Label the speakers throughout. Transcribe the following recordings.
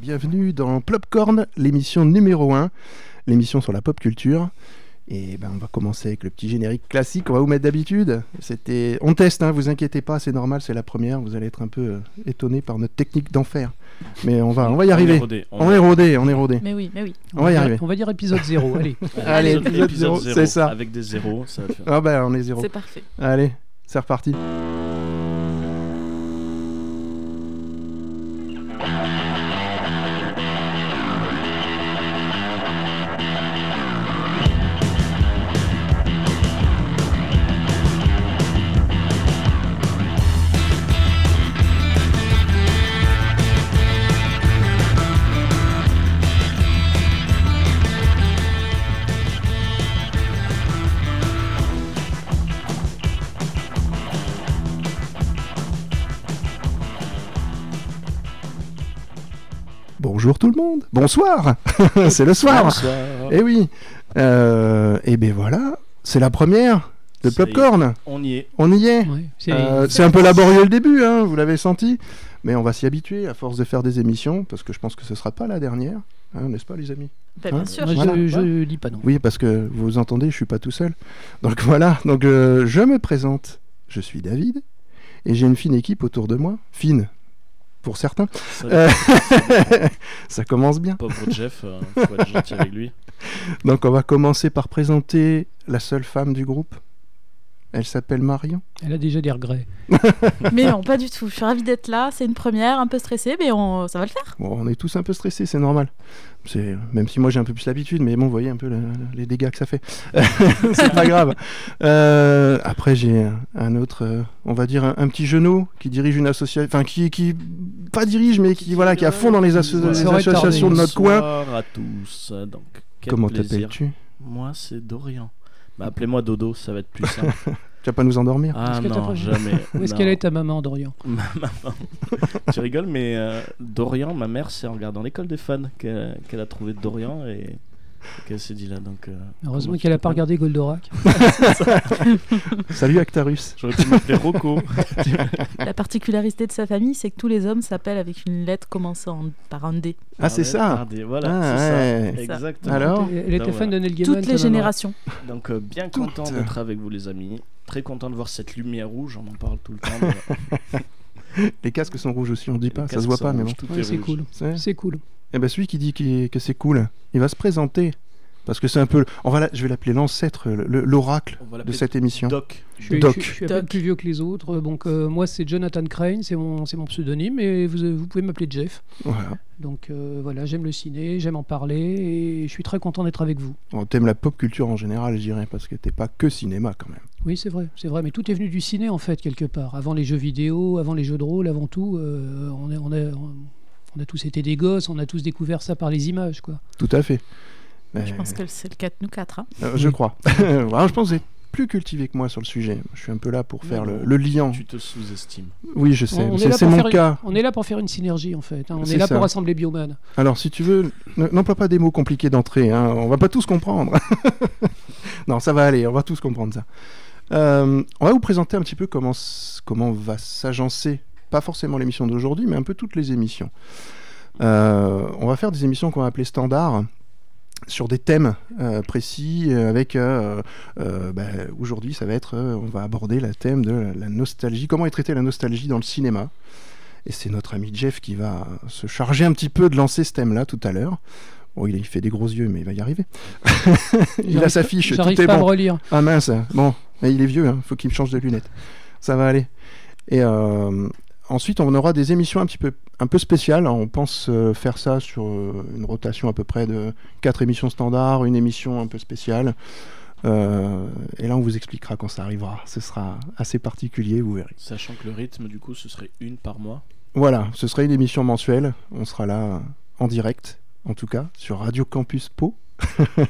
Speaker 1: bienvenue dans Popcorn, l'émission numéro 1, l'émission sur la pop culture. Et ben, on va commencer avec le petit générique classique, on va vous mettre d'habitude. C'était, On teste, hein, vous inquiétez pas, c'est normal, c'est la première, vous allez être un peu étonné par notre technique d'enfer. Mais Ah, on va, on va y
Speaker 2: On est
Speaker 1: arriver.
Speaker 2: rodé, on
Speaker 1: On
Speaker 2: est-
Speaker 1: est rodé, on est rodé.
Speaker 3: Mais oui, mais oui.
Speaker 1: On va y
Speaker 4: dire-
Speaker 1: arriver.
Speaker 4: On va dire épisode 0, allez.
Speaker 1: Allez,
Speaker 2: épisode-
Speaker 1: épisode
Speaker 2: épisode
Speaker 1: zéro,
Speaker 2: zéro,
Speaker 1: c'est ça.
Speaker 2: Avec des zéros, ça va faire.
Speaker 1: Ah ben on est zéro.
Speaker 3: C'est parfait.
Speaker 1: Allez, c'est reparti. Bonjour tout le monde. Bonsoir. c'est le soir.
Speaker 2: Bonsoir.
Speaker 1: Eh oui. Euh, eh ben voilà, c'est la première de
Speaker 2: Ça y est.
Speaker 1: Popcorn.
Speaker 2: On y est.
Speaker 1: On y est.
Speaker 4: Ouais, c'est-
Speaker 1: Euh, c'est un peu laborieux le début, hein, vous l'avez senti. Mais on va s'y habituer à force de faire des émissions, parce que je pense que ce sera pas la dernière, hein, n'est-ce pas les amis
Speaker 3: Bah,
Speaker 1: Hein
Speaker 3: bien sûr.
Speaker 4: moi, je,
Speaker 1: Voilà.
Speaker 4: je dis pas non.
Speaker 1: Oui, parce que vous entendez, je suis pas tout seul. Donc voilà, donc euh, je me présente, je suis David, et j'ai une fine équipe autour de moi, fine pour certains.
Speaker 2: Ça,
Speaker 1: Euh, ça commence bien.
Speaker 2: Pauvre Jeff, euh, faut être gentil avec lui.
Speaker 1: Donc on va commencer par présenter la seule femme du groupe. Elle s'appelle Marion.
Speaker 4: Elle a déjà des regrets.
Speaker 3: Mais non, pas du tout. Je suis ravie d'être là. C'est une première, un peu stressée, mais on... ça va le faire.
Speaker 1: Bon, on est tous un peu stressés, c'est normal. C'est même si moi j'ai un peu plus l'habitude, mais bon, vous voyez un peu la- la- les dégâts que ça fait. c'est pas grave. Euh, après, j'ai un, un autre, euh, on va dire un, un petit genou qui dirige une association, enfin qui, qui pas dirige, mais qui voilà, qui est à fond dans les, asso-
Speaker 4: Ouais.
Speaker 1: les
Speaker 4: Ça aurait tardé.
Speaker 1: associations de notre coin.
Speaker 2: Bonsoir à tous. euh, Donc, quel
Speaker 1: Comment
Speaker 2: plaisir.
Speaker 1: t'appelles-tu
Speaker 2: Moi, c'est Dorian. Bah, appelez-moi Dodo, ça va être plus simple.
Speaker 1: Tu vas pas nous endormir
Speaker 2: Ah
Speaker 4: Est-ce que t'as
Speaker 2: non,
Speaker 4: pas-
Speaker 2: jamais.
Speaker 4: Où est-ce
Speaker 2: Non.
Speaker 4: qu'elle est ta maman, Dorian
Speaker 2: Ma maman. Tu rigoles, mais euh, Dorian, ma mère, c'est en regardant l'école des fans qu'elle qu'elle a trouvé Dorian et qu'elle s'est dit là. Donc, euh,
Speaker 4: Heureusement
Speaker 2: comment tu
Speaker 4: qu'elle a pas
Speaker 2: t'appelles
Speaker 4: regardé Goldorak.
Speaker 2: Ah,
Speaker 1: Salut Actarus.
Speaker 2: J'aurais pu m'appeler Rocco.
Speaker 3: La particularité de sa famille, c'est que tous les hommes s'appellent avec une lettre commençant en- par un D.
Speaker 1: Ah, c'est
Speaker 2: Ouais,
Speaker 1: ça.
Speaker 2: Tardé, Voilà,
Speaker 1: Ah,
Speaker 2: c'est
Speaker 1: ouais.
Speaker 2: ça.
Speaker 3: C'est ça.
Speaker 2: Exactement.
Speaker 1: Alors
Speaker 4: Elle elle était
Speaker 2: Non,
Speaker 4: fan de Neil Gaiman.
Speaker 3: Toutes
Speaker 4: ta
Speaker 3: les
Speaker 4: maman.
Speaker 3: générations.
Speaker 2: Donc euh, bien
Speaker 1: Toutes.
Speaker 2: content d'être avec vous les amis. Très content de voir cette lumière rouge, on en parle tout le temps. mais-
Speaker 1: Les casques sont rouges aussi, on dit
Speaker 2: les
Speaker 1: pas, ça
Speaker 2: casques
Speaker 1: se voit
Speaker 2: sont
Speaker 1: pas, mais bon.
Speaker 2: rouges, tout
Speaker 4: Ouais,
Speaker 2: est
Speaker 4: c'est
Speaker 2: rouge.
Speaker 4: cool.
Speaker 1: C'est-
Speaker 4: C'est cool.
Speaker 1: Eh ben celui qui dit qu'il- que c'est cool, il va se présenter. Parce que c'est un peu. le- On va la- Je vais l'appeler l'ancêtre, le- le- l'oracle
Speaker 2: On va
Speaker 1: de
Speaker 2: l'appeler
Speaker 1: cette émission.
Speaker 2: Doc.
Speaker 4: Je suis,
Speaker 1: Doc.
Speaker 4: je suis- je suis à
Speaker 3: Doc.
Speaker 4: peine plus vieux que les autres. Donc, euh, moi, c'est Jonathan Crane, c'est mon, c'est mon pseudonyme. Et vous, vous pouvez m'appeler Jeff.
Speaker 1: Voilà.
Speaker 4: Donc, euh, voilà, j'aime le ciné, j'aime en parler. Et je suis très content d'être avec vous.
Speaker 1: On t'aime la pop culture en général, je dirais, parce que t'es pas que cinéma quand même.
Speaker 4: Oui, c'est vrai, c'est vrai, mais tout est venu du ciné en fait quelque part. Avant les jeux vidéo, avant les jeux de rôle, avant tout, euh, on, est- on, est- on a tous été des gosses, on a tous découvert ça par les images, quoi.
Speaker 1: Tout à fait. Mais-
Speaker 3: Je pense que c'est le cas de nous quatre. hein.
Speaker 1: Euh, je crois. Alors, je pense que vous êtes plus cultivé que moi sur le sujet. Je suis un peu là pour faire le, le liant.
Speaker 2: Tu te sous-estimes.
Speaker 1: Oui, je sais.
Speaker 4: On- on est
Speaker 1: C'est
Speaker 4: là
Speaker 1: c'est
Speaker 4: pour
Speaker 1: mon
Speaker 4: faire une-
Speaker 1: cas.
Speaker 4: On est là pour faire une synergie en fait. hein. On est,
Speaker 1: C'est
Speaker 4: là
Speaker 1: ça.
Speaker 4: pour rassembler Bioman.
Speaker 1: Alors, si tu veux, n- n'emploie pas des mots compliqués d'entrée, hein, on va pas tous comprendre. non, ça va aller, on va tous comprendre ça. Euh, on va vous présenter un petit peu comment, s- comment va s'agencer, pas forcément l'émission d'aujourd'hui, mais un peu toutes les émissions. Euh, on va faire des émissions qu'on va appeler standards sur des thèmes euh, précis euh, avec euh, euh, bah, aujourd'hui ça va être euh, on va aborder la thème de la- la nostalgie comment est traitée la nostalgie dans le cinéma et c'est notre ami Jeff qui va se charger un petit peu de lancer ce thème-là tout à l'heure. Bon, il, il fait des gros yeux, mais il va y arriver. il a
Speaker 4: J'arrive
Speaker 1: sa
Speaker 4: pas-
Speaker 1: fiche, tout
Speaker 4: J'arrive
Speaker 1: est
Speaker 4: pas à me
Speaker 1: bon.
Speaker 4: relire.
Speaker 1: Ah mince, bon, mais il est vieux, hein, faut qu'il me change de lunettes. Ça va aller. Et euh, ensuite, on aura des émissions un petit peu, un peu spéciales. On pense euh, faire ça sur euh, une rotation à peu près de quatre émissions standards, une émission un peu spéciale. Euh, et là, on vous expliquera quand ça arrivera. Ce sera assez particulier, vous verrez.
Speaker 2: Sachant que le rythme, du coup, ce serait une par mois.
Speaker 1: Voilà, ce sera une émission mensuelle. On sera là euh, en direct, en tout cas, sur Radio Campus Pau.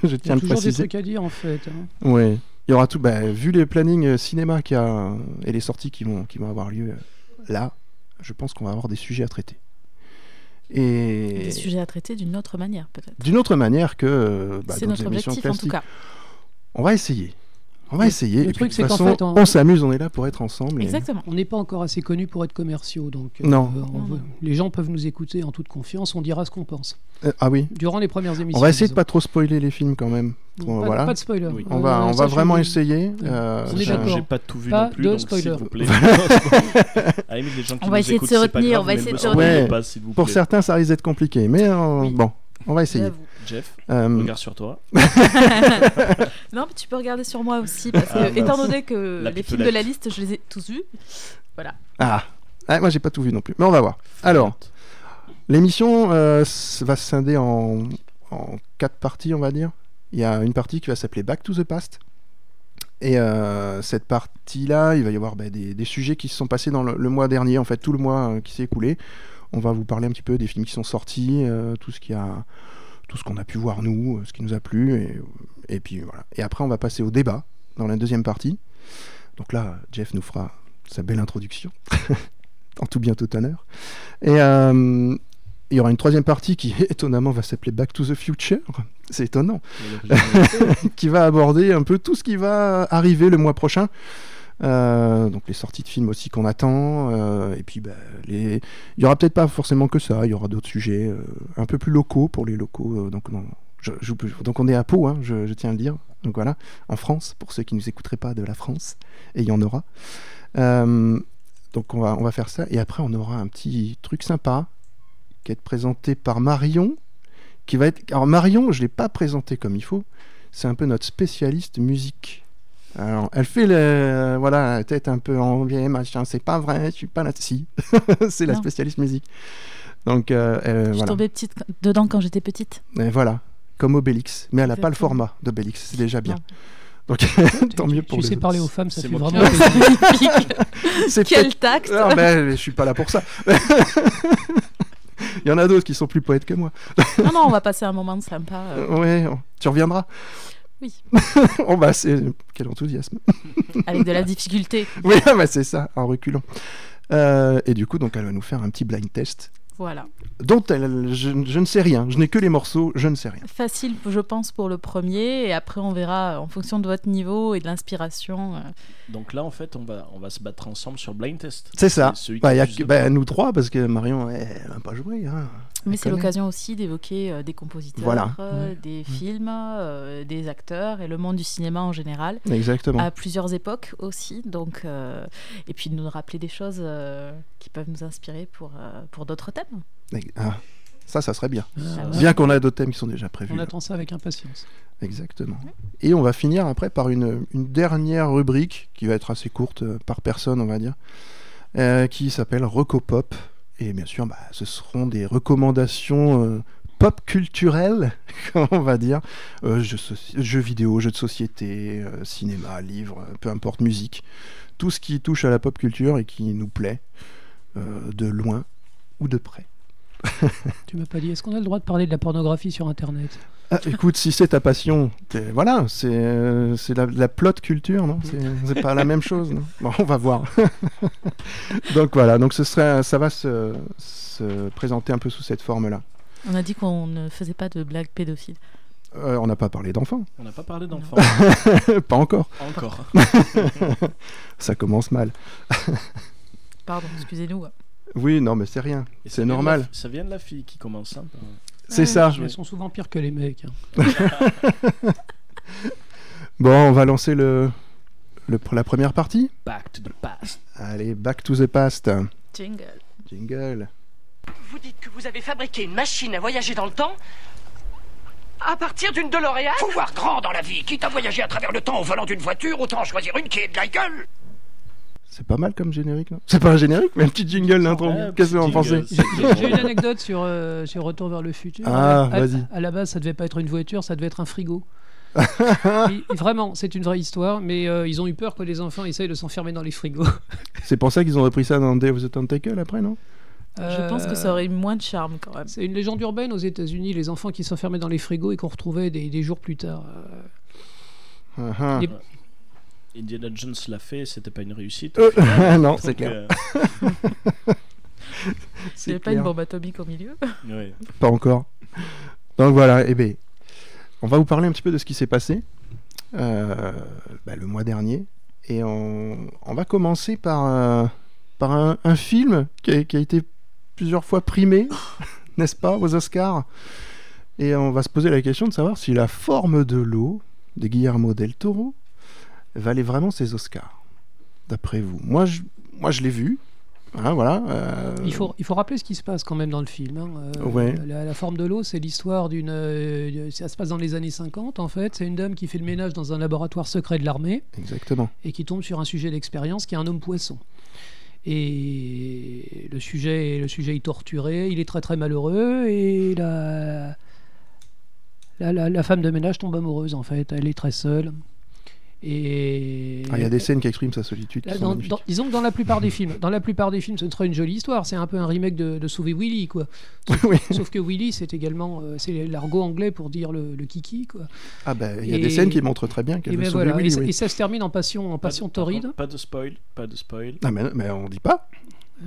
Speaker 1: Je
Speaker 4: Il y
Speaker 1: tiens à
Speaker 4: a
Speaker 1: le
Speaker 4: toujours des
Speaker 1: préciser.
Speaker 4: trucs à dire en fait. hein.
Speaker 1: Ouais. Il y aura tout. bah, vu les plannings euh, cinéma qu'il y a euh, et les sorties qui vont, qui vont avoir lieu euh, là, je pense qu'on va avoir des sujets à traiter. Et
Speaker 3: Des sujets à traiter d'une autre manière, peut-être.
Speaker 1: d'une autre manière que euh, bah,
Speaker 3: c'est
Speaker 1: d'autres
Speaker 3: notre
Speaker 1: émissions
Speaker 3: objectif, en tout
Speaker 1: classiques.
Speaker 3: cas.
Speaker 1: On va essayer. On va essayer.
Speaker 4: le
Speaker 1: Et puis,
Speaker 4: truc,
Speaker 1: de
Speaker 4: c'est
Speaker 1: toute
Speaker 4: qu'en
Speaker 1: façon,
Speaker 4: fait, on-
Speaker 1: on s'amuse, on est là pour être ensemble. et-
Speaker 3: Exactement.
Speaker 4: On n'est pas encore assez connus pour être commerciaux, donc euh,
Speaker 1: Non.
Speaker 4: on
Speaker 3: Non,
Speaker 4: veut-
Speaker 3: non.
Speaker 4: les gens peuvent nous écouter en toute confiance, on dira ce qu'on pense.
Speaker 1: Euh, ah oui.
Speaker 4: Durant les premières émissions.
Speaker 1: On va essayer de
Speaker 4: disons.
Speaker 1: pas trop spoiler les films quand même.
Speaker 4: Pas,
Speaker 1: voilà.
Speaker 4: pas de spoiler.
Speaker 2: Oui.
Speaker 1: On
Speaker 4: Euh,
Speaker 1: va, on
Speaker 4: ça,
Speaker 1: va
Speaker 4: je-
Speaker 1: vraiment essayer. euh,
Speaker 4: On est
Speaker 1: j'ai-
Speaker 4: d'accord.
Speaker 2: J'ai pas tout vu
Speaker 4: Pas
Speaker 2: non plus,
Speaker 4: de
Speaker 2: donc
Speaker 4: spoiler.
Speaker 2: s'il vous plaît. Ah, mais les gens qui
Speaker 3: On va
Speaker 2: nous
Speaker 3: essayer de
Speaker 2: écoutent,
Speaker 3: se
Speaker 2: c'est pas
Speaker 3: retenir,
Speaker 2: grave,
Speaker 3: on va
Speaker 2: mais
Speaker 3: essayer de
Speaker 2: me
Speaker 3: se
Speaker 2: spoilez
Speaker 1: retenir.
Speaker 2: pas, s'il vous
Speaker 1: Pour
Speaker 2: plaît.
Speaker 1: certains, ça risque d'être compliqué, mais euh,
Speaker 3: Oui.
Speaker 1: bon, on va essayer.
Speaker 3: J'avoue.
Speaker 2: Jeff,
Speaker 1: Euh,
Speaker 2: regarde sur toi.
Speaker 3: non, mais tu peux regarder sur moi aussi, parce que,
Speaker 2: Ah, mince.
Speaker 3: étant donné que
Speaker 2: La
Speaker 3: les films
Speaker 2: pitolette.
Speaker 3: de la liste, je les ai tous vus.
Speaker 1: ah. Ah, moi j'ai pas tout vu non plus, mais on va voir. Alors, l'émission euh, s- va se scinder en, en quatre parties, on va dire. Il y a une partie qui va s'appeler Back to the Past. Et euh, cette partie-là, il va y avoir bah, des, des sujets qui se sont passés dans le, le mois dernier, en fait, tout le mois euh, qui s'est écoulé. On va vous parler un petit peu des films qui sont sortis, euh, tout ce qui a, tout ce qu'on a pu voir nous, euh, ce qui nous a plu, et, et puis voilà. Et après, on va passer au débat dans la deuxième partie. Donc là, Jeff nous fera sa belle introduction, en tout bien tout honneur. Et euh, il y aura une troisième partie qui, étonnamment, va s'appeler Back to the Future. C'est étonnant. qui va aborder un peu tout ce qui va arriver le mois prochain. Euh, donc les sorties de films aussi qu'on attend. euh, et puis, bah, les... il y aura peut-être pas forcément que ça. Il y aura d'autres sujets euh, un peu plus locaux pour les locaux. euh, donc, non, je- je- donc on est à Pau, hein, je, je tiens à le dire. Donc voilà, en France, pour ceux qui ne nous écouteraient pas de la France, et il y en aura. Euh, donc on va, on va faire ça. Et après, on aura un petit truc sympa qui va être présenté par Marion. Qui va être... Alors Marion, je ne l'ai pas présenté comme il faut. C'est un peu notre spécialiste musique. Alors, elle fait le, voilà, la tête un peu en biais, machin. C'est pas vrai, je suis pas là. Si, c'est la
Speaker 3: Non.
Speaker 1: spécialiste musique. Donc, euh, elle-
Speaker 3: Je suis
Speaker 1: voilà.
Speaker 3: tombée petite dedans quand j'étais petite.
Speaker 1: Et voilà, comme Obélix. Mais elle n'a pas le
Speaker 3: Exactement.
Speaker 1: format d'Obélix, c'est déjà bien.
Speaker 3: Non.
Speaker 1: Donc, tant
Speaker 4: Tu-
Speaker 1: mieux
Speaker 4: tu
Speaker 1: pour les
Speaker 4: sais
Speaker 1: autres.
Speaker 4: parler aux femmes, ça
Speaker 2: C'est
Speaker 4: fait
Speaker 2: moi qui
Speaker 4: vraiment. plaisir.
Speaker 1: C'est
Speaker 3: Quel
Speaker 1: peut-être-
Speaker 3: tact
Speaker 1: Non, mais je suis pas là pour ça. Il y en a d'autres qui sont plus poètes que moi.
Speaker 3: Non, non, on va passer un moment sympa. euh.
Speaker 1: Euh, ouais, on- tu reviendras.
Speaker 3: Oui.
Speaker 1: oh, bah, c'est... Quel enthousiasme.
Speaker 3: avec de la difficulté.
Speaker 1: Oui, bah, c'est ça, en reculant. Euh, et du coup, donc, elle va nous faire un petit blind test
Speaker 3: Voilà.
Speaker 1: dont elle, je, je ne sais rien. Je n'ai que les morceaux, je ne sais rien.
Speaker 3: Facile, je pense, pour le premier. Et après, on verra euh, en fonction de votre niveau et de l'inspiration. euh.
Speaker 2: Donc là, en fait, on va, on va se battre ensemble sur Blind Test.
Speaker 1: C'est ça.
Speaker 2: C'est celui qui
Speaker 1: Bah, y a
Speaker 2: plus
Speaker 1: que-
Speaker 2: de-
Speaker 1: bah, nous trois, parce que Marion, elle n'a pas joué. hein.
Speaker 3: Mais c'est
Speaker 1: connaît.
Speaker 3: l'occasion aussi d'évoquer euh, des compositeurs,
Speaker 1: Voilà.
Speaker 3: euh,
Speaker 4: Ouais.
Speaker 3: des films, euh, des acteurs et le monde du cinéma en général.
Speaker 1: Exactement.
Speaker 3: À plusieurs époques aussi, donc euh, et puis de nous rappeler des choses euh, qui peuvent nous inspirer pour euh, pour d'autres thèmes.
Speaker 1: Ah, ça, ça serait bien.
Speaker 4: Ah,
Speaker 3: va.
Speaker 1: Bien qu'on a d'autres thèmes qui sont déjà prévus.
Speaker 4: On attend ça avec impatience.
Speaker 1: Exactement. Et on va finir après par une, une dernière rubrique qui va être assez courte euh, par personne, on va dire, euh, qui s'appelle Recopop. Et bien sûr, bah, ce seront des recommandations euh, pop culturelles, comme on va dire, Euh, jeux, soci- jeux vidéo, jeux de société, euh, cinéma, livres, euh, peu importe, musique, tout ce qui touche à la pop culture et qui nous plaît, euh, de loin ou de près.
Speaker 4: Tu m'as pas dit, est-ce qu'on a le droit de parler de la pornographie sur Internet
Speaker 1: Ah, écoute, si c'est ta passion, t'es- voilà, c'est euh, c'est la, la plot culture, non C'est c'est pas la même chose, non Bon, on va voir. donc voilà, donc ce serait, ça va se, se présenter un peu sous cette forme-là.
Speaker 3: On a dit qu'on ne faisait pas de blagues pédophiles.
Speaker 1: Euh, on n'a pas parlé d'enfants,
Speaker 2: On n'a pas parlé d'enfants.
Speaker 1: pas encore.
Speaker 2: Encore.
Speaker 1: Ça commence mal.
Speaker 3: Pardon, excusez-nous.
Speaker 1: Oui, non, mais c'est rien.
Speaker 2: Et
Speaker 1: C'est
Speaker 2: ça vient de la-
Speaker 1: normal.
Speaker 2: ça vient de la fille qui commence. hein, par-
Speaker 1: C'est
Speaker 3: Ouais,
Speaker 1: ça.
Speaker 4: Elles sont souvent pires que les mecs. hein.
Speaker 1: Bon, on va lancer le, le la première partie.
Speaker 2: Back to the past.
Speaker 1: Allez, back to the past.
Speaker 3: Jingle.
Speaker 1: Jingle.
Speaker 5: Vous dites que vous avez fabriqué une machine à voyager dans le temps à partir d'une DeLorean
Speaker 6: Faut voir grand dans la vie. Quitte à voyager à travers le temps au volant d'une voiture, autant en choisir une qui est de la gueule.
Speaker 1: C'est pas mal comme générique, non C'est pas un générique, mais un petit jingle d'intro.
Speaker 2: Ouais,
Speaker 1: Qu'est-ce que vous en
Speaker 2: jingle,
Speaker 1: pensez
Speaker 2: Euh, c'est-
Speaker 4: J'ai j'ai une anecdote sur, euh, sur Retour vers le futur.
Speaker 1: Ah,
Speaker 4: à, à-
Speaker 1: vas-y.
Speaker 4: à la base, ça devait pas être une voiture, ça devait être un frigo. Et- et vraiment, c'est une vraie histoire, mais euh, ils ont eu peur que les enfants essayent de s'enfermer dans les frigos.
Speaker 1: C'est pour ça qu'ils ont repris ça dans Day of the Tentacle après, non
Speaker 3: Je pense que
Speaker 1: Euh.
Speaker 3: ça aurait eu moins de charme quand même.
Speaker 4: Euh, C'est une légende urbaine aux États-Unis, les enfants qui s'enfermaient dans les frigos et qu'on retrouvait des, des jours plus tard. euh,
Speaker 1: Ah, ah.
Speaker 4: Des-
Speaker 2: Indiana Jones l'a fait, c'était pas une réussite.
Speaker 1: Euh, non, c'est
Speaker 2: Donc,
Speaker 1: clair.
Speaker 3: Il n'y
Speaker 1: C'est
Speaker 3: avait pas une
Speaker 1: clair.
Speaker 3: bombe atomique au milieu.
Speaker 2: euh, ouais.
Speaker 1: Pas encore. Donc voilà, eh ben, on va vous parler un petit peu de ce qui s'est passé. euh, bah, le mois dernier. Et on, on va commencer par, euh, par un, un film qui a, qui a été plusieurs fois primé, n'est-ce pas, aux Oscars. Et on va se poser la question de savoir si la forme de l'eau de Guillermo del Toro valait vraiment ses Oscars, d'après vous. Moi, je, moi, je l'ai vu. Hein, voilà. euh,
Speaker 4: Il faut, il faut rappeler ce qui se passe quand même dans le film. hein. Euh,
Speaker 1: Ouais.
Speaker 4: la, la forme de l'eau, c'est l'histoire d'une. euh, ça se passe dans les années 50, en fait. C'est une dame qui fait le ménage dans un laboratoire secret de l'armée
Speaker 1: Exactement.
Speaker 4: et qui tombe sur un sujet d'expérience qui est un homme poisson. Et le sujet, le sujet est torturé, il est très très malheureux et la, la, la- la femme de ménage tombe amoureuse en fait, elle est très seule. Et
Speaker 1: Ah, Il y a des scènes qui expriment sa solitude. qui
Speaker 4: Là,
Speaker 1: sont
Speaker 4: dans-
Speaker 1: magnifiques.
Speaker 4: dans- disons que dans la plupart des films, dans la plupart des films, ce serait une jolie histoire. C'est un peu un remake de, de Sauver Willy, quoi.
Speaker 1: Oui.
Speaker 4: Sauf que Willy, c'est également, euh, c'est l'argot anglais pour dire le, le kiki, quoi.
Speaker 1: Ah bah, il y a
Speaker 4: Et-
Speaker 1: des scènes qui montrent très bien qu'elle
Speaker 4: Et,
Speaker 1: veut
Speaker 4: ben
Speaker 1: sauver
Speaker 4: voilà.
Speaker 1: Willy,
Speaker 4: Et ça-
Speaker 1: oui.
Speaker 4: et ça se termine en passion, en passion
Speaker 2: Pas de-
Speaker 4: torride.
Speaker 2: pardon, Pas de spoil, pas de spoil.
Speaker 1: Ah mais, mais on dit pas.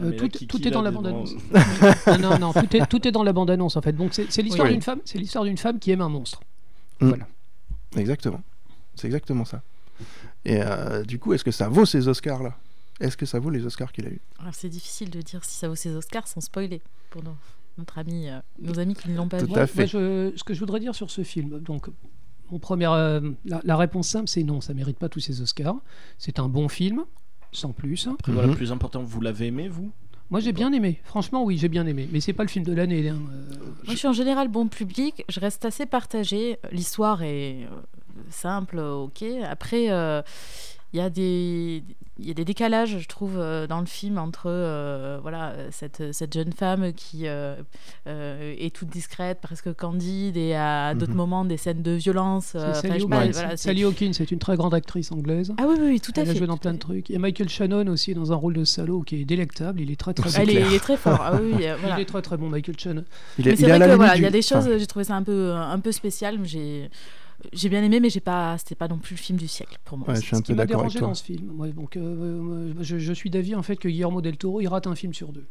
Speaker 4: Euh,
Speaker 2: Mais
Speaker 4: tout,
Speaker 2: là,
Speaker 4: tout
Speaker 2: Kiki,
Speaker 4: est dans
Speaker 2: là,
Speaker 4: la
Speaker 2: des-
Speaker 4: bande-annonce.
Speaker 2: bon,
Speaker 4: Ah non, non, tout est, tout est dans la bande-annonce en fait. Donc c'est c'est l'histoire
Speaker 1: Oui.
Speaker 4: d'une femme, c'est l'histoire d'une femme qui aime un monstre.
Speaker 1: Exactement. C'est exactement ça. Et euh, du coup, est-ce que ça vaut ces Oscars là Est-ce que ça vaut les Oscars qu'il a eu
Speaker 3: Alors, c'est difficile de dire si ça vaut ses Oscars sans spoiler pour nos- notre ami, euh, nos amis qui ne l'ont pas
Speaker 1: Tout
Speaker 3: vu.
Speaker 1: à
Speaker 4: Moi,
Speaker 1: fait.
Speaker 4: moi, ben, je- ce que je voudrais dire sur ce film, donc mon premier, euh, la, la réponse simple, c'est non, ça mérite pas tous ces Oscars. C'est un bon film, sans plus.
Speaker 2: Après, voilà,
Speaker 1: Mhm.
Speaker 2: plus important, vous l'avez aimé, vous
Speaker 4: Moi j'ai bien aimé, franchement oui j'ai bien aimé, mais c'est pas le film de l'année. hein. Euh,
Speaker 3: Moi, je suis en général bon public. Je reste assez partagée. L'histoire est euh, simple, ok. Après, euh, il y, a des- il y a des décalages, je trouve, euh, dans le film entre euh, voilà, euh, cette, cette jeune femme qui euh, euh, est toute discrète, presque candide, et à d'autres
Speaker 1: Mhm.
Speaker 3: moments, des scènes de violence. euh,
Speaker 4: c'est
Speaker 3: enfin, je
Speaker 4: Sally
Speaker 3: sais
Speaker 4: Hawkins.
Speaker 3: pas,
Speaker 4: C'est-
Speaker 3: voilà, c'est-
Speaker 4: Sally Hawkins, c'est une très grande actrice anglaise.
Speaker 3: Ah oui, oui, oui, tout à
Speaker 4: Elle
Speaker 3: fait.
Speaker 4: a joué dans
Speaker 3: tout à
Speaker 4: plein de
Speaker 3: fait.
Speaker 4: trucs. Et Michael Shannon aussi dans un rôle de salaud qui est délectable, il est très très
Speaker 1: C'est
Speaker 3: Elle
Speaker 4: bon.
Speaker 3: est,
Speaker 1: clair.
Speaker 3: il est très fort. Ah oui, euh, voilà.
Speaker 4: Il est très très bon Michael Shannon.
Speaker 1: Il
Speaker 3: Mais
Speaker 1: est,
Speaker 3: c'est
Speaker 1: il est à
Speaker 3: vrai
Speaker 1: la
Speaker 3: que
Speaker 1: limite
Speaker 3: voilà, il y a
Speaker 1: du-
Speaker 3: des choses,
Speaker 1: enfin,
Speaker 3: j'ai trouvé ça un peu un peu spécial, mais j'ai j'ai bien aimé mais j'ai pas c'était pas non plus le film du siècle pour moi.
Speaker 1: ouais, je
Speaker 3: C'est-
Speaker 1: suis un
Speaker 4: Ce qui
Speaker 1: peu
Speaker 4: m'a
Speaker 1: d'accord avec
Speaker 4: dérangé
Speaker 1: toi.
Speaker 4: dans ce film, ouais, donc, euh, je, je suis d'avis en fait que Guillermo del Toro il rate un film sur deux.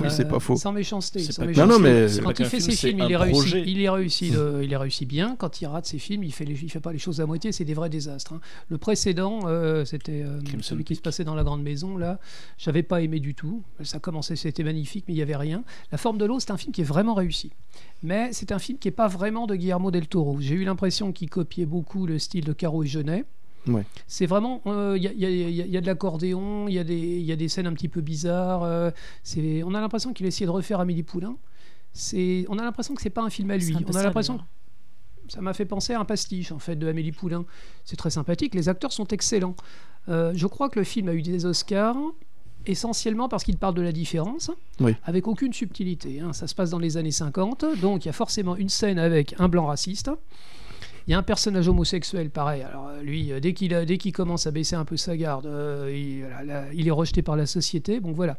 Speaker 1: Oui, c'est
Speaker 4: Euh,
Speaker 1: pas faux.
Speaker 4: Sans méchanceté.
Speaker 2: C'est
Speaker 4: sans
Speaker 2: pas
Speaker 1: Non, non,
Speaker 4: méchanceté.
Speaker 2: qu'un
Speaker 1: mais-
Speaker 2: film, c'est
Speaker 4: Quand
Speaker 2: pas
Speaker 4: il
Speaker 2: qu'un
Speaker 4: fait
Speaker 2: film,
Speaker 4: ses
Speaker 2: c'est
Speaker 4: films,
Speaker 2: un
Speaker 4: il est réussi.
Speaker 2: projet.
Speaker 4: Il est réussi. de- il est réussi bien. Quand il rate ses films, il fait, les- il fait pas les choses à moitié. C'est des vrais désastres. hein. Le précédent, euh, c'était euh,
Speaker 2: Crimson
Speaker 4: celui qui
Speaker 2: Peak.
Speaker 4: se passait dans la grande maison. Là, j'avais pas aimé du tout. Ça commençait, c'était magnifique, mais il y avait rien. La forme de l'eau, c'est un film qui est vraiment réussi. Mais c'est un film qui est pas vraiment de Guillermo del Toro. J'ai eu l'impression qu'il copiait beaucoup le style de Caro et Genet.
Speaker 1: Ouais.
Speaker 4: C'est vraiment, il y, a- y a- y a- y a de l'accordéon, il y, a des- y a des scènes un petit peu bizarres. euh, c'est- on a l'impression qu'il essayait de refaire Amélie Poulain. C'est, on a l'impression que c'est pas un film à
Speaker 3: c'est
Speaker 4: lui.
Speaker 3: un peu hein.
Speaker 4: On
Speaker 3: ça,
Speaker 4: a
Speaker 3: le-
Speaker 4: l'impression ça m'a fait penser à un pastiche en fait de Amélie Poulain. C'est très sympathique, les acteurs sont excellents. Euh, je crois que le film a eu des Oscars essentiellement parce qu'il parle de la différence,
Speaker 1: Oui.
Speaker 4: avec aucune subtilité. hein. Ça se passe dans les années 50, donc il y a forcément une scène avec un blanc raciste. Il y a un personnage homosexuel, pareil. Alors euh, lui, euh, dès qu'il a- dès qu'il commence à baisser un peu sa garde, euh, il, voilà, là, il est rejeté par la société. Bon voilà.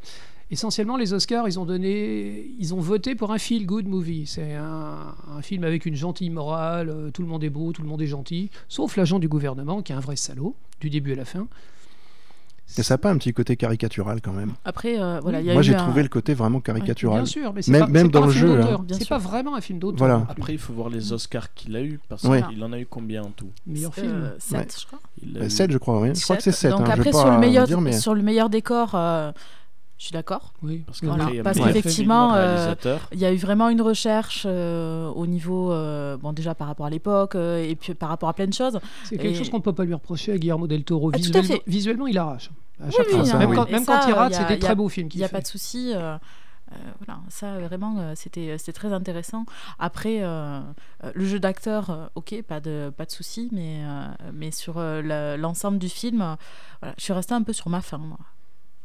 Speaker 4: Essentiellement, les Oscars, ils ont donné, ils ont voté pour un feel good movie. C'est un, un film avec une gentille morale. euh, tout le monde est beau, tout le monde est gentil, sauf l'agent du gouvernement qui est un vrai salaud du début à la fin.
Speaker 1: Et ça a pas un petit côté caricatural quand même.
Speaker 3: Après euh, voilà, il y a
Speaker 1: Moi,
Speaker 3: eu
Speaker 1: j'ai
Speaker 3: un-
Speaker 1: trouvé le côté vraiment
Speaker 4: Bien
Speaker 1: caricatural.
Speaker 4: sûr, mais c'est
Speaker 1: Même-
Speaker 4: pas,
Speaker 1: même
Speaker 4: c'est pas
Speaker 1: dans
Speaker 4: un
Speaker 1: le
Speaker 4: film
Speaker 1: jeu,
Speaker 4: d'auteur.
Speaker 3: hein. Bien
Speaker 4: C'est
Speaker 3: sûr.
Speaker 4: pas vraiment un film d'auteur.
Speaker 1: Voilà.
Speaker 2: Après, il faut voir les Oscars qu'il a eu, parce
Speaker 1: Ouais.
Speaker 2: qu'il en a eu combien en tout
Speaker 4: meilleur
Speaker 3: euh,
Speaker 4: film.
Speaker 3: sept,
Speaker 1: Ouais.
Speaker 3: je crois.
Speaker 2: Il a
Speaker 1: Euh,
Speaker 2: eu-
Speaker 1: 7, je crois, oui. Je crois que c'est 7.
Speaker 3: Donc
Speaker 1: hein, je vais
Speaker 3: après
Speaker 1: pas
Speaker 3: sur le meilleur
Speaker 1: dire, mais...
Speaker 3: sur le meilleur décor euh, je suis d'accord.
Speaker 4: Oui.
Speaker 2: Parce, que
Speaker 3: Voilà,
Speaker 2: après, il y a
Speaker 3: parce
Speaker 2: meilleur
Speaker 3: qu'effectivement,
Speaker 2: film, meilleur
Speaker 3: euh,
Speaker 2: réalisateur.
Speaker 3: Il y a eu vraiment une recherche euh, au niveau euh, bon déjà par rapport à l'époque euh, et puis par rapport à plein de choses.
Speaker 4: C'est quelque
Speaker 3: Et-
Speaker 4: chose qu'on peut pas lui reprocher à Guillermo del Toro.
Speaker 3: Ah, tout à
Speaker 4: Visuellement,
Speaker 3: fait.
Speaker 4: visuellement, il arrache. À chaque
Speaker 1: oui,
Speaker 4: fois.
Speaker 1: non,
Speaker 4: même
Speaker 1: Ah, oui.
Speaker 4: quand,
Speaker 3: Et
Speaker 4: même
Speaker 3: ça,
Speaker 4: quand il rate,
Speaker 3: y a-
Speaker 4: c'est des
Speaker 3: y a-
Speaker 4: très beaux films
Speaker 3: Il
Speaker 4: qu'il
Speaker 3: n'y a
Speaker 4: fait.
Speaker 3: pas de souci. euh, euh, voilà, ça vraiment euh, c'était c'était très intéressant. Après euh, euh, le jeu d'acteur, euh, ok, pas de pas de souci, mais euh, mais sur euh, la- l'ensemble du film, euh, voilà, je suis restée un peu sur ma faim. moi.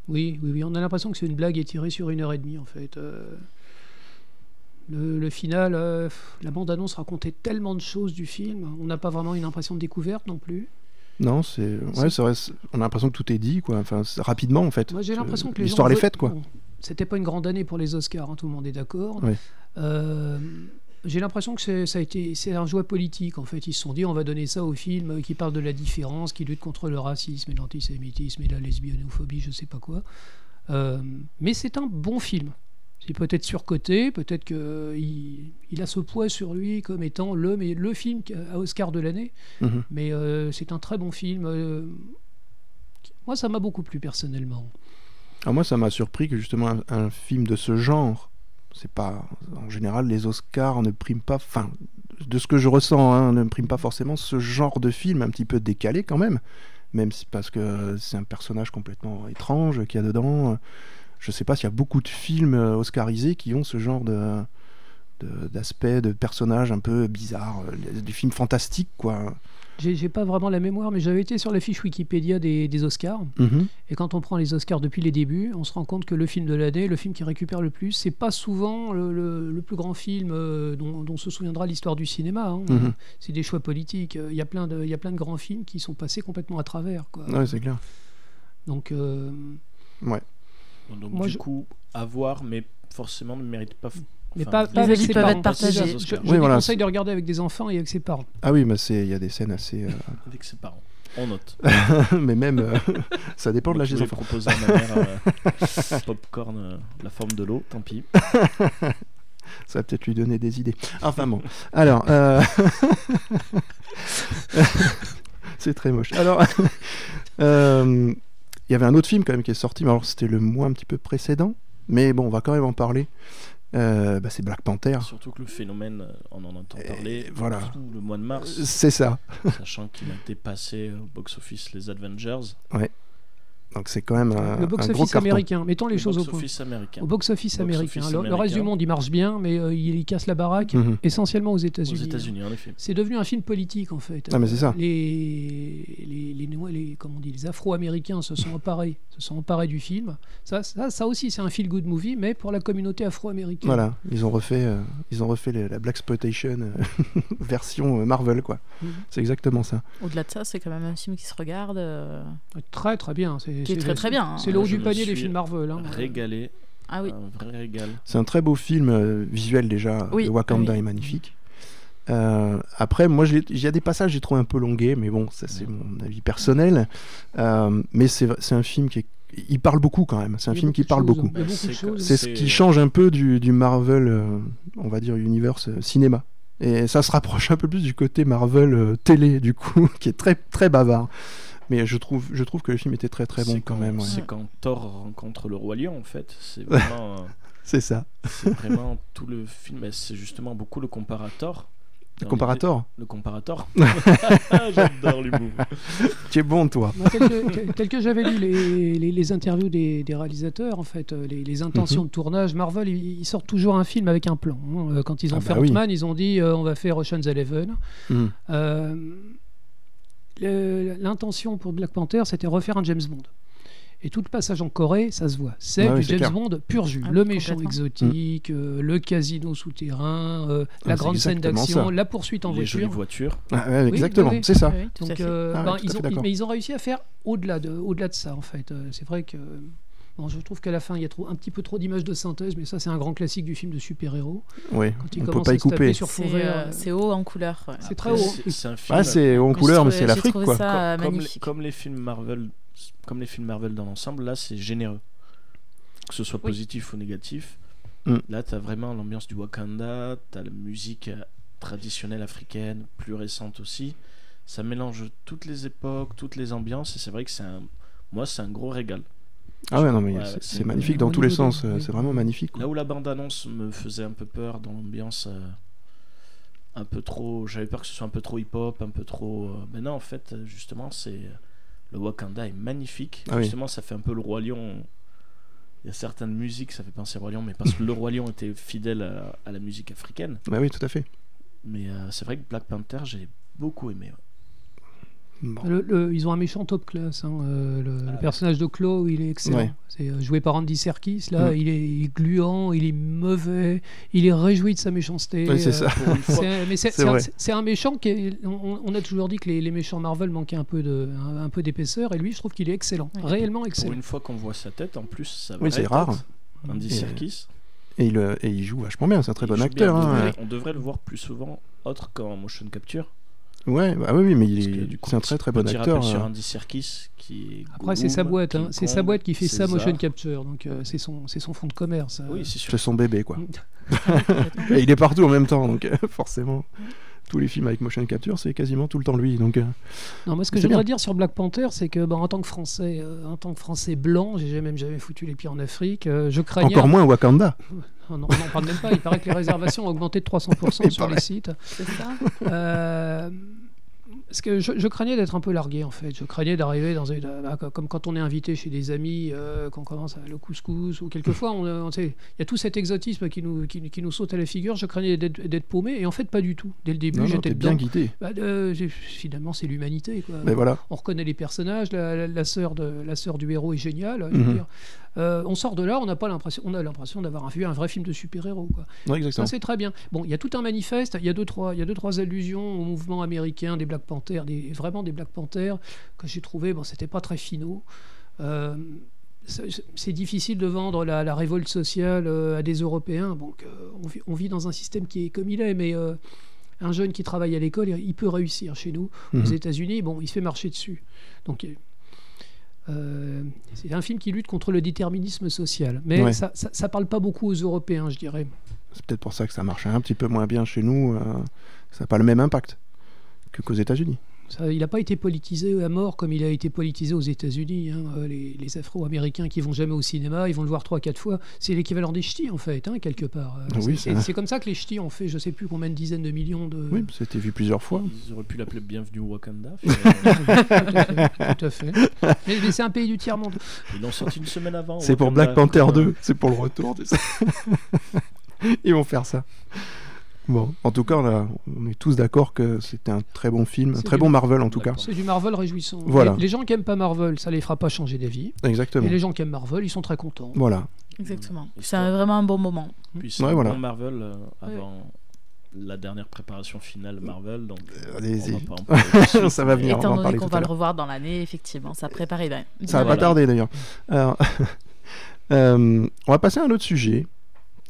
Speaker 4: Oui, oui, oui, on a l'impression que c'est une blague étirée sur une heure et demie en fait. Euh, Le, le final, euh, pff, la bande-annonce racontait tellement de choses du film, on n'a pas vraiment une impression de découverte non plus.
Speaker 1: Non, c'est. Ouais,
Speaker 4: C'est-
Speaker 1: c'est vrai, c'est- On a l'impression que tout est dit, quoi. Enfin, c'est- rapidement, en fait.
Speaker 4: Moi j'ai
Speaker 1: Euh,
Speaker 4: l'impression que les
Speaker 1: L'histoire
Speaker 4: gens
Speaker 1: elle est
Speaker 4: veulent-
Speaker 1: faite, quoi.
Speaker 4: Bon, C'était pas une grande année pour les Oscars, hein, tout le monde est d'accord.
Speaker 1: Oui.
Speaker 4: Euh, j'ai l'impression que c'est- ça a été, c'est un jouet politique en fait. Ils se sont dit on va donner ça au film euh, qui parle de la différence, qui lutte contre le racisme et l'antisémitisme et la lesbionophobie, je sais pas quoi. Euh, mais c'est un bon film. C'est- Il est peut-être surcoté, peut-être qu'il il a ce poids sur lui comme étant le, mais le film à Oscar de l'année.
Speaker 1: Mhm.
Speaker 4: Mais euh, c'est un très bon film. euh, qui- moi, ça m'a beaucoup plu personnellement.
Speaker 1: Alors Ah, moi, ça m'a surpris que justement un, un film de ce genre, c'est pas en général les Oscars ne priment pas, enfin de ce que je ressens, hein, ne priment pas forcément ce genre de film un petit peu décalé quand même, même si, parce que c'est un personnage complètement étrange qu'il y a dedans. euh, Je sais pas s'il y a beaucoup de films euh, oscarisés qui ont ce genre de de- d'aspect de personnages un peu bizarres, euh, du film fantastique quoi. hein.
Speaker 4: J'ai j'ai pas vraiment la mémoire, mais j'avais été sur la fiche Wikipédia des, des Oscars. Et quand on prend les Oscars depuis les débuts, on se rend compte que le film de l'année, le film qui récupère le plus, c'est pas souvent le, le- le plus grand film euh, dont, dont se souviendra l'histoire du cinéma. hein.
Speaker 1: Mhm.
Speaker 4: C'est des choix politiques. Euh, Il y a plein de, il y a plein de grands films qui sont passés complètement à travers. Quoi.
Speaker 1: Ouais, c'est clair.
Speaker 4: Donc, euh,
Speaker 2: Bon, Donc,
Speaker 4: Moi,
Speaker 2: du
Speaker 4: je-
Speaker 2: coup, à voir, mais forcément ne mérite pas. f-
Speaker 4: mais
Speaker 2: enfin,
Speaker 4: pas,
Speaker 2: vous
Speaker 4: pas
Speaker 2: les-
Speaker 4: avec
Speaker 3: avis
Speaker 4: ses
Speaker 3: peuvent
Speaker 4: parents.
Speaker 3: être partagés.
Speaker 4: C'est ça. Je,
Speaker 2: Je-
Speaker 4: je
Speaker 1: oui,
Speaker 4: vous
Speaker 1: voilà,
Speaker 4: conseille
Speaker 1: c'est-
Speaker 4: de regarder avec des enfants et avec ses parents.
Speaker 1: Ah oui, mais c'est il y a des scènes assez, euh,
Speaker 2: Avec ses parents. On note.
Speaker 1: mais même euh, ça dépend de
Speaker 2: Moi,
Speaker 1: l'âge
Speaker 2: je
Speaker 1: des
Speaker 2: voulais
Speaker 1: enfants.
Speaker 2: proposer à ma mère euh, popcorn, euh, la forme de l'eau, tant pis.
Speaker 1: Ça va peut-être lui donner des idées. Enfin bon. Alors. euh, C'est très moche. Alors. euh, Il y avait un autre film quand même qui est sorti, mais alors c'était le mois un petit peu précédent. Mais bon, on va quand même en parler. Euh, bah, c'est Black Panther.
Speaker 2: Surtout que le phénomène, euh, on en entend
Speaker 1: Et
Speaker 2: parler
Speaker 1: voilà. Euh,
Speaker 2: tout le mois de mars,
Speaker 1: C'est ça.
Speaker 2: sachant qu'il a dépassé euh, au box-office les Avengers.
Speaker 1: Donc c'est quand même un,
Speaker 4: le
Speaker 1: un gros
Speaker 4: box-office
Speaker 1: carton.
Speaker 4: américain, mettons les
Speaker 2: Le
Speaker 4: choses au point.
Speaker 2: box-office américain.
Speaker 4: Au box-office
Speaker 2: Box-office
Speaker 4: américain. Le- Le, reste
Speaker 2: américain.
Speaker 4: du monde, il marche bien, mais euh, il, il casse la baraque,
Speaker 1: Mhm.
Speaker 4: essentiellement aux
Speaker 2: Aux
Speaker 4: États-Unis. hein.
Speaker 2: États-Unis, en effet.
Speaker 4: C'est devenu un film politique en fait.
Speaker 1: Ah, mais c'est ça.
Speaker 4: Les, les, les, Noirs- les- comment on dit, les Afro-Américains se sont emparés, se sont emparés du film. Ça, ça, ça aussi, c'est un feel good movie, mais pour la communauté afro-américaine.
Speaker 1: Voilà, ils ont refait, euh, ils ont refait le- la Black Exploitation version euh, Marvel, quoi.
Speaker 4: Mhm.
Speaker 1: C'est exactement ça.
Speaker 3: Au-delà de ça, c'est quand même un film qui se regarde. euh,
Speaker 4: Très très bien. C'est
Speaker 3: Qui est
Speaker 4: c'est-
Speaker 3: très, très bien, hein.
Speaker 4: C'est le haut
Speaker 2: Ah, Je
Speaker 4: du
Speaker 2: me
Speaker 4: panier des
Speaker 2: suis
Speaker 4: films Marvel. hein.
Speaker 2: Régalé,
Speaker 3: Ah oui.
Speaker 2: un vrai régal.
Speaker 1: C'est un très beau film euh, visuel déjà.
Speaker 3: Oui,
Speaker 1: le Wakanda
Speaker 3: ah oui.
Speaker 1: est magnifique. Euh, après, moi, j'ai- il y a des passages que j'ai trouvé un peu longués, mais bon, ça c'est mon avis personnel. Euh, mais c'est c'est un film qui est- il parle beaucoup quand même. C'est un
Speaker 4: Il y a
Speaker 1: film qui
Speaker 4: beaucoup
Speaker 1: parle
Speaker 4: de choses.
Speaker 1: beaucoup.
Speaker 4: Il y a beaucoup
Speaker 2: C'est
Speaker 4: de choses.
Speaker 1: C'est ce
Speaker 2: C'est-
Speaker 1: qui change un peu du, du Marvel, euh, on va dire universe euh, cinéma. Et ça se rapproche un peu plus du côté Marvel euh, télé, du coup, qui est très très bavard. Mais je trouve, je trouve que le film était très très bon
Speaker 2: C'est
Speaker 1: quand même. ouais.
Speaker 2: C'est quand Thor rencontre le roi lion, en fait. C'est vraiment, euh,
Speaker 1: C'est ça.
Speaker 2: c'est vraiment tout le film. Et C'est justement beaucoup le comparateur.
Speaker 1: Le comparator,
Speaker 2: Le comparateur. J'adore l'humour.
Speaker 1: tu es bon toi.
Speaker 4: Moi, tel que, tel- tel que j'avais lu les, les- les interviews des, des réalisateurs, en fait, euh, les, les
Speaker 1: Mhm.
Speaker 4: intentions de tournage, Marvel, ils, ils sortent toujours un film avec un plan. hein. Euh, Quand ils ont
Speaker 1: Ah
Speaker 4: fait
Speaker 1: bah oui.
Speaker 4: Ant-Man, ils ont dit euh, on va faire Ocean's Eleven.
Speaker 2: Hmm.
Speaker 1: Mhm.
Speaker 4: Euh, le- L'intention pour Black Panther, c'était refaire un James Bond. Et tout le passage en Corée, ça se voit. C'est
Speaker 1: Ah oui,
Speaker 4: du
Speaker 1: c'est clair.
Speaker 4: James Bond pur jus.
Speaker 3: Ah oui,
Speaker 4: le méchant
Speaker 3: complètement.
Speaker 4: exotique, euh, le casino souterrain, euh, la
Speaker 1: Ah, c'est
Speaker 4: grande scène
Speaker 1: exactement
Speaker 4: d'action,
Speaker 1: ça.
Speaker 4: la poursuite en
Speaker 2: Les jolies
Speaker 4: voiture.
Speaker 2: voitures.
Speaker 1: Ah, ouais,
Speaker 4: Oui,
Speaker 1: exactement,
Speaker 4: oui, oui.
Speaker 1: c'est ça.
Speaker 3: Oui, tout à
Speaker 4: Donc,
Speaker 3: fait.
Speaker 4: euh,
Speaker 1: Ah ouais,
Speaker 4: ben,
Speaker 1: tout à
Speaker 4: ils
Speaker 1: fait
Speaker 4: ont,
Speaker 1: d'accord.
Speaker 4: mais ils ont réussi à faire au-delà de, au de ça, en fait. Euh, C'est vrai que. Bon, je trouve qu'à la fin, il y a trop, un petit peu trop d'images de synthèse, mais ça, c'est un grand classique du film de super-héros.
Speaker 1: Oui,
Speaker 4: Quand ils
Speaker 1: on peut
Speaker 4: commencent
Speaker 1: pas
Speaker 4: à
Speaker 1: y
Speaker 4: se taper
Speaker 1: couper.
Speaker 4: sur fond
Speaker 3: C'est,
Speaker 4: vert,
Speaker 3: euh,
Speaker 4: euh,
Speaker 3: c'est haut en couleur. ouais.
Speaker 4: C'est
Speaker 2: Après,
Speaker 4: très haut.
Speaker 2: C'est un film.
Speaker 1: Ah, c'est en
Speaker 3: J'ai
Speaker 1: couleur, mais
Speaker 3: trouvé-
Speaker 1: c'est l'Afrique
Speaker 3: J'ai
Speaker 1: quoi.
Speaker 3: trouvé ça
Speaker 2: comme, comme les,
Speaker 3: magnifique.
Speaker 2: comme les films Marvel, comme les films Marvel dans l'ensemble, là c'est généreux. Que ce soit
Speaker 3: Oui.
Speaker 2: positif ou négatif,
Speaker 1: Mm.
Speaker 2: là t'as vraiment l'ambiance du Wakanda, t'as la musique euh, traditionnelle africaine, plus récente aussi. Ça mélange toutes les époques, toutes les ambiances, et c'est vrai que c'est un. Moi, c'est un gros régal.
Speaker 1: Ah ouais, non, mais
Speaker 2: Ouais,
Speaker 1: c'est-
Speaker 2: ouais,
Speaker 1: c'est
Speaker 2: c'est-
Speaker 1: magnifique
Speaker 4: au
Speaker 1: dans tous les
Speaker 4: niveau de-
Speaker 1: sens, euh,
Speaker 4: oui.
Speaker 1: c'est vraiment magnifique. quoi.
Speaker 2: Là où la bande-annonce me faisait un peu peur dans l'ambiance, euh, un peu trop. J'avais peur que ce soit un peu trop hip-hop, un peu trop. euh, Mais non, en fait, euh, justement, c'est le Wakanda est magnifique.
Speaker 1: Ah oui.
Speaker 2: Justement, ça fait un peu le roi lion. Il y a certaines musiques, ça fait penser au roi lion, mais parce que le roi lion était fidèle à, à la musique africaine.
Speaker 1: Bah oui, tout à fait.
Speaker 2: Mais euh, c'est vrai que Black Panther, j'ai beaucoup aimé. ouais.
Speaker 1: Bon.
Speaker 4: Le- le- ils ont un méchant top class. hein. Euh, le, le personnage de Claw, il est excellent.
Speaker 1: Ah, Ouais.
Speaker 4: C'est euh, joué par Andy Serkis. Là,
Speaker 1: Mm.
Speaker 4: il, est, il est gluant, il est mauvais, il est réjoui de sa méchanceté.
Speaker 1: Oui, c'est
Speaker 4: euh,
Speaker 1: ça.
Speaker 2: Pour une fois,
Speaker 4: C'est- mais c'est-
Speaker 1: C'est
Speaker 4: c'est un-
Speaker 1: vrai.
Speaker 4: c'est- c'est un méchant qui est- on, on a toujours dit que les, les méchants Marvel manquaient un peu de- un, un peu d'épaisseur et lui je trouve qu'il est excellent
Speaker 3: Ouais.
Speaker 4: réellement
Speaker 2: pour
Speaker 4: excellent
Speaker 2: une fois qu'on voit sa tête, en plus, ça va.
Speaker 1: Oui, c'est rare.
Speaker 2: Andy
Speaker 1: Et-
Speaker 2: Serkis.
Speaker 1: Et il, euh, et il joue vachement bien, c'est un très
Speaker 2: Il
Speaker 1: bon
Speaker 2: joue
Speaker 1: acteur.
Speaker 2: bien. On
Speaker 1: hein.
Speaker 2: devrait- On devrait le voir plus souvent, autre qu'en motion capture.
Speaker 1: Ouais, bah oui, oui, mais il
Speaker 2: Parce que,
Speaker 1: est,
Speaker 2: du coup,
Speaker 1: c'est un très très bon
Speaker 2: petit
Speaker 1: acteur.
Speaker 2: rappel sur
Speaker 1: euh.
Speaker 2: Andy Serkis qui est
Speaker 4: Après, c'est sa
Speaker 2: Gollum,
Speaker 4: boîte, hein.
Speaker 2: King
Speaker 4: c'est sa
Speaker 2: Kong,
Speaker 4: boîte qui fait ça
Speaker 2: César.
Speaker 4: motion capture, donc euh, c'est son, c'est son fonds de commerce. euh. Mm.
Speaker 2: Oui, c'est sûr.
Speaker 1: C'est son bébé, quoi.
Speaker 3: complètement.
Speaker 1: Et il est partout en même temps, donc euh, forcément. Tous les films avec motion capture, c'est quasiment tout le temps lui. Donc, euh,
Speaker 4: Non, moi ce que
Speaker 1: C'est
Speaker 4: j'aimerais
Speaker 1: bien.
Speaker 4: dire sur Black Panther, c'est que bah, en tant que Français, euh, en tant que Français blanc, j'ai jamais, jamais foutu les pieds en Afrique. euh, je craignais.
Speaker 1: encore moins Wakanda.
Speaker 4: Ah non, on n'en parle même pas. Il paraît que les réservations ont augmenté de 300%
Speaker 1: Il
Speaker 4: sur les
Speaker 1: paraît.
Speaker 4: sites.
Speaker 3: C'est ça.
Speaker 4: Euh, parce que je, je craignais d'être un peu largué en fait. Je craignais d'arriver dans une. bah, co- comme quand on est invité chez des amis, euh, qu'on commence à le couscous, ou quelquefois, on, euh, on sait, il y a tout cet exotisme qui nous, qui, qui nous saute à la figure. Je craignais d'être d'être paumé, et en fait, pas du tout. Dès le début,
Speaker 1: Non, non,
Speaker 4: j'étais
Speaker 1: t'es bien Bah,
Speaker 4: dedans.
Speaker 1: guidé.
Speaker 4: Bah, euh, j'ai- finalement, c'est l'humanité. quoi
Speaker 1: Mais voilà.
Speaker 4: on reconnaît les personnages, la, la- la sœur de la sœur du héros est géniale. hein, je veux
Speaker 1: Mhm.
Speaker 4: dire. Euh, on sort de là, on n'a pas l'impression, on a l'impression d'avoir vu un vrai film de super-héros. quoi.
Speaker 1: Ouais,
Speaker 4: Ça
Speaker 1: exactement.
Speaker 4: c'est très bien. Bon, il y a tout un manifeste, il y a deux trois, il y a deux trois allusions au mouvement américain des Black Panthers, des, vraiment des Black Panthers que j'ai trouvé, bon, c'était pas très finaux. Euh, c'est- c'est difficile de vendre la, la révolte sociale euh, à des Européens. Donc, euh, on, vit, on vit dans un système qui est comme il est, mais euh, un jeune qui travaille à l'école, il peut réussir chez nous aux
Speaker 1: Mhm.
Speaker 4: États-Unis, bon, il se fait marcher dessus. Donc, euh, c'est un film qui lutte contre le déterminisme social. Mais
Speaker 1: Ouais.
Speaker 4: ça, ça, ça parle pas beaucoup aux Européens, je dirais.
Speaker 1: C'est peut-être pour ça que ça marche un petit peu moins bien chez nous. euh, ça n'a pas le même impact que qu'aux États-Unis.
Speaker 4: Ça, il n'a pas été politisé à mort comme il a été politisé aux États-Unis. hein. Euh, Les, les Afro-Américains qui vont jamais au cinéma, ils vont le voir trois, quatre fois. C'est l'équivalent des ch'tis, en fait, hein, quelque part. Euh,
Speaker 1: Ah oui,
Speaker 4: c'est-
Speaker 1: ça-
Speaker 4: c'est c'est comme ça que les ch'tis ont fait, je sais plus combien de dizaines de millions de.
Speaker 1: Oui, c'était vu plusieurs fois.
Speaker 2: Ils auraient pu l'appeler Bienvenue au Wakanda. finalement.
Speaker 4: Tout à fait. mais mais c'est un pays du tiers-monde.
Speaker 2: Ils l'ont sorti une semaine avant.
Speaker 1: C'est pour
Speaker 2: Wakanda.
Speaker 1: Black Panther
Speaker 2: Ouais.
Speaker 4: euh,
Speaker 1: 2, c'est pour le retour. c'est ça. Ils vont faire ça. Bon, en tout cas, là, on est tous d'accord que c'était un très bon film, un
Speaker 4: C'est
Speaker 1: très
Speaker 4: du-
Speaker 1: bon Marvel en tout cas.
Speaker 2: D'accord.
Speaker 4: C'est du Marvel réjouissant.
Speaker 1: Voilà.
Speaker 4: Les, les gens qui aiment pas Marvel, ça les fera pas changer d'avis.
Speaker 1: Exactement.
Speaker 4: Et les gens qui aiment Marvel, ils sont très contents.
Speaker 1: Voilà.
Speaker 3: Exactement.
Speaker 2: Histoire.
Speaker 3: C'est un- vraiment un bon moment.
Speaker 2: Puis c'est
Speaker 1: Ouais,
Speaker 2: un
Speaker 1: voilà.
Speaker 2: bon Marvel euh, avant la dernière préparation finale Marvel. Donc,
Speaker 1: Euh,
Speaker 2: on
Speaker 1: allez-y.
Speaker 2: va pas en parler tout de suite.
Speaker 1: Ça va venir, on va
Speaker 3: Étant
Speaker 1: en
Speaker 3: donné
Speaker 1: parler
Speaker 3: qu'on
Speaker 1: tout
Speaker 3: va
Speaker 1: à
Speaker 3: le
Speaker 1: l'heure.
Speaker 3: revoir dans l'année, effectivement, ça prépare et ben.
Speaker 1: Ça va pas
Speaker 2: Voilà.
Speaker 1: tarder d'ailleurs. Alors, euh, on va passer à un autre sujet.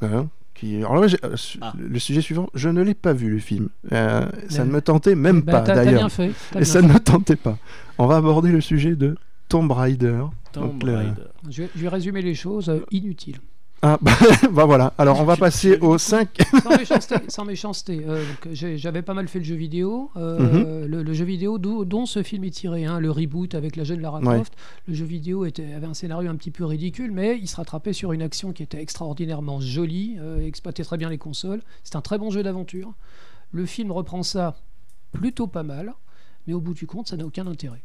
Speaker 1: hein, qui... Alors là, j'ai- euh, su-
Speaker 2: Ah.
Speaker 1: le sujet suivant, je ne l'ai pas vu le film. Euh, ça
Speaker 4: Mais-
Speaker 1: ne me tentait même
Speaker 4: Bah,
Speaker 1: pas
Speaker 4: t'as- T'as bien
Speaker 1: d'ailleurs.
Speaker 4: fait. t'as
Speaker 1: Et
Speaker 4: bien
Speaker 1: ça
Speaker 4: fait.
Speaker 1: ne me tentait pas. On va aborder le sujet de Tomb Raider.
Speaker 2: Tomb
Speaker 1: Donc, le-
Speaker 2: Raider.
Speaker 4: Je, vais, je vais résumer les choses. euh, inutile.
Speaker 1: Ah bah, bah voilà. Alors on va
Speaker 2: Tu-
Speaker 1: passer
Speaker 2: tu-
Speaker 1: au 5
Speaker 4: sans méchanceté. sans méchanceté. Euh, donc, j'ai- J'avais pas mal fait le jeu vidéo. euh, le, le jeu vidéo d'où- dont ce film est tiré, hein, le reboot avec la jeune Lara
Speaker 1: Ouais.
Speaker 4: Croft. Le jeu vidéo était, avait un scénario un petit peu ridicule, mais il se rattrapait sur une action qui était extraordinairement jolie, euh, exploitait très bien les consoles. C'est un très bon jeu d'aventure. Le film reprend ça plutôt pas mal, mais au bout du compte, ça n'a aucun intérêt.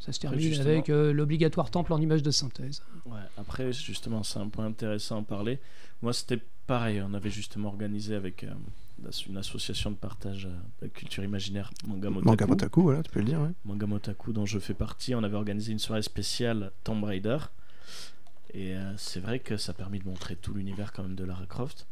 Speaker 4: Ça se termine
Speaker 2: justement.
Speaker 4: avec euh, l'obligatoire temple en image de synthèse.
Speaker 2: Ouais, après, justement, c'est un point intéressant à parler. Moi, c'était pareil. On avait justement organisé avec euh, une association de partage euh, de culture imaginaire, Manga Motaku.
Speaker 1: Manga Motaku, voilà, tu peux le dire. ouais.
Speaker 2: Manga Motaku, dont je fais partie. On avait organisé une soirée spéciale Tomb Raider. Et euh, c'est vrai que ça a permis de montrer tout l'univers quand même de Lara Croft.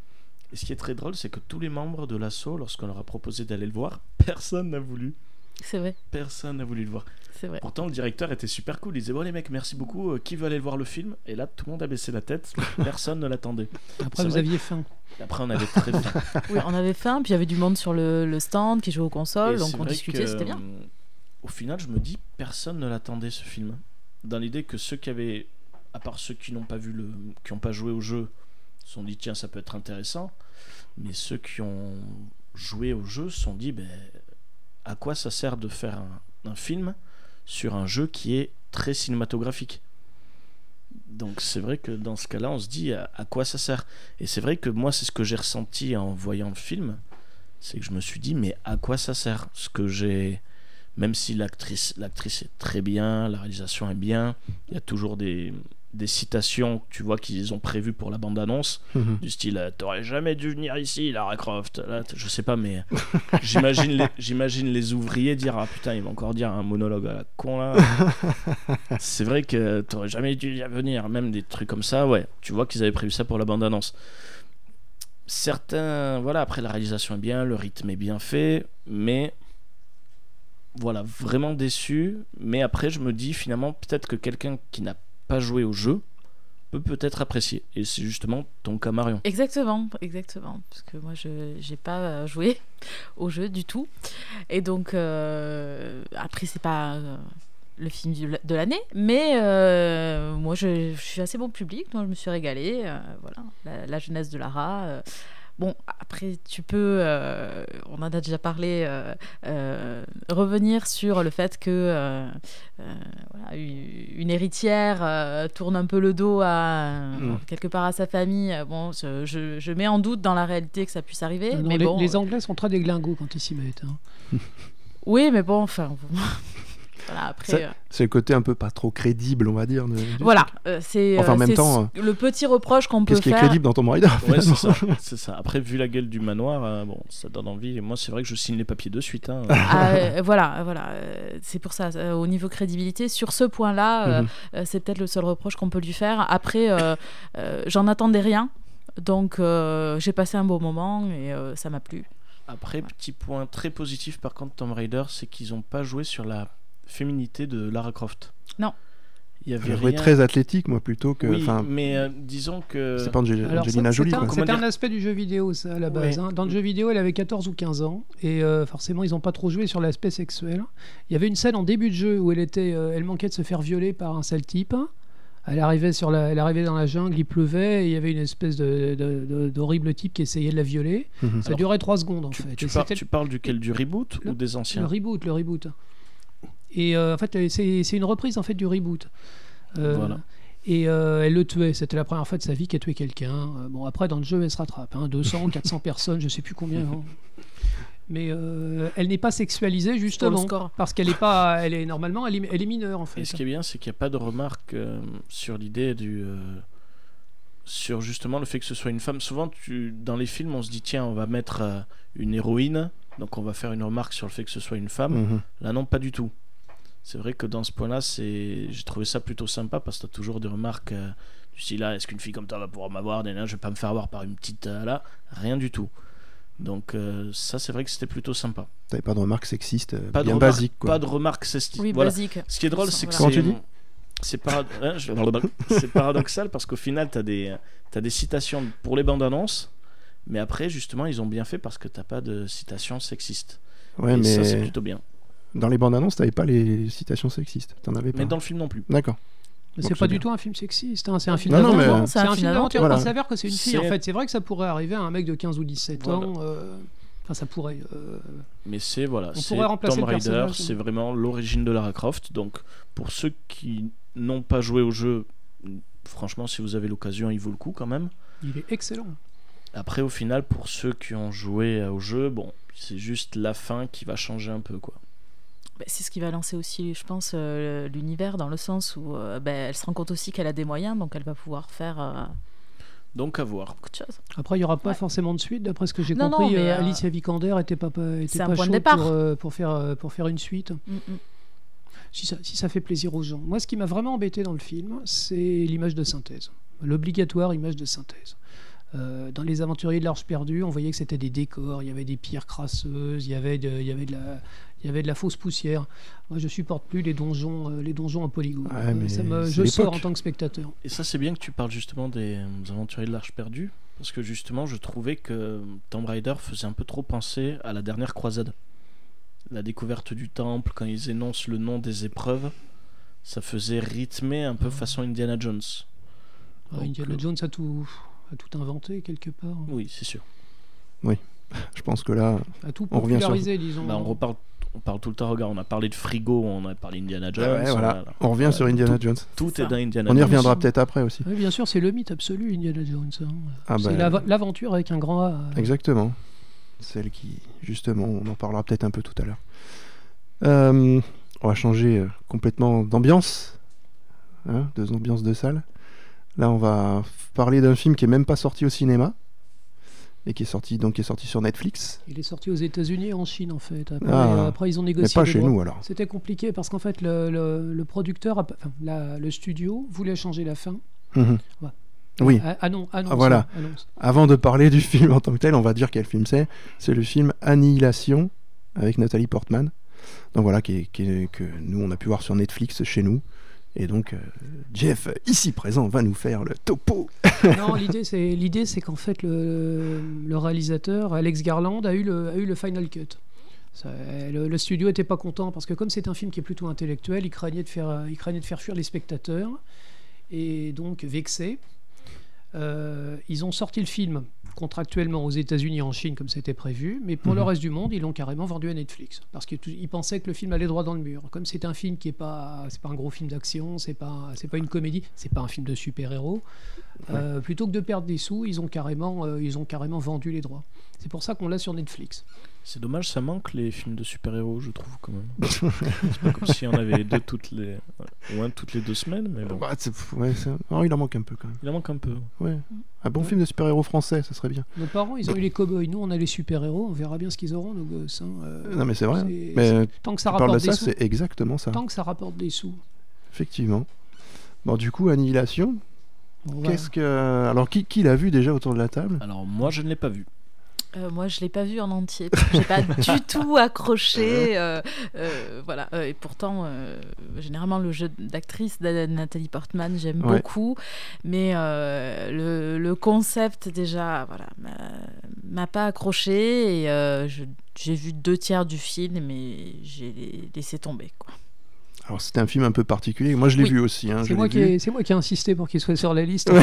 Speaker 2: Et ce qui est très drôle, c'est que tous les membres de l'assaut, lorsqu'on leur a proposé d'aller le voir, personne n'a voulu.
Speaker 3: C'est vrai,
Speaker 2: Personne n'a voulu le voir.
Speaker 3: c'est vrai.
Speaker 2: Pourtant, le directeur était super cool. Il disait Bon, les mecs, merci beaucoup. Euh, qui veut aller voir le film Et là, tout le monde a baissé la tête. Personne ne l'attendait.
Speaker 4: Après,
Speaker 2: C'est
Speaker 4: vous
Speaker 2: vrai.
Speaker 4: aviez faim.
Speaker 2: Et Après, on avait très faim.
Speaker 3: Oui, on avait faim, puis il y avait du monde sur le, le stand qui jouait aux
Speaker 2: Et
Speaker 3: consoles,
Speaker 2: c'est
Speaker 3: donc on
Speaker 2: vrai
Speaker 3: discutait,
Speaker 2: que,
Speaker 3: c'était bien.
Speaker 2: euh, Au final, je me dis Personne ne l'attendait, ce film. Dans l'idée que ceux qui avaient, à part ceux qui n'ont pas vu le, qui n'ont pas joué au jeu, se sont dit Tiens, ça peut être intéressant. Mais ceux qui ont joué au jeu se sont dit ben, À quoi ça sert de faire un, un film sur un jeu qui est très cinématographique Donc c'est vrai que dans ce cas-là, on se dit à, à quoi ça sert Et c'est vrai que moi, c'est ce que j'ai ressenti en voyant le film, c'est que je me suis dit mais à quoi ça sert Ce que j'ai, même si l'actrice, l'actrice est très bien, la réalisation est bien, il y a toujours des des citations, tu vois, qu'ils ont prévues pour la bande-annonce,
Speaker 1: Mhm.
Speaker 2: du style euh, T'aurais jamais dû venir ici, Lara Croft. Là, t- je sais pas, mais euh, j'imagine les, j'imagine les ouvriers dire Ah putain, il va encore dire un monologue à la con là. C'est vrai que t'aurais jamais dû y venir, même des trucs comme ça, ouais. Tu vois qu'ils avaient prévu ça pour la bande-annonce. Certains, voilà, après la réalisation est bien, le rythme est bien fait, mais voilà, vraiment déçu. Mais après, je me dis finalement, peut-être que quelqu'un qui n'a pas joué au jeu peut peut-être apprécier. Et c'est justement ton cas Marion.
Speaker 3: Exactement, exactement. Parce que moi, je n'ai pas euh, joué au jeu du tout. Et donc, euh, après, c'est pas euh, le film du- de l'année, mais euh, moi, je, je suis assez bon public, donc je me suis régalée. euh, voilà, la, la jeunesse de Lara. euh. Bon, après, tu peux, euh, on en a déjà parlé, euh, euh, revenir sur le fait que euh, euh, voilà, u- une héritière euh, tourne un peu le dos à
Speaker 1: Mm.
Speaker 3: quelque part à sa famille. Euh, Bon, je, je- je mets en doute dans la réalité que ça puisse
Speaker 2: Eh,
Speaker 3: arriver.
Speaker 4: Non, non,
Speaker 3: mais
Speaker 4: les,
Speaker 3: bon,
Speaker 2: euh,
Speaker 4: les Anglais sont très déglingos quand ils s'y mettent. hein.
Speaker 3: oui, mais bon, enfin. voilà, après.
Speaker 1: Ça-
Speaker 3: euh,
Speaker 1: C'est le côté un peu pas trop crédible, on va dire. de- du-
Speaker 3: voilà, euh, c'est
Speaker 1: Enfin, en
Speaker 3: euh,
Speaker 1: même
Speaker 3: c'est
Speaker 1: temps,
Speaker 3: ce- le petit reproche qu'on peut
Speaker 1: Qu'est-ce qui est
Speaker 3: faire.
Speaker 1: crédible dans Tomb Raider
Speaker 2: Ouais,
Speaker 1: finalement
Speaker 2: c'est ça, c'est ça. Après, vu la gueule du manoir, euh, bon, ça donne envie. Et moi, c'est vrai que je signe les papiers de suite. hein.
Speaker 3: Ah, euh, voilà, voilà, euh, c'est pour ça. euh, au niveau crédibilité, sur ce point-là, euh,
Speaker 1: Mhm.
Speaker 3: euh, c'est peut-être le seul reproche qu'on peut lui faire. Après, euh, euh, j'en attendais rien, donc euh, j'ai passé un beau moment et euh, ça m'a plu.
Speaker 2: Après, petit point très positif par contre, Tomb Raider, c'est qu'ils n'ont pas joué sur la féminité de Lara Croft.
Speaker 3: Non.
Speaker 2: Il y
Speaker 1: Je
Speaker 2: avait
Speaker 1: jouais
Speaker 2: rien.
Speaker 1: très athlétique, moi, plutôt que.
Speaker 2: Oui,
Speaker 1: Enfin,
Speaker 2: mais euh, disons que.
Speaker 1: c'est pas Angel-
Speaker 4: Alors, ça,
Speaker 1: Angelina Jolie.
Speaker 4: C'est un,
Speaker 1: quoi.
Speaker 4: c'est
Speaker 2: Comment
Speaker 4: un
Speaker 2: dire
Speaker 4: aspect du jeu vidéo, ça, à la base.
Speaker 2: Ouais.
Speaker 4: hein. Dans le jeu vidéo, elle avait 14 ou 15 ans. Et euh, forcément, ils n'ont pas trop joué sur l'aspect sexuel. Il y avait une scène en début de jeu où elle, était, euh, elle manquait de se faire violer par un sale type. Elle arrivait, sur la, elle arrivait dans la jungle, il pleuvait, et il y avait une espèce de- de- de- d'horrible type qui essayait de la violer.
Speaker 1: Mhm.
Speaker 4: Ça
Speaker 2: Alors,
Speaker 4: durait 3 secondes, en
Speaker 2: Tu,
Speaker 4: fait.
Speaker 2: tu
Speaker 4: Et
Speaker 2: par-
Speaker 4: c'était
Speaker 2: tu parles duquel Du reboot ou des anciens
Speaker 4: le reboot, le reboot. Et euh, en fait, euh, c'est c'est une reprise en fait du reboot. Euh,
Speaker 2: Voilà.
Speaker 4: Et euh, elle le tuait. C'était la première fois de sa vie qu'elle tuait quelqu'un. Euh, bon, après, dans le jeu, elle se rattrape. hein. 200, 400 personnes, je sais plus combien. hein. Mais euh, elle n'est pas sexualisée justement
Speaker 3: score.
Speaker 4: parce qu'elle est pas, elle est normalement, elle est, elle est mineure en fait.
Speaker 2: Et ce qui est bien, c'est qu'il n'y a pas de remarque euh, sur l'idée du. euh, sur justement le fait que ce soit une femme. Souvent, tu, dans les films, on se dit tiens, on va mettre euh, une héroïne, donc on va faire une remarque sur le fait que ce soit une femme.
Speaker 1: Mhm.
Speaker 2: Là, non, pas du tout. C'est vrai que dans ce point-là, c'est... j'ai trouvé ça plutôt sympa parce que t'as toujours des remarques euh, du style là, est-ce qu'une fille comme toi va pouvoir m'avoir Des nains, je vais pas me faire avoir par une petite euh, là Rien du tout. Donc, euh, ça, c'est vrai que c'était plutôt sympa.
Speaker 1: T'avais pas de remarque sexiste, euh,
Speaker 2: Pas de
Speaker 1: bien
Speaker 2: remarques-
Speaker 1: basique. Quoi.
Speaker 2: Pas de remarques sexistes.
Speaker 3: Oui,
Speaker 2: Voilà.
Speaker 3: basique.
Speaker 2: Ce qui est drôle, c'est que
Speaker 1: Comment
Speaker 2: c'est-
Speaker 1: tu dis
Speaker 2: c'est, parad- hein, je- c'est paradoxal parce qu'au final, t'as des, t'as des citations pour les bandes annonces, mais après, justement, ils ont bien fait parce que t'as pas de citations sexistes.
Speaker 1: Ouais,
Speaker 2: Et
Speaker 1: mais
Speaker 2: ça, c'est plutôt bien.
Speaker 1: dans les bandes annonces, t'avais pas les citations sexistes. T'en avais pas.
Speaker 2: Mais dans le film non plus.
Speaker 1: D'accord.
Speaker 4: Mais
Speaker 1: Bon,
Speaker 4: c'est
Speaker 1: c'est
Speaker 4: pas
Speaker 1: bien.
Speaker 4: du tout un film sexiste. hein. C'est un film
Speaker 1: Non, non,
Speaker 4: d'aventure.
Speaker 1: mais- euh,
Speaker 4: C'est un film d'aventure.
Speaker 1: Voilà.
Speaker 4: Il s'avère que c'est une fille en
Speaker 2: C'est-
Speaker 4: fait. C'est vrai que ça pourrait arriver à un mec de 15 ou 17
Speaker 2: Voilà.
Speaker 4: ans. euh, Enfin, ça pourrait. euh,
Speaker 2: Mais c'est voilà,
Speaker 4: On
Speaker 2: c'est
Speaker 4: pourrait remplacer
Speaker 2: Tomb
Speaker 4: le
Speaker 2: Raider,
Speaker 4: personnage.
Speaker 2: c'est vraiment l'origine de Lara Croft. Donc pour ceux qui n'ont pas joué au jeu, franchement si vous avez l'occasion, il vaut le coup quand même.
Speaker 4: Il est excellent.
Speaker 2: Après au final pour ceux qui ont joué euh, au jeu, bon, c'est juste la fin qui va changer un peu quoi.
Speaker 3: Bah, C'est ce qui va lancer aussi, je pense, euh, l'univers dans le sens où euh, bah, elle se rend compte aussi qu'elle a des moyens, donc elle va pouvoir faire euh,
Speaker 2: Donc à voir.
Speaker 3: beaucoup de choses.
Speaker 4: Après, il n'y aura pas
Speaker 3: Ouais.
Speaker 4: forcément de suite, d'après ce que j'ai
Speaker 3: Non, non,
Speaker 4: compris.
Speaker 3: mais,
Speaker 4: euh,
Speaker 3: euh,
Speaker 4: Alicia Vikander était pas, pas- était
Speaker 3: c'est un
Speaker 4: pas
Speaker 3: point de
Speaker 4: chaude
Speaker 3: départ.
Speaker 4: Pour, euh, pour faire, euh, pour faire une suite,
Speaker 3: Mm, mm.
Speaker 4: si ça, si ça fait plaisir aux gens. Moi, ce qui m'a vraiment embêté dans le film, c'est l'image de synthèse, l'obligatoire image de synthèse. Euh, dans les aventuriers de l'Arche perdue, on voyait que c'était des décors, il y avait des pierres crasseuses, il y avait de, il y avait de la... Il y avait de la fausse poussière. Moi, je supporte plus les donjons, euh, les donjons en polygone.
Speaker 1: Ouais,
Speaker 4: Euh,
Speaker 1: mais
Speaker 4: ça me,
Speaker 1: c'est
Speaker 4: je sors
Speaker 1: l'époque.
Speaker 4: en tant que spectateur.
Speaker 2: Et ça c'est bien que tu parles justement des euh, aventuriers de l'Arche perdue parce que justement je trouvais que euh, Tomb Raider faisait un peu trop penser à la dernière croisade. La découverte du temple quand ils énoncent le nom des épreuves, ça faisait rythmer un peu façon Indiana Jones.
Speaker 4: Euh,
Speaker 2: Donc,
Speaker 4: Indiana
Speaker 2: euh,
Speaker 4: Jones a tout, a tout inventé quelque part,
Speaker 2: Oui, c'est sûr.
Speaker 1: Je pense que là,
Speaker 4: a tout
Speaker 1: On revient sur-
Speaker 4: popularisé, disons.
Speaker 2: Bah, on reparle on parle tout le temps, regarde, on a parlé de frigo, on a parlé Indiana Jones.
Speaker 1: ouais,
Speaker 2: on a-
Speaker 1: voilà. on revient sur Indiana Jones.
Speaker 2: Tout
Speaker 3: C'est
Speaker 2: est
Speaker 3: ça.
Speaker 2: dans Indiana
Speaker 1: On y
Speaker 2: Jones.
Speaker 1: reviendra peut-être après aussi.
Speaker 4: Oui, bien sûr, c'est le mythe absolu, Indiana Jones. hein.
Speaker 1: Ah
Speaker 4: c'est
Speaker 1: ben,
Speaker 4: l'av- l'aventure avec un grand A.
Speaker 1: Exactement. Celle qui, justement, on en parlera peut-être un peu tout à l'heure. Euh, on va changer euh, complètement d'ambiance, hein, de ambiance de salle. Là, on va f- parler d'un film qui est même pas sorti au cinéma et qui est sorti donc qui est sorti sur Netflix,
Speaker 4: Il est sorti aux États-Unis et en Chine, en fait. Après,
Speaker 1: Ah.
Speaker 4: euh, après, ils ont
Speaker 1: mais
Speaker 4: négocié.
Speaker 1: pas
Speaker 4: les
Speaker 1: chez
Speaker 4: droits.
Speaker 1: nous alors.
Speaker 4: C'était compliqué parce qu'en fait, le, le- le producteur, a pas- enfin, la- le studio voulait changer la fin.
Speaker 1: Mhm.
Speaker 4: Ouais.
Speaker 1: Oui.
Speaker 4: Ah, non, annonce,
Speaker 1: Ah, voilà.
Speaker 4: hein, annonce.
Speaker 1: Avant de parler du film en tant que tel, on va dire quel film c'est. C'est le film Annihilation avec Nathalie Portman. Donc voilà, qui est- qui est- que nous on a pu voir sur Netflix chez nous Et donc, euh, Jeff, ici présent, va nous faire le topo.
Speaker 4: Non, l'idée c'est l'idée c'est qu'en fait le, le réalisateur Alex Garland a eu le, a eu le final cut. Ça, le, le studio était pas content parce que comme c'est un film qui est plutôt intellectuel, il craignait de faire il craignait de faire fuir les spectateurs et donc vexé. euh, ils ont sorti le film contractuellement aux États-Unis et en Chine comme c'était prévu, mais pour le
Speaker 1: Mhm.
Speaker 4: reste du monde, ils l'ont carrément vendu à Netflix parce qu'ils ils pensaient que le film allait droit dans le mur. Comme c'est un film qui est pas c'est pas un gros film d'action, c'est pas c'est pas une comédie, c'est pas un film de super-héros. Euh, plutôt que de perdre des sous, ils ont carrément euh, ils ont carrément vendu les droits. C'est pour ça qu'on l'a sur Netflix.
Speaker 2: C'est dommage, ça manque les films de super-héros, je trouve quand même. c'est pas comme si on avait les deux toutes les. Ou un toutes les deux semaines, mais bon.
Speaker 1: Bah, c'est- pff, ouais, c'est- oh, il en manque un peu quand même.
Speaker 2: Il en manque un peu.
Speaker 1: Ouais. Un bon
Speaker 4: Ouais.
Speaker 1: film de super-héros français, ça serait bien.
Speaker 4: Nos parents, ils ont eu les cow-boys, nous on a les super-héros, on verra bien ce qu'ils auront nos gosses. hein. Euh,
Speaker 1: Euh, Non, mais c'est vrai. hein.
Speaker 4: c'est-
Speaker 1: Mais
Speaker 4: c'est-
Speaker 1: euh,
Speaker 4: tant que ça
Speaker 1: tu parles de
Speaker 4: rapporte
Speaker 1: ça,
Speaker 4: des sous.
Speaker 1: c'est exactement ça.
Speaker 4: Tant que ça rapporte des sous.
Speaker 1: Effectivement. Bon, du coup, Annihilation,
Speaker 4: on va-
Speaker 1: qu'est-ce que. Alors, qui, qui l'a vu déjà autour de la table
Speaker 2: Alors moi, je ne l'ai pas vu.
Speaker 3: Euh, moi, je l'ai pas vu en entier. J'ai pas du tout accroché. euh, euh, voilà. Euh, et pourtant, euh, généralement, le jeu d'actrice de Nathalie Portman, j'aime
Speaker 1: Ouais.
Speaker 3: beaucoup. Mais euh, le, le concept, déjà, voilà, m'a- m'a pas accroché. Et euh, je- j'ai vu deux tiers du film, mais j'ai laissé tomber. Quoi.
Speaker 1: Alors, c'était un film un peu particulier. Moi, je l'ai
Speaker 4: Oui.
Speaker 1: vu aussi. hein, je
Speaker 4: C'est moi,
Speaker 1: l'ai
Speaker 4: qui
Speaker 1: vu.
Speaker 4: ai- c'est moi qui ai insisté pour qu'il soit sur la liste.
Speaker 3: Mais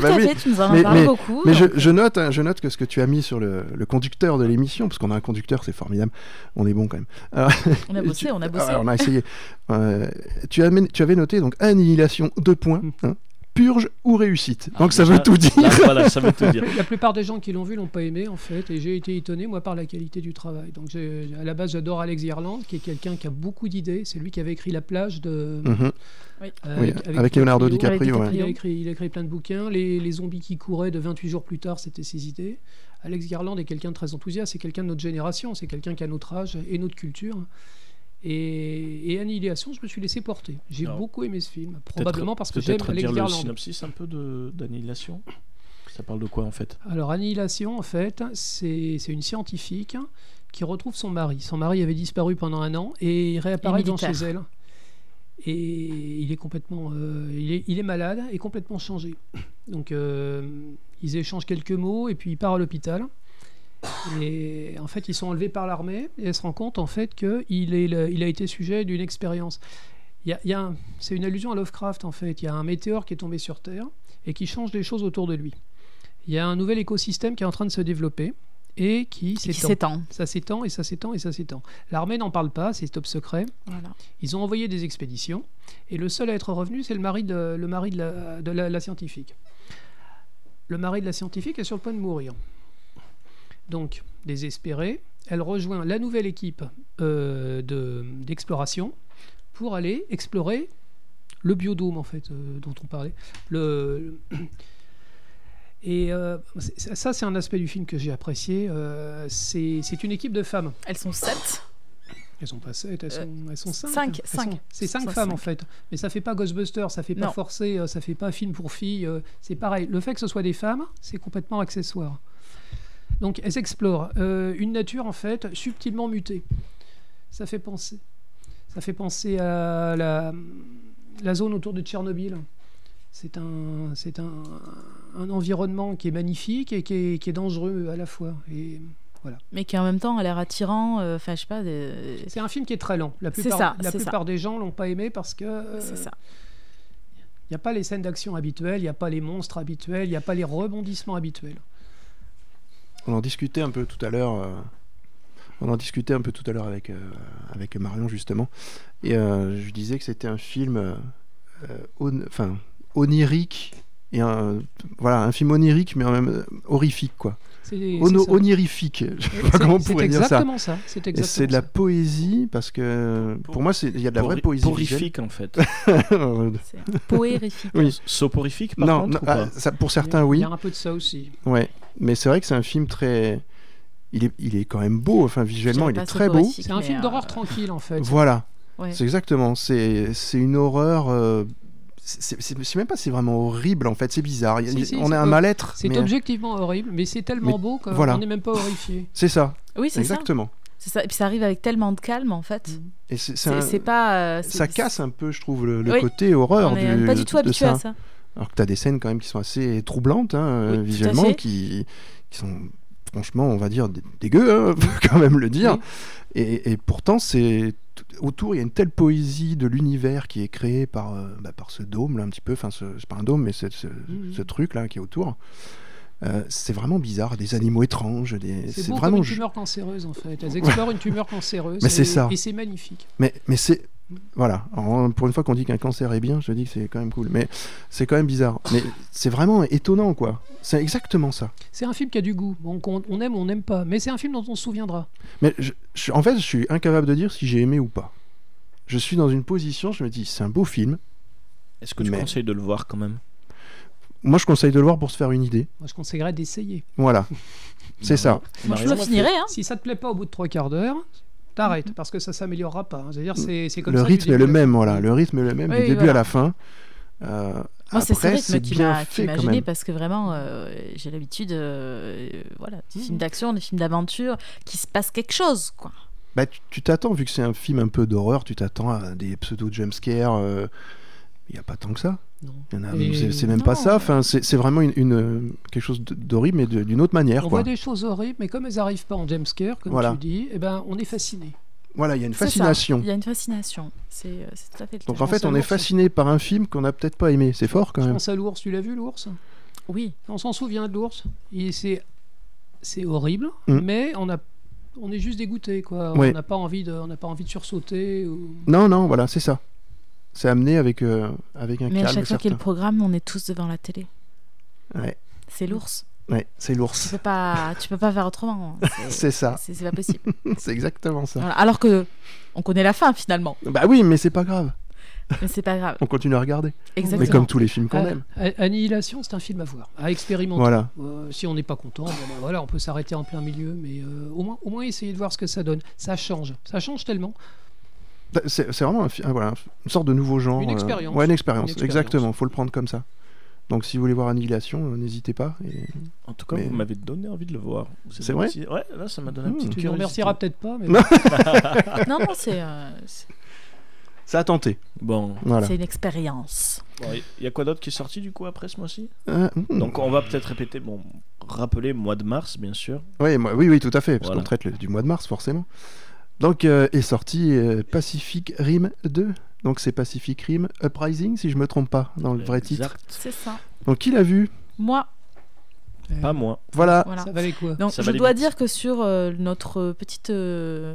Speaker 1: Bah
Speaker 3: à
Speaker 1: oui.
Speaker 3: fait, tu nous en
Speaker 1: Mais-
Speaker 3: parles
Speaker 1: mais-
Speaker 3: beaucoup.
Speaker 1: Mais je,
Speaker 3: donc,
Speaker 1: je note, hein, je note que ce que tu as mis sur le, le conducteur de l'émission, parce qu'on a un conducteur, c'est formidable, on est bon quand même.
Speaker 3: on a bossé,
Speaker 1: Tu-
Speaker 3: on a bossé.
Speaker 1: Ah, on a essayé. Euh, tu, amènes- tu avais noté donc annihilation, deux points, hein, purge ou réussite.
Speaker 2: Ah,
Speaker 1: donc ça
Speaker 2: déjà,
Speaker 1: veut tout dire.
Speaker 2: Là, voilà, ça veut tout dire.
Speaker 4: La plupart des gens qui l'ont vu l'ont pas aimé en fait, et j'ai été étonné moi par la qualité du travail. Donc j'ai- à la base j'adore Alex Garland, qui est quelqu'un qui a beaucoup d'idées. C'est lui qui avait écrit La plage de
Speaker 3: Bah,
Speaker 1: Mhm. Oui, avec, Leonardo DiCaprio.
Speaker 3: euh, Avec
Speaker 1: ouais.
Speaker 4: Il a, écrit, il a écrit plein de bouquins. Les, les zombies qui couraient de 28 jours plus tard, c'était ses idées. Alex Garland est quelqu'un de très enthousiaste, c'est quelqu'un de notre génération, c'est quelqu'un qui a notre âge et notre culture. Et, et Annihilation, je me suis laissé porter. J'ai
Speaker 2: Alors,
Speaker 4: beaucoup aimé ce film,
Speaker 2: Peut-être-
Speaker 4: probablement parce que j'aime
Speaker 2: peut-être
Speaker 4: Alex
Speaker 2: dire le
Speaker 4: Garland.
Speaker 2: synopsis un peu de- d'annihilation. Ça parle de quoi en fait
Speaker 4: Alors Annihilation, en fait, c'est c'est une scientifique qui retrouve son mari. Son mari avait disparu pendant un an et il réapparaît
Speaker 3: Et
Speaker 4: dans chez
Speaker 3: militaire.
Speaker 4: elle. Et il est complètement, euh, il, est, il est malade et complètement changé. Donc euh, ils échangent quelques mots et puis il part à l'hôpital. Et en fait, ils sont enlevés par l'armée et elle se rend compte en fait qu'il est, le- il a été sujet d'une expérience. Il y a- il y a un- c'est une allusion à Lovecraft en fait. Il y a un météore qui est tombé sur Terre et qui change les choses autour de lui. Il y a un nouvel écosystème qui est en train de se développer et qui
Speaker 3: qui
Speaker 4: s'étend.
Speaker 3: s'étend.
Speaker 4: Ça s'étend et ça s'étend et ça s'étend. L'armée n'en parle pas, c'est top secret.
Speaker 3: Voilà.
Speaker 4: Ils ont envoyé des expéditions et le seul à être revenu, c'est le mari de, le mari de, la, de la- la scientifique. Le mari de la scientifique est sur le point de mourir. Donc, désespérée, elle rejoint la nouvelle équipe euh, de- d'exploration pour aller explorer le biodôme, en fait, euh, dont on parlait. Le, et euh, c'est- ça, c'est un aspect du film que j'ai apprécié. euh, c'est c'est une équipe de femmes.
Speaker 3: Elles sont sept.
Speaker 4: Elles sont pas sept, elles
Speaker 3: Euh,
Speaker 4: sont, elles sont cinq.
Speaker 3: cinq,
Speaker 4: Elles
Speaker 3: cinq.
Speaker 4: sont- C'est cinq
Speaker 3: Sont
Speaker 4: femmes en
Speaker 3: cinq.
Speaker 4: fait. Mais ça fait pas Ghostbusters, ça fait pas
Speaker 3: Non.
Speaker 4: forcé, euh, ça fait pas film pour filles. euh, C'est pareil. Le fait que ce soit des femmes, c'est complètement accessoire. Donc elles explorent euh, une nature en fait subtilement mutée. Ça fait penser. Ça fait penser à la, la zone autour de Tchernobyl. C'est un, c'est un, un environnement qui est magnifique et qui est, qui est dangereux à la fois. Et
Speaker 3: mais qui en même temps a l'air attirant. euh, Enfin, je sais pas. des-
Speaker 4: C'est un film qui est très lent. La
Speaker 3: C'est
Speaker 4: plupart,
Speaker 3: ça,
Speaker 4: la
Speaker 3: c'est ça.
Speaker 4: plupart des gens l'ont pas aimé parce que euh,
Speaker 3: C'est ça.
Speaker 4: Il n'y a pas les scènes d'action habituelles, il n'y a pas les monstres habituels, il n'y a pas les rebondissements habituels.
Speaker 1: On en discutait un peu tout à l'heure. euh, on en discutait un peu tout à l'heure avec, euh, avec Marion justement. Et euh, je disais que c'était un film, euh, euh, on- enfin onirique et un, voilà un film onirique mais en même euh, horrifique quoi.
Speaker 4: C'est c'est
Speaker 1: Ono-
Speaker 4: ça.
Speaker 1: onirifique. Je sais pas
Speaker 4: C'est-
Speaker 1: comment on
Speaker 4: c'est
Speaker 1: pourrait dire ça.
Speaker 4: exactement ça. C'est
Speaker 1: Et C'est
Speaker 4: exactement
Speaker 1: de la
Speaker 4: ça.
Speaker 1: poésie parce que pour moi c'est- il y a de la vraie
Speaker 2: Pori-
Speaker 1: poésie. visuelle.
Speaker 2: Porifique en fait.
Speaker 3: C'est poérifique.
Speaker 1: Oui.
Speaker 2: Soporifique par
Speaker 1: non,
Speaker 2: contre
Speaker 1: non,
Speaker 2: ou
Speaker 1: ah,
Speaker 2: pas
Speaker 1: ça- pour certains
Speaker 4: Il
Speaker 1: oui.
Speaker 4: y a un peu de ça aussi.
Speaker 1: Ouais. Mais c'est vrai que c'est un film très. Il est, il est quand même beau. Enfin visuellement il
Speaker 3: J'aime pas
Speaker 1: est
Speaker 3: ce
Speaker 1: très beau.
Speaker 3: poétique,
Speaker 4: C'est un
Speaker 3: mais,
Speaker 4: film
Speaker 3: euh,
Speaker 4: d'horreur tranquille en fait.
Speaker 1: Voilà.
Speaker 3: ouais.
Speaker 1: C'est exactement. C'est c'est une horreur. euh, c'est- c'est- Je sais même pas si c'est vraiment horrible en fait. C'est bizarre. Il y a-
Speaker 4: Si, si,
Speaker 1: on
Speaker 4: c'est
Speaker 1: a un
Speaker 4: pas-
Speaker 1: mal-être.
Speaker 4: C'est
Speaker 1: mais- euh,
Speaker 4: objectivement horrible, mais c'est tellement
Speaker 1: Mais
Speaker 4: beau qu'on
Speaker 1: voilà.
Speaker 4: n'est même pas horrifié.
Speaker 1: C'est ça.
Speaker 3: Oui, c'est ça.
Speaker 1: Exactement.
Speaker 3: C'est ça. Et puis ça arrive avec tellement de calme en fait.
Speaker 4: Mhm.
Speaker 1: Et c'est- c'est
Speaker 3: C'est
Speaker 1: un-
Speaker 3: c'est pas. euh, c'est-
Speaker 1: ça casse un peu, je trouve, le, le
Speaker 3: Oui.
Speaker 1: côté horreur
Speaker 3: On
Speaker 1: du,
Speaker 3: est pas du tout
Speaker 1: de
Speaker 3: habitué
Speaker 1: ça.
Speaker 3: à ça.
Speaker 1: Alors que tu as des scènes quand même qui sont assez troublantes hein,
Speaker 3: Oui,
Speaker 1: euh,
Speaker 3: tout à
Speaker 1: visuellement,
Speaker 3: fait.
Speaker 1: qui, qui sont franchement, on va dire, dé- dégueu, hein, faut quand même le dire.
Speaker 4: Oui.
Speaker 1: Et, et pourtant, c'est tout- autour, il y a une telle poésie de l'univers qui est créé par, euh, bah, par ce dôme, là, un petit peu, enfin, ce- c'est pas un dôme, mais c'est ce,
Speaker 4: Mhm.
Speaker 1: ce truc-là qui est autour. Euh, c'est vraiment bizarre, des animaux étranges, des...
Speaker 4: C'est
Speaker 1: c'est
Speaker 4: beau
Speaker 1: vraiment
Speaker 4: comme une
Speaker 1: ju-
Speaker 4: tumeur cancéreuse en fait. Elles explorent une tumeur cancéreuse.
Speaker 1: Mais c'est
Speaker 4: et-
Speaker 1: ça.
Speaker 4: Et c'est magnifique.
Speaker 1: Mais, mais c'est. Voilà, Alors, pour une fois qu'on dit qu'un cancer est bien, je dis que c'est quand même cool. Mais c'est quand même bizarre. Mais c'est vraiment étonnant, quoi. C'est exactement ça.
Speaker 4: C'est un film qui a du goût. Bon, qu'on- on aime ou on n'aime pas. Mais c'est un film dont on se souviendra.
Speaker 1: Mais je- je- en fait, je suis incapable de dire si j'ai aimé ou pas. Je suis dans une position, je me dis, c'est un beau film.
Speaker 2: Est-ce que tu
Speaker 1: Mais-
Speaker 2: conseilles de le voir quand même
Speaker 1: Moi, je conseille de le voir pour se faire une idée.
Speaker 4: Moi, je conseillerais d'essayer.
Speaker 1: Voilà. C'est ça.
Speaker 3: Moi,
Speaker 4: Bah,
Speaker 3: je
Speaker 2: Marion
Speaker 3: le
Speaker 2: l'a fait.
Speaker 3: finirai. Hein.
Speaker 4: Si ça te plaît pas au bout de trois quarts d'heure, t'arrêtes parce que ça s'améliorera pas. hein. C'est-à-dire, c'est c'est comme
Speaker 1: Mhm. Le
Speaker 4: ça du
Speaker 1: rythme est
Speaker 4: début
Speaker 1: le
Speaker 4: à la
Speaker 1: même,
Speaker 4: fin.
Speaker 1: voilà. Le rythme est le même
Speaker 3: Oui,
Speaker 1: du
Speaker 3: oui,
Speaker 1: début à
Speaker 3: voilà.
Speaker 1: la fin. Euh,
Speaker 3: Moi, c'est ce
Speaker 1: après,
Speaker 3: rythme
Speaker 1: c'est
Speaker 3: qui
Speaker 1: bien
Speaker 3: m'a qui
Speaker 1: fait
Speaker 3: m'a
Speaker 1: quand
Speaker 3: gênée
Speaker 1: même.
Speaker 3: parce que vraiment, euh, j'ai l'habitude, euh, voilà,
Speaker 1: Mm.
Speaker 3: des films d'action, des films d'aventure, qu'il se passe quelque chose, quoi.
Speaker 1: Bah, tu- tu t'attends, vu que c'est un film un peu d'horreur, tu t'attends à des pseudo-jumpscares. euh, Il n'y a pas tant que ça.
Speaker 4: Non.
Speaker 1: Il y en a-
Speaker 4: Et-
Speaker 1: c'est- C'est même pas
Speaker 3: non. euh,
Speaker 1: ça. Enfin, c'est c'est vraiment une, une, euh, quelque chose d- d'horrible, mais de- d'une autre manière.
Speaker 4: On
Speaker 1: quoi.
Speaker 4: voit des choses horribles, mais comme elles arrivent pas en jumpscare, comme
Speaker 1: Voilà.
Speaker 4: tu dis, eh ben, on est fasciné.
Speaker 1: Voilà, il y a une
Speaker 3: C'est ça.
Speaker 1: fascination.
Speaker 3: Il y a une fascination. C'est euh, c'est tout à fait le
Speaker 1: Donc
Speaker 3: cas.
Speaker 1: en fait, on est
Speaker 4: Forcément,
Speaker 1: fasciné par un film qu'on n'a peut-être pas aimé. C'est fort quand
Speaker 4: Je
Speaker 1: même.
Speaker 4: pense à l'ours. Tu l'as vu l'ours
Speaker 3: Oui.
Speaker 4: On s'en souvient de l'ours. Il- C'est c'est horrible,
Speaker 1: Mm.
Speaker 4: mais on a on est juste dégoûté quoi.
Speaker 1: Oui.
Speaker 4: On n'a pas envie de on n'a pas envie de sursauter. Ou...
Speaker 1: Non, non, voilà, c'est ça. C'est amené avec, euh, avec un
Speaker 3: Mais à
Speaker 1: calme
Speaker 3: chaque fois
Speaker 1: certain.
Speaker 3: qu'il y a le programme, on est tous devant la télé.
Speaker 1: Ouais.
Speaker 3: C'est l'ours.
Speaker 1: Ouais, c'est
Speaker 3: Tu
Speaker 1: l'ours.
Speaker 3: peux pas, tu peux pas faire autrement.
Speaker 1: C'est ça,
Speaker 3: C'est c'est pas possible.
Speaker 1: c'est exactement ça.
Speaker 3: Voilà. Alors que on connaît la fin finalement,
Speaker 1: Bah oui, mais c'est pas grave.
Speaker 3: mais c'est pas grave.
Speaker 1: On continue à regarder.
Speaker 3: Exactement.
Speaker 1: Mais comme tous les films qu'on
Speaker 4: Ah,
Speaker 1: aime.
Speaker 4: A- Annihilation, c'est un film à voir, à expérimenter.
Speaker 1: Voilà.
Speaker 4: Euh, si on n'est pas content, bon, ben voilà, on peut s'arrêter en plein milieu, mais euh, au, moins, au moins essayer de voir ce que ça donne. Ça change, ça change tellement.
Speaker 1: C'est c'est vraiment un fi- un- voilà, une sorte de nouveau genre.
Speaker 4: Une
Speaker 1: euh,
Speaker 4: expérience.
Speaker 1: Ouais, une expérience,
Speaker 4: Une expérience.
Speaker 1: exactement. Faut le prendre comme ça. Donc si vous voulez voir Annihilation, euh, n'hésitez pas. Et...
Speaker 2: En tout cas,
Speaker 1: Mais-
Speaker 2: vous m'avez donné envie de le voir. Vous avez
Speaker 1: C'est
Speaker 2: un
Speaker 1: vrai
Speaker 2: petit- Ouais, là, ça m'a donné un
Speaker 1: Mmh.
Speaker 2: petit
Speaker 4: Tu ne remercieras peut-être pas, mais
Speaker 1: Non. Ah.
Speaker 3: Non, non, c'est euh, c'est-
Speaker 1: Ça a tenté.
Speaker 2: Bon,
Speaker 1: Voilà.
Speaker 3: c'est une expérience.
Speaker 2: il y a quoi d'autre qui est sorti du coup après ce mois-ci
Speaker 1: Euh, hmm.
Speaker 2: Donc on va peut-être répéter, bon, rappeler mois de mars bien sûr.
Speaker 1: Ouais, moi- oui, oui, tout à fait, parce
Speaker 2: Voilà.
Speaker 1: qu'on traite le- du mois de mars, forcément. Donc, euh, est sorti euh, Pacific Rim 2. Donc, c'est Pacific Rim Uprising, si je me trompe pas, dans le vrai titre.
Speaker 2: Exact.
Speaker 3: C'est ça.
Speaker 1: Donc, qui l'a vu
Speaker 3: Moi,
Speaker 1: Ah,
Speaker 4: Euh,
Speaker 2: Pas moi.
Speaker 1: Voilà.
Speaker 3: voilà.
Speaker 4: ça valait quoi
Speaker 3: Donc
Speaker 2: Ça
Speaker 3: je
Speaker 2: valait
Speaker 3: dois
Speaker 2: le-
Speaker 3: dire que sur euh, notre petite euh,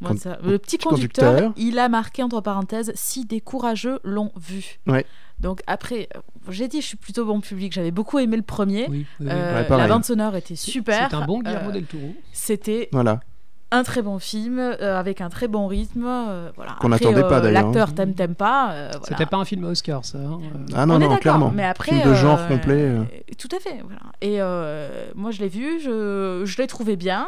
Speaker 3: comment
Speaker 1: Con-
Speaker 3: ça- le petit
Speaker 1: petit
Speaker 3: conducteur,
Speaker 1: conducteur.
Speaker 3: il a marqué entre parenthèses si des courageux l'ont vu.
Speaker 1: Ouais.
Speaker 3: Donc après euh, j'ai dit je suis plutôt bon public, j'avais beaucoup aimé le premier.
Speaker 4: Oui, oui, oui.
Speaker 3: Euh,
Speaker 1: Ouais, pareil.
Speaker 3: la bande sonore était
Speaker 4: C'est-
Speaker 3: super.
Speaker 4: C'est un bon Guillermo
Speaker 3: Euh,
Speaker 4: del Toro.
Speaker 3: C'était
Speaker 1: Voilà.
Speaker 3: un très bon film euh, avec un très bon rythme. euh, voilà.
Speaker 1: Qu'on
Speaker 3: Après,
Speaker 1: n'attendait pas,
Speaker 3: euh,
Speaker 1: d'ailleurs.
Speaker 3: L'acteur t'aime t'aime pas. euh, voilà.
Speaker 4: C'était pas un film à Oscar, ça. hein. Euh,
Speaker 1: Ah non,
Speaker 3: On est
Speaker 1: non,
Speaker 3: d'accord,
Speaker 1: clairement.
Speaker 3: Mais après,
Speaker 1: Film de genre
Speaker 3: euh,
Speaker 1: complet. euh.
Speaker 3: Tout à fait. voilà. Et euh, moi, je l'ai vu, je, je l'ai trouvé bien.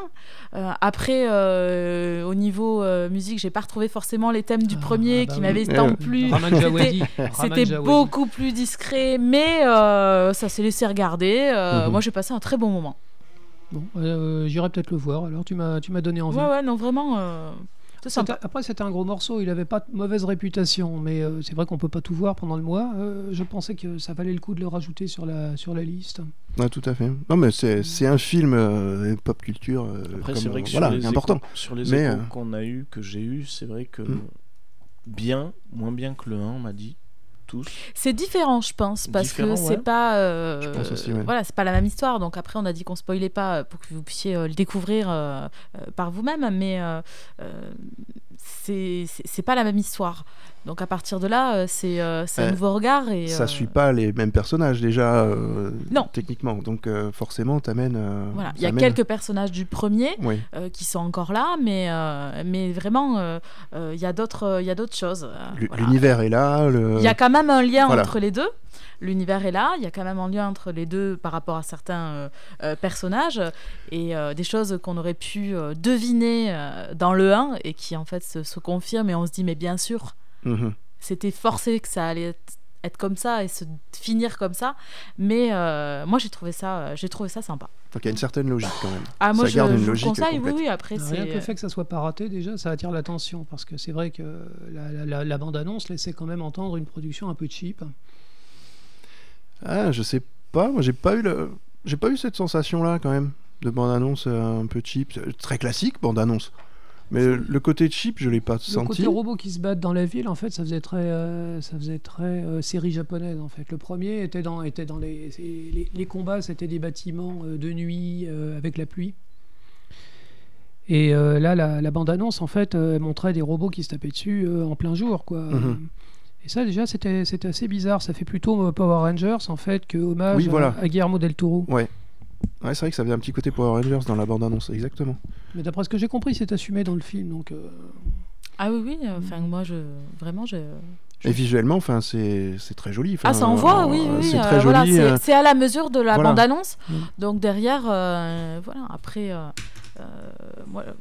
Speaker 3: Euh, après, euh, au niveau euh, musique, j'ai pas retrouvé forcément les thèmes du
Speaker 4: Ah,
Speaker 3: premier
Speaker 4: bah
Speaker 3: qui
Speaker 4: oui.
Speaker 3: m'avaient
Speaker 1: Eh
Speaker 3: tant
Speaker 1: ouais.
Speaker 3: plu.
Speaker 4: Raman
Speaker 3: C'était-
Speaker 4: Djawadi. Raman
Speaker 3: C'était
Speaker 4: Djawadi.
Speaker 3: beaucoup plus discret, mais euh, ça s'est laissé regarder. Euh,
Speaker 1: Mhm.
Speaker 3: Moi, j'ai passé un très bon moment.
Speaker 4: Bon, euh, J'irai peut-être le voir, alors tu m'as tu m'as donné envie.
Speaker 3: Ouais, ouais, non, vraiment. euh, c'est
Speaker 4: C'était-
Speaker 3: sympa.
Speaker 4: Après, c'était un gros morceau, il avait pas de mauvaise réputation, mais euh, c'est vrai qu'on peut pas tout voir pendant le mois. Euh, je pensais que ça valait le coup de le rajouter sur la, sur la liste.
Speaker 1: Ouais, tout à fait. Non, mais
Speaker 3: Mm.
Speaker 1: c'est c'est un film euh, pop culture. euh,
Speaker 2: Après
Speaker 1: comme,
Speaker 2: c'est vrai
Speaker 1: euh,
Speaker 2: que
Speaker 1: voilà,
Speaker 2: sur les
Speaker 1: important.
Speaker 2: échos, sur les
Speaker 1: Mais,
Speaker 2: échos
Speaker 1: euh,
Speaker 2: qu'on a eu, que j'ai eu, c'est vrai que
Speaker 1: Mm.
Speaker 2: bien, moins bien que le 1, on m'a dit tous.
Speaker 3: C'est différent, je pense, parce que
Speaker 2: Différent,
Speaker 3: c'est
Speaker 2: ouais.
Speaker 3: pas. euh,
Speaker 1: Je pense aussi, ouais.
Speaker 3: Voilà, c'est pas la même histoire. Donc après, on a dit qu'on spoilait pas euh, pour que vous puissiez euh, le découvrir euh, euh, par vous-même, mais euh, euh, c'est c'est- c'est pas la même histoire. Donc à partir de là, euh, c'est euh, c'est
Speaker 1: Euh,
Speaker 3: un nouveau regard et.
Speaker 1: Ça
Speaker 3: euh,
Speaker 1: suit pas les mêmes personnages, déjà, euh,
Speaker 3: Non.
Speaker 1: techniquement. Donc, euh, forcément, t'amènes. euh,
Speaker 3: Voilà, il y a
Speaker 1: t'amènes-
Speaker 3: quelques personnages du premier
Speaker 1: Oui.
Speaker 3: euh, qui sont encore là, mais euh, mais vraiment, euh, euh, il y a d'autres euh, il y a d'autres choses. euh,
Speaker 1: L-
Speaker 3: voilà.
Speaker 1: L'univers est là. Le...
Speaker 3: Il y a quand même un lien
Speaker 1: Euh, voilà.
Speaker 3: entre les deux. L'univers est là, il y a quand même un lien entre les deux par rapport à certains euh, euh, personnages et euh, des choses qu'on aurait pu euh, deviner euh, dans le 1 et qui en fait se, se confirment et on se dit mais bien sûr,
Speaker 1: Mhm.
Speaker 3: c'était forcé que ça allait être, être être comme ça et se finir comme ça. Mais euh, moi, j'ai trouvé ça, euh, j'ai trouvé ça sympa.
Speaker 1: Donc il y a une certaine logique quand même.
Speaker 3: Ah, moi,
Speaker 1: Ça garde
Speaker 3: je,
Speaker 1: une
Speaker 3: je vous
Speaker 1: logique
Speaker 3: conseille. Oui,
Speaker 1: complète.
Speaker 3: oui. Après,
Speaker 4: Bah, Rien que le
Speaker 3: c'est euh,
Speaker 4: fait que ça soit pas raté, déjà, ça attire l'attention. Parce que c'est vrai que la, la- la- la bande-annonce laissait quand même entendre une production un peu cheap.
Speaker 1: Ah, je sais pas, moi j'ai pas eu le... j'ai pas eu cette sensation là quand même de bande annonce un peu cheap, C'est très classique bande annonce. Mais le côté cheap, je l'ai pas
Speaker 4: Le
Speaker 1: senti.
Speaker 4: côté robots qui se battent dans la ville, en fait, ça faisait très, euh, ça faisait très euh, série japonaise. En fait, le premier était dans, était dans les, c'est- les, les combats, c'était des bâtiments euh, de nuit euh, avec la pluie. Et euh, là, la, la bande-annonce, en fait, euh, montrait des robots qui se tapaient dessus euh, en plein jour, quoi.
Speaker 1: Mhm.
Speaker 4: Et ça, déjà, c'était, c'était assez bizarre. Ça fait plutôt euh, Power Rangers, en fait, que hommage
Speaker 1: Oui, voilà.
Speaker 4: à, à Guillermo del Toro.
Speaker 1: Ouais, c'est vrai que ça avait un petit côté Power Rangers dans la bande annonce, exactement.
Speaker 4: Mais d'après ce que j'ai compris, c'est assumé dans le film, donc. euh,
Speaker 3: Ah oui, oui. Enfin,
Speaker 4: Mm.
Speaker 3: moi, je vraiment, je.
Speaker 1: Et visuellement, enfin, c'est c'est très joli. Enfin,
Speaker 3: Ah, ça envoie,
Speaker 1: euh,
Speaker 3: oui, oui.
Speaker 1: C'est
Speaker 3: euh,
Speaker 1: très
Speaker 3: voilà,
Speaker 1: joli.
Speaker 3: c'est-
Speaker 1: euh,
Speaker 3: c'est à la mesure de la
Speaker 1: voilà.
Speaker 3: bande-annonce.
Speaker 4: Mm.
Speaker 3: Donc derrière, euh, voilà. Après, euh, euh, moi, euh,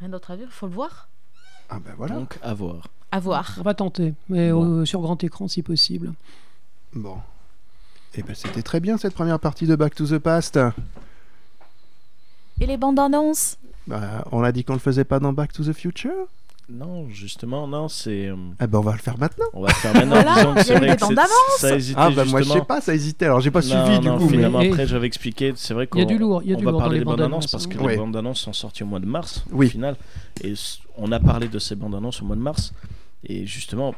Speaker 3: rien d'autre à dire. Faut le voir.
Speaker 1: Ah ben voilà.
Speaker 2: Donc, à voir.
Speaker 3: À voir.
Speaker 4: on va tenter, mais
Speaker 2: Bon.
Speaker 4: euh, sur grand écran si possible.
Speaker 1: Bon. Et ben c'était très bien cette première partie de Back to the Past.
Speaker 3: Et les bandes-annonces
Speaker 1: Bah, on a dit qu'on le faisait pas dans Back to the Future.
Speaker 2: Non, justement, non, c'est. euh,
Speaker 1: Ah ben on va le faire maintenant.
Speaker 2: On va le faire maintenant.
Speaker 3: Voilà,
Speaker 2: disons que
Speaker 3: il y
Speaker 2: c'est
Speaker 3: a eu
Speaker 2: vrai
Speaker 3: des
Speaker 2: que c'est-
Speaker 3: temps d'avance.
Speaker 2: Ça hésitait
Speaker 1: Ah bah moi je
Speaker 2: justement.
Speaker 1: sais pas, ça hésitait. Alors j'ai pas
Speaker 2: Non,
Speaker 1: suivi du
Speaker 2: non,
Speaker 1: coup.
Speaker 2: finalement,
Speaker 1: mais-
Speaker 4: mais-
Speaker 2: après, j'avais expliqué. C'est vrai qu'on
Speaker 4: Il y a du lourd, il y a
Speaker 2: on
Speaker 4: du
Speaker 2: va
Speaker 4: lourd dans
Speaker 2: parler
Speaker 4: les
Speaker 2: des bandes annonces
Speaker 4: bandes-annonces,
Speaker 2: parce que
Speaker 1: hein. Ouais.
Speaker 2: les bandes annonces sont sorties au mois de mars,
Speaker 1: Oui.
Speaker 2: au final. Et s- on a parlé de ces bandes annonces au mois de mars. Et justement,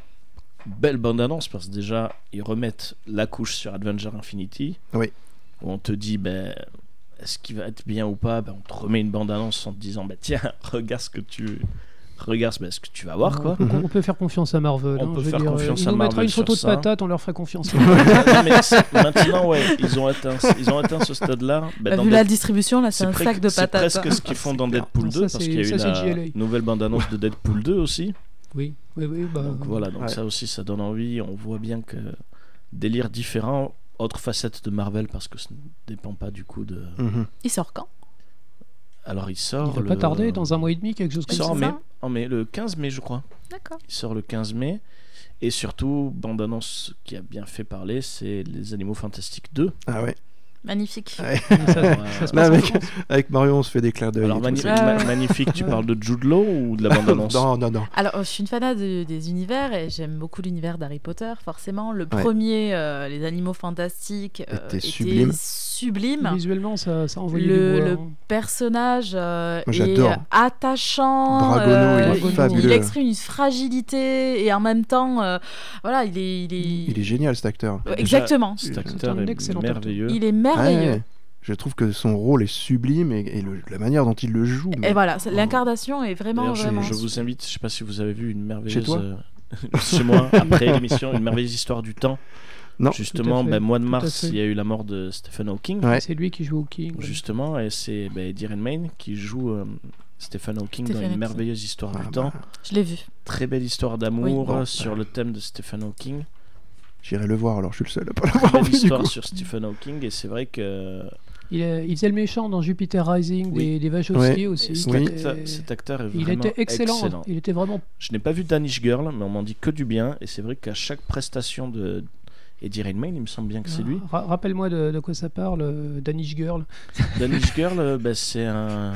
Speaker 2: belle bande annonce parce que déjà, ils remettent la couche sur Avenger Infinity.
Speaker 1: Oui.
Speaker 2: Où on te dit, ben. Est-ce qu'il va être bien ou pas Ben, On te remet une bande-annonce en te disant bah, Tiens, regarde ce que tu, regarde ben, ce que tu vas voir.
Speaker 4: On
Speaker 2: quoi.
Speaker 4: peut- On peut faire confiance à Marvel.
Speaker 2: On
Speaker 4: hein,
Speaker 2: peut
Speaker 4: je veux
Speaker 2: faire
Speaker 4: dire,
Speaker 2: confiance
Speaker 4: ils
Speaker 2: à
Speaker 4: nous mettra
Speaker 2: Marvel
Speaker 4: une
Speaker 2: sur
Speaker 4: photo de
Speaker 2: ça.
Speaker 4: patate, on leur fera confiance.
Speaker 2: Non, mais c'est- maintenant, ouais, ils ont atteint, ils ont atteint ce stade-là. Bah,
Speaker 3: Bah,
Speaker 2: dans
Speaker 3: vu
Speaker 2: Dead-
Speaker 3: la distribution, là, c'est un
Speaker 2: pre-
Speaker 3: sac de
Speaker 2: c'est
Speaker 3: patates. hein. Ah,
Speaker 2: presque ce qu'ils font dans Deadpool
Speaker 4: Non, ça,
Speaker 2: 2, parce
Speaker 4: c'est-
Speaker 2: qu'il y a eu
Speaker 4: ça, c'est
Speaker 2: la
Speaker 4: JLA.
Speaker 2: nouvelle bande-annonce de Deadpool 2 aussi.
Speaker 4: oui, oui, oui. bah,
Speaker 2: Donc voilà, donc
Speaker 1: Ouais.
Speaker 2: ça aussi, ça donne envie. On voit bien que délire différent, autre facette de Marvel, parce que ça ne dépend pas du coup de.
Speaker 1: Mhm.
Speaker 3: Il sort quand
Speaker 2: Alors il
Speaker 4: Il
Speaker 2: sort.
Speaker 4: va
Speaker 2: le...
Speaker 4: pas tarder, dans un mois et demi, quelque chose
Speaker 2: Il
Speaker 4: comme
Speaker 2: sort
Speaker 4: ça.
Speaker 2: en
Speaker 3: C'est
Speaker 2: mai,
Speaker 3: ça
Speaker 2: en mai, le 15 mai, je crois.
Speaker 3: D'accord.
Speaker 2: Il sort le 15 mai. Et surtout, bande-annonce qui a bien fait parler, c'est Les Animaux Fantastiques 2.
Speaker 1: Ah ouais.
Speaker 3: Magnifique.
Speaker 1: Ouais.
Speaker 4: Mais ça- ça se
Speaker 2: Euh,
Speaker 1: Là,
Speaker 4: passe en
Speaker 1: avec-
Speaker 4: France.
Speaker 1: Avec Mario, on se fait des clairs de.
Speaker 2: Alors, magni-
Speaker 3: ça.
Speaker 4: Ah.
Speaker 2: ma- magnifique, tu parles de Jude Law ou de la bande-annonce
Speaker 1: non, non, non.
Speaker 3: Alors, je suis une fanade de- des univers et j'aime beaucoup l'univers d'Harry Potter, forcément. Le
Speaker 1: Ouais.
Speaker 3: premier, euh, Les Animaux Fantastiques, euh,
Speaker 1: Était
Speaker 3: était
Speaker 1: sublime.
Speaker 3: sublime.
Speaker 4: Visuellement, ça, ça envoyait
Speaker 3: Le-
Speaker 4: du bois.
Speaker 3: le-
Speaker 4: hein.
Speaker 3: Personnage euh,
Speaker 1: Moi,
Speaker 3: est
Speaker 1: j'adore.
Speaker 3: euh, attachant. euh,
Speaker 1: Dragono,
Speaker 4: il est
Speaker 3: il-
Speaker 1: fabuleux.
Speaker 3: il, exprime une fragilité et en même temps, euh, voilà, il est. Il est...
Speaker 1: Il est génial cet acteur.
Speaker 3: Ouais, Ah,
Speaker 2: Déjà,
Speaker 3: Exactement.
Speaker 2: Cet
Speaker 4: C'est
Speaker 2: acteur
Speaker 4: un
Speaker 2: est
Speaker 4: excellent
Speaker 2: merveilleux.
Speaker 3: Il est merveilleux.
Speaker 1: Ouais. Je trouve que son rôle est sublime et, et le- la manière dont il le joue. mais-
Speaker 3: Et voilà, c'est- l'incarnation est vraiment.
Speaker 2: D'ailleurs, je,
Speaker 3: vraiment
Speaker 2: je vous invite, je sais pas si vous avez vu une merveilleuse.
Speaker 1: Chez toi
Speaker 2: euh, chez moi, après l'émission, une merveilleuse histoire du temps.
Speaker 1: Non.
Speaker 2: Justement,
Speaker 4: Tout à
Speaker 2: ben,
Speaker 4: fait,
Speaker 2: mois de
Speaker 4: tout à
Speaker 2: mars,
Speaker 4: fait.
Speaker 2: il y a eu la mort de Stephen Hawking.
Speaker 1: Ouais.
Speaker 4: C'est lui qui joue au King. ouais.
Speaker 2: Justement, et c'est ben, Eddie Redmayne qui joue euh, Stephen Hawking
Speaker 3: Stephen
Speaker 2: dans une
Speaker 3: Hawking.
Speaker 2: merveilleuse histoire
Speaker 1: Ah,
Speaker 2: du
Speaker 1: bah,
Speaker 2: temps.
Speaker 3: Je l'ai vu.
Speaker 2: Très belle histoire d'amour
Speaker 1: Oui.
Speaker 2: euh, sur le thème de Stephen Hawking.
Speaker 1: J'irai le voir alors, je suis le seul à pas l'avoir
Speaker 2: Belle
Speaker 1: vu. Ah Du
Speaker 2: histoire
Speaker 1: coup.
Speaker 2: sur Stephen Hawking, et c'est vrai que euh,
Speaker 4: Il, est- il faisait le méchant dans Jupiter Rising,
Speaker 2: Oui.
Speaker 4: des, des Wachowski
Speaker 1: Ouais.
Speaker 4: aussi.
Speaker 2: cet,
Speaker 4: qui
Speaker 1: Oui.
Speaker 2: acteur,
Speaker 4: était-
Speaker 2: cet acteur est
Speaker 4: Il
Speaker 2: vraiment
Speaker 4: était excellent. hein. Il était vraiment.
Speaker 2: Je n'ai pas vu Danish Girl, mais on m'en dit que du bien. Et c'est vrai qu'à chaque prestation de Eddie Redmayne, il me semble bien que c'est lui.
Speaker 4: Ra- Rappelle-moi de, de quoi ça parle, euh, Danish Girl.
Speaker 2: Danish Girl, euh, bah, c'est un.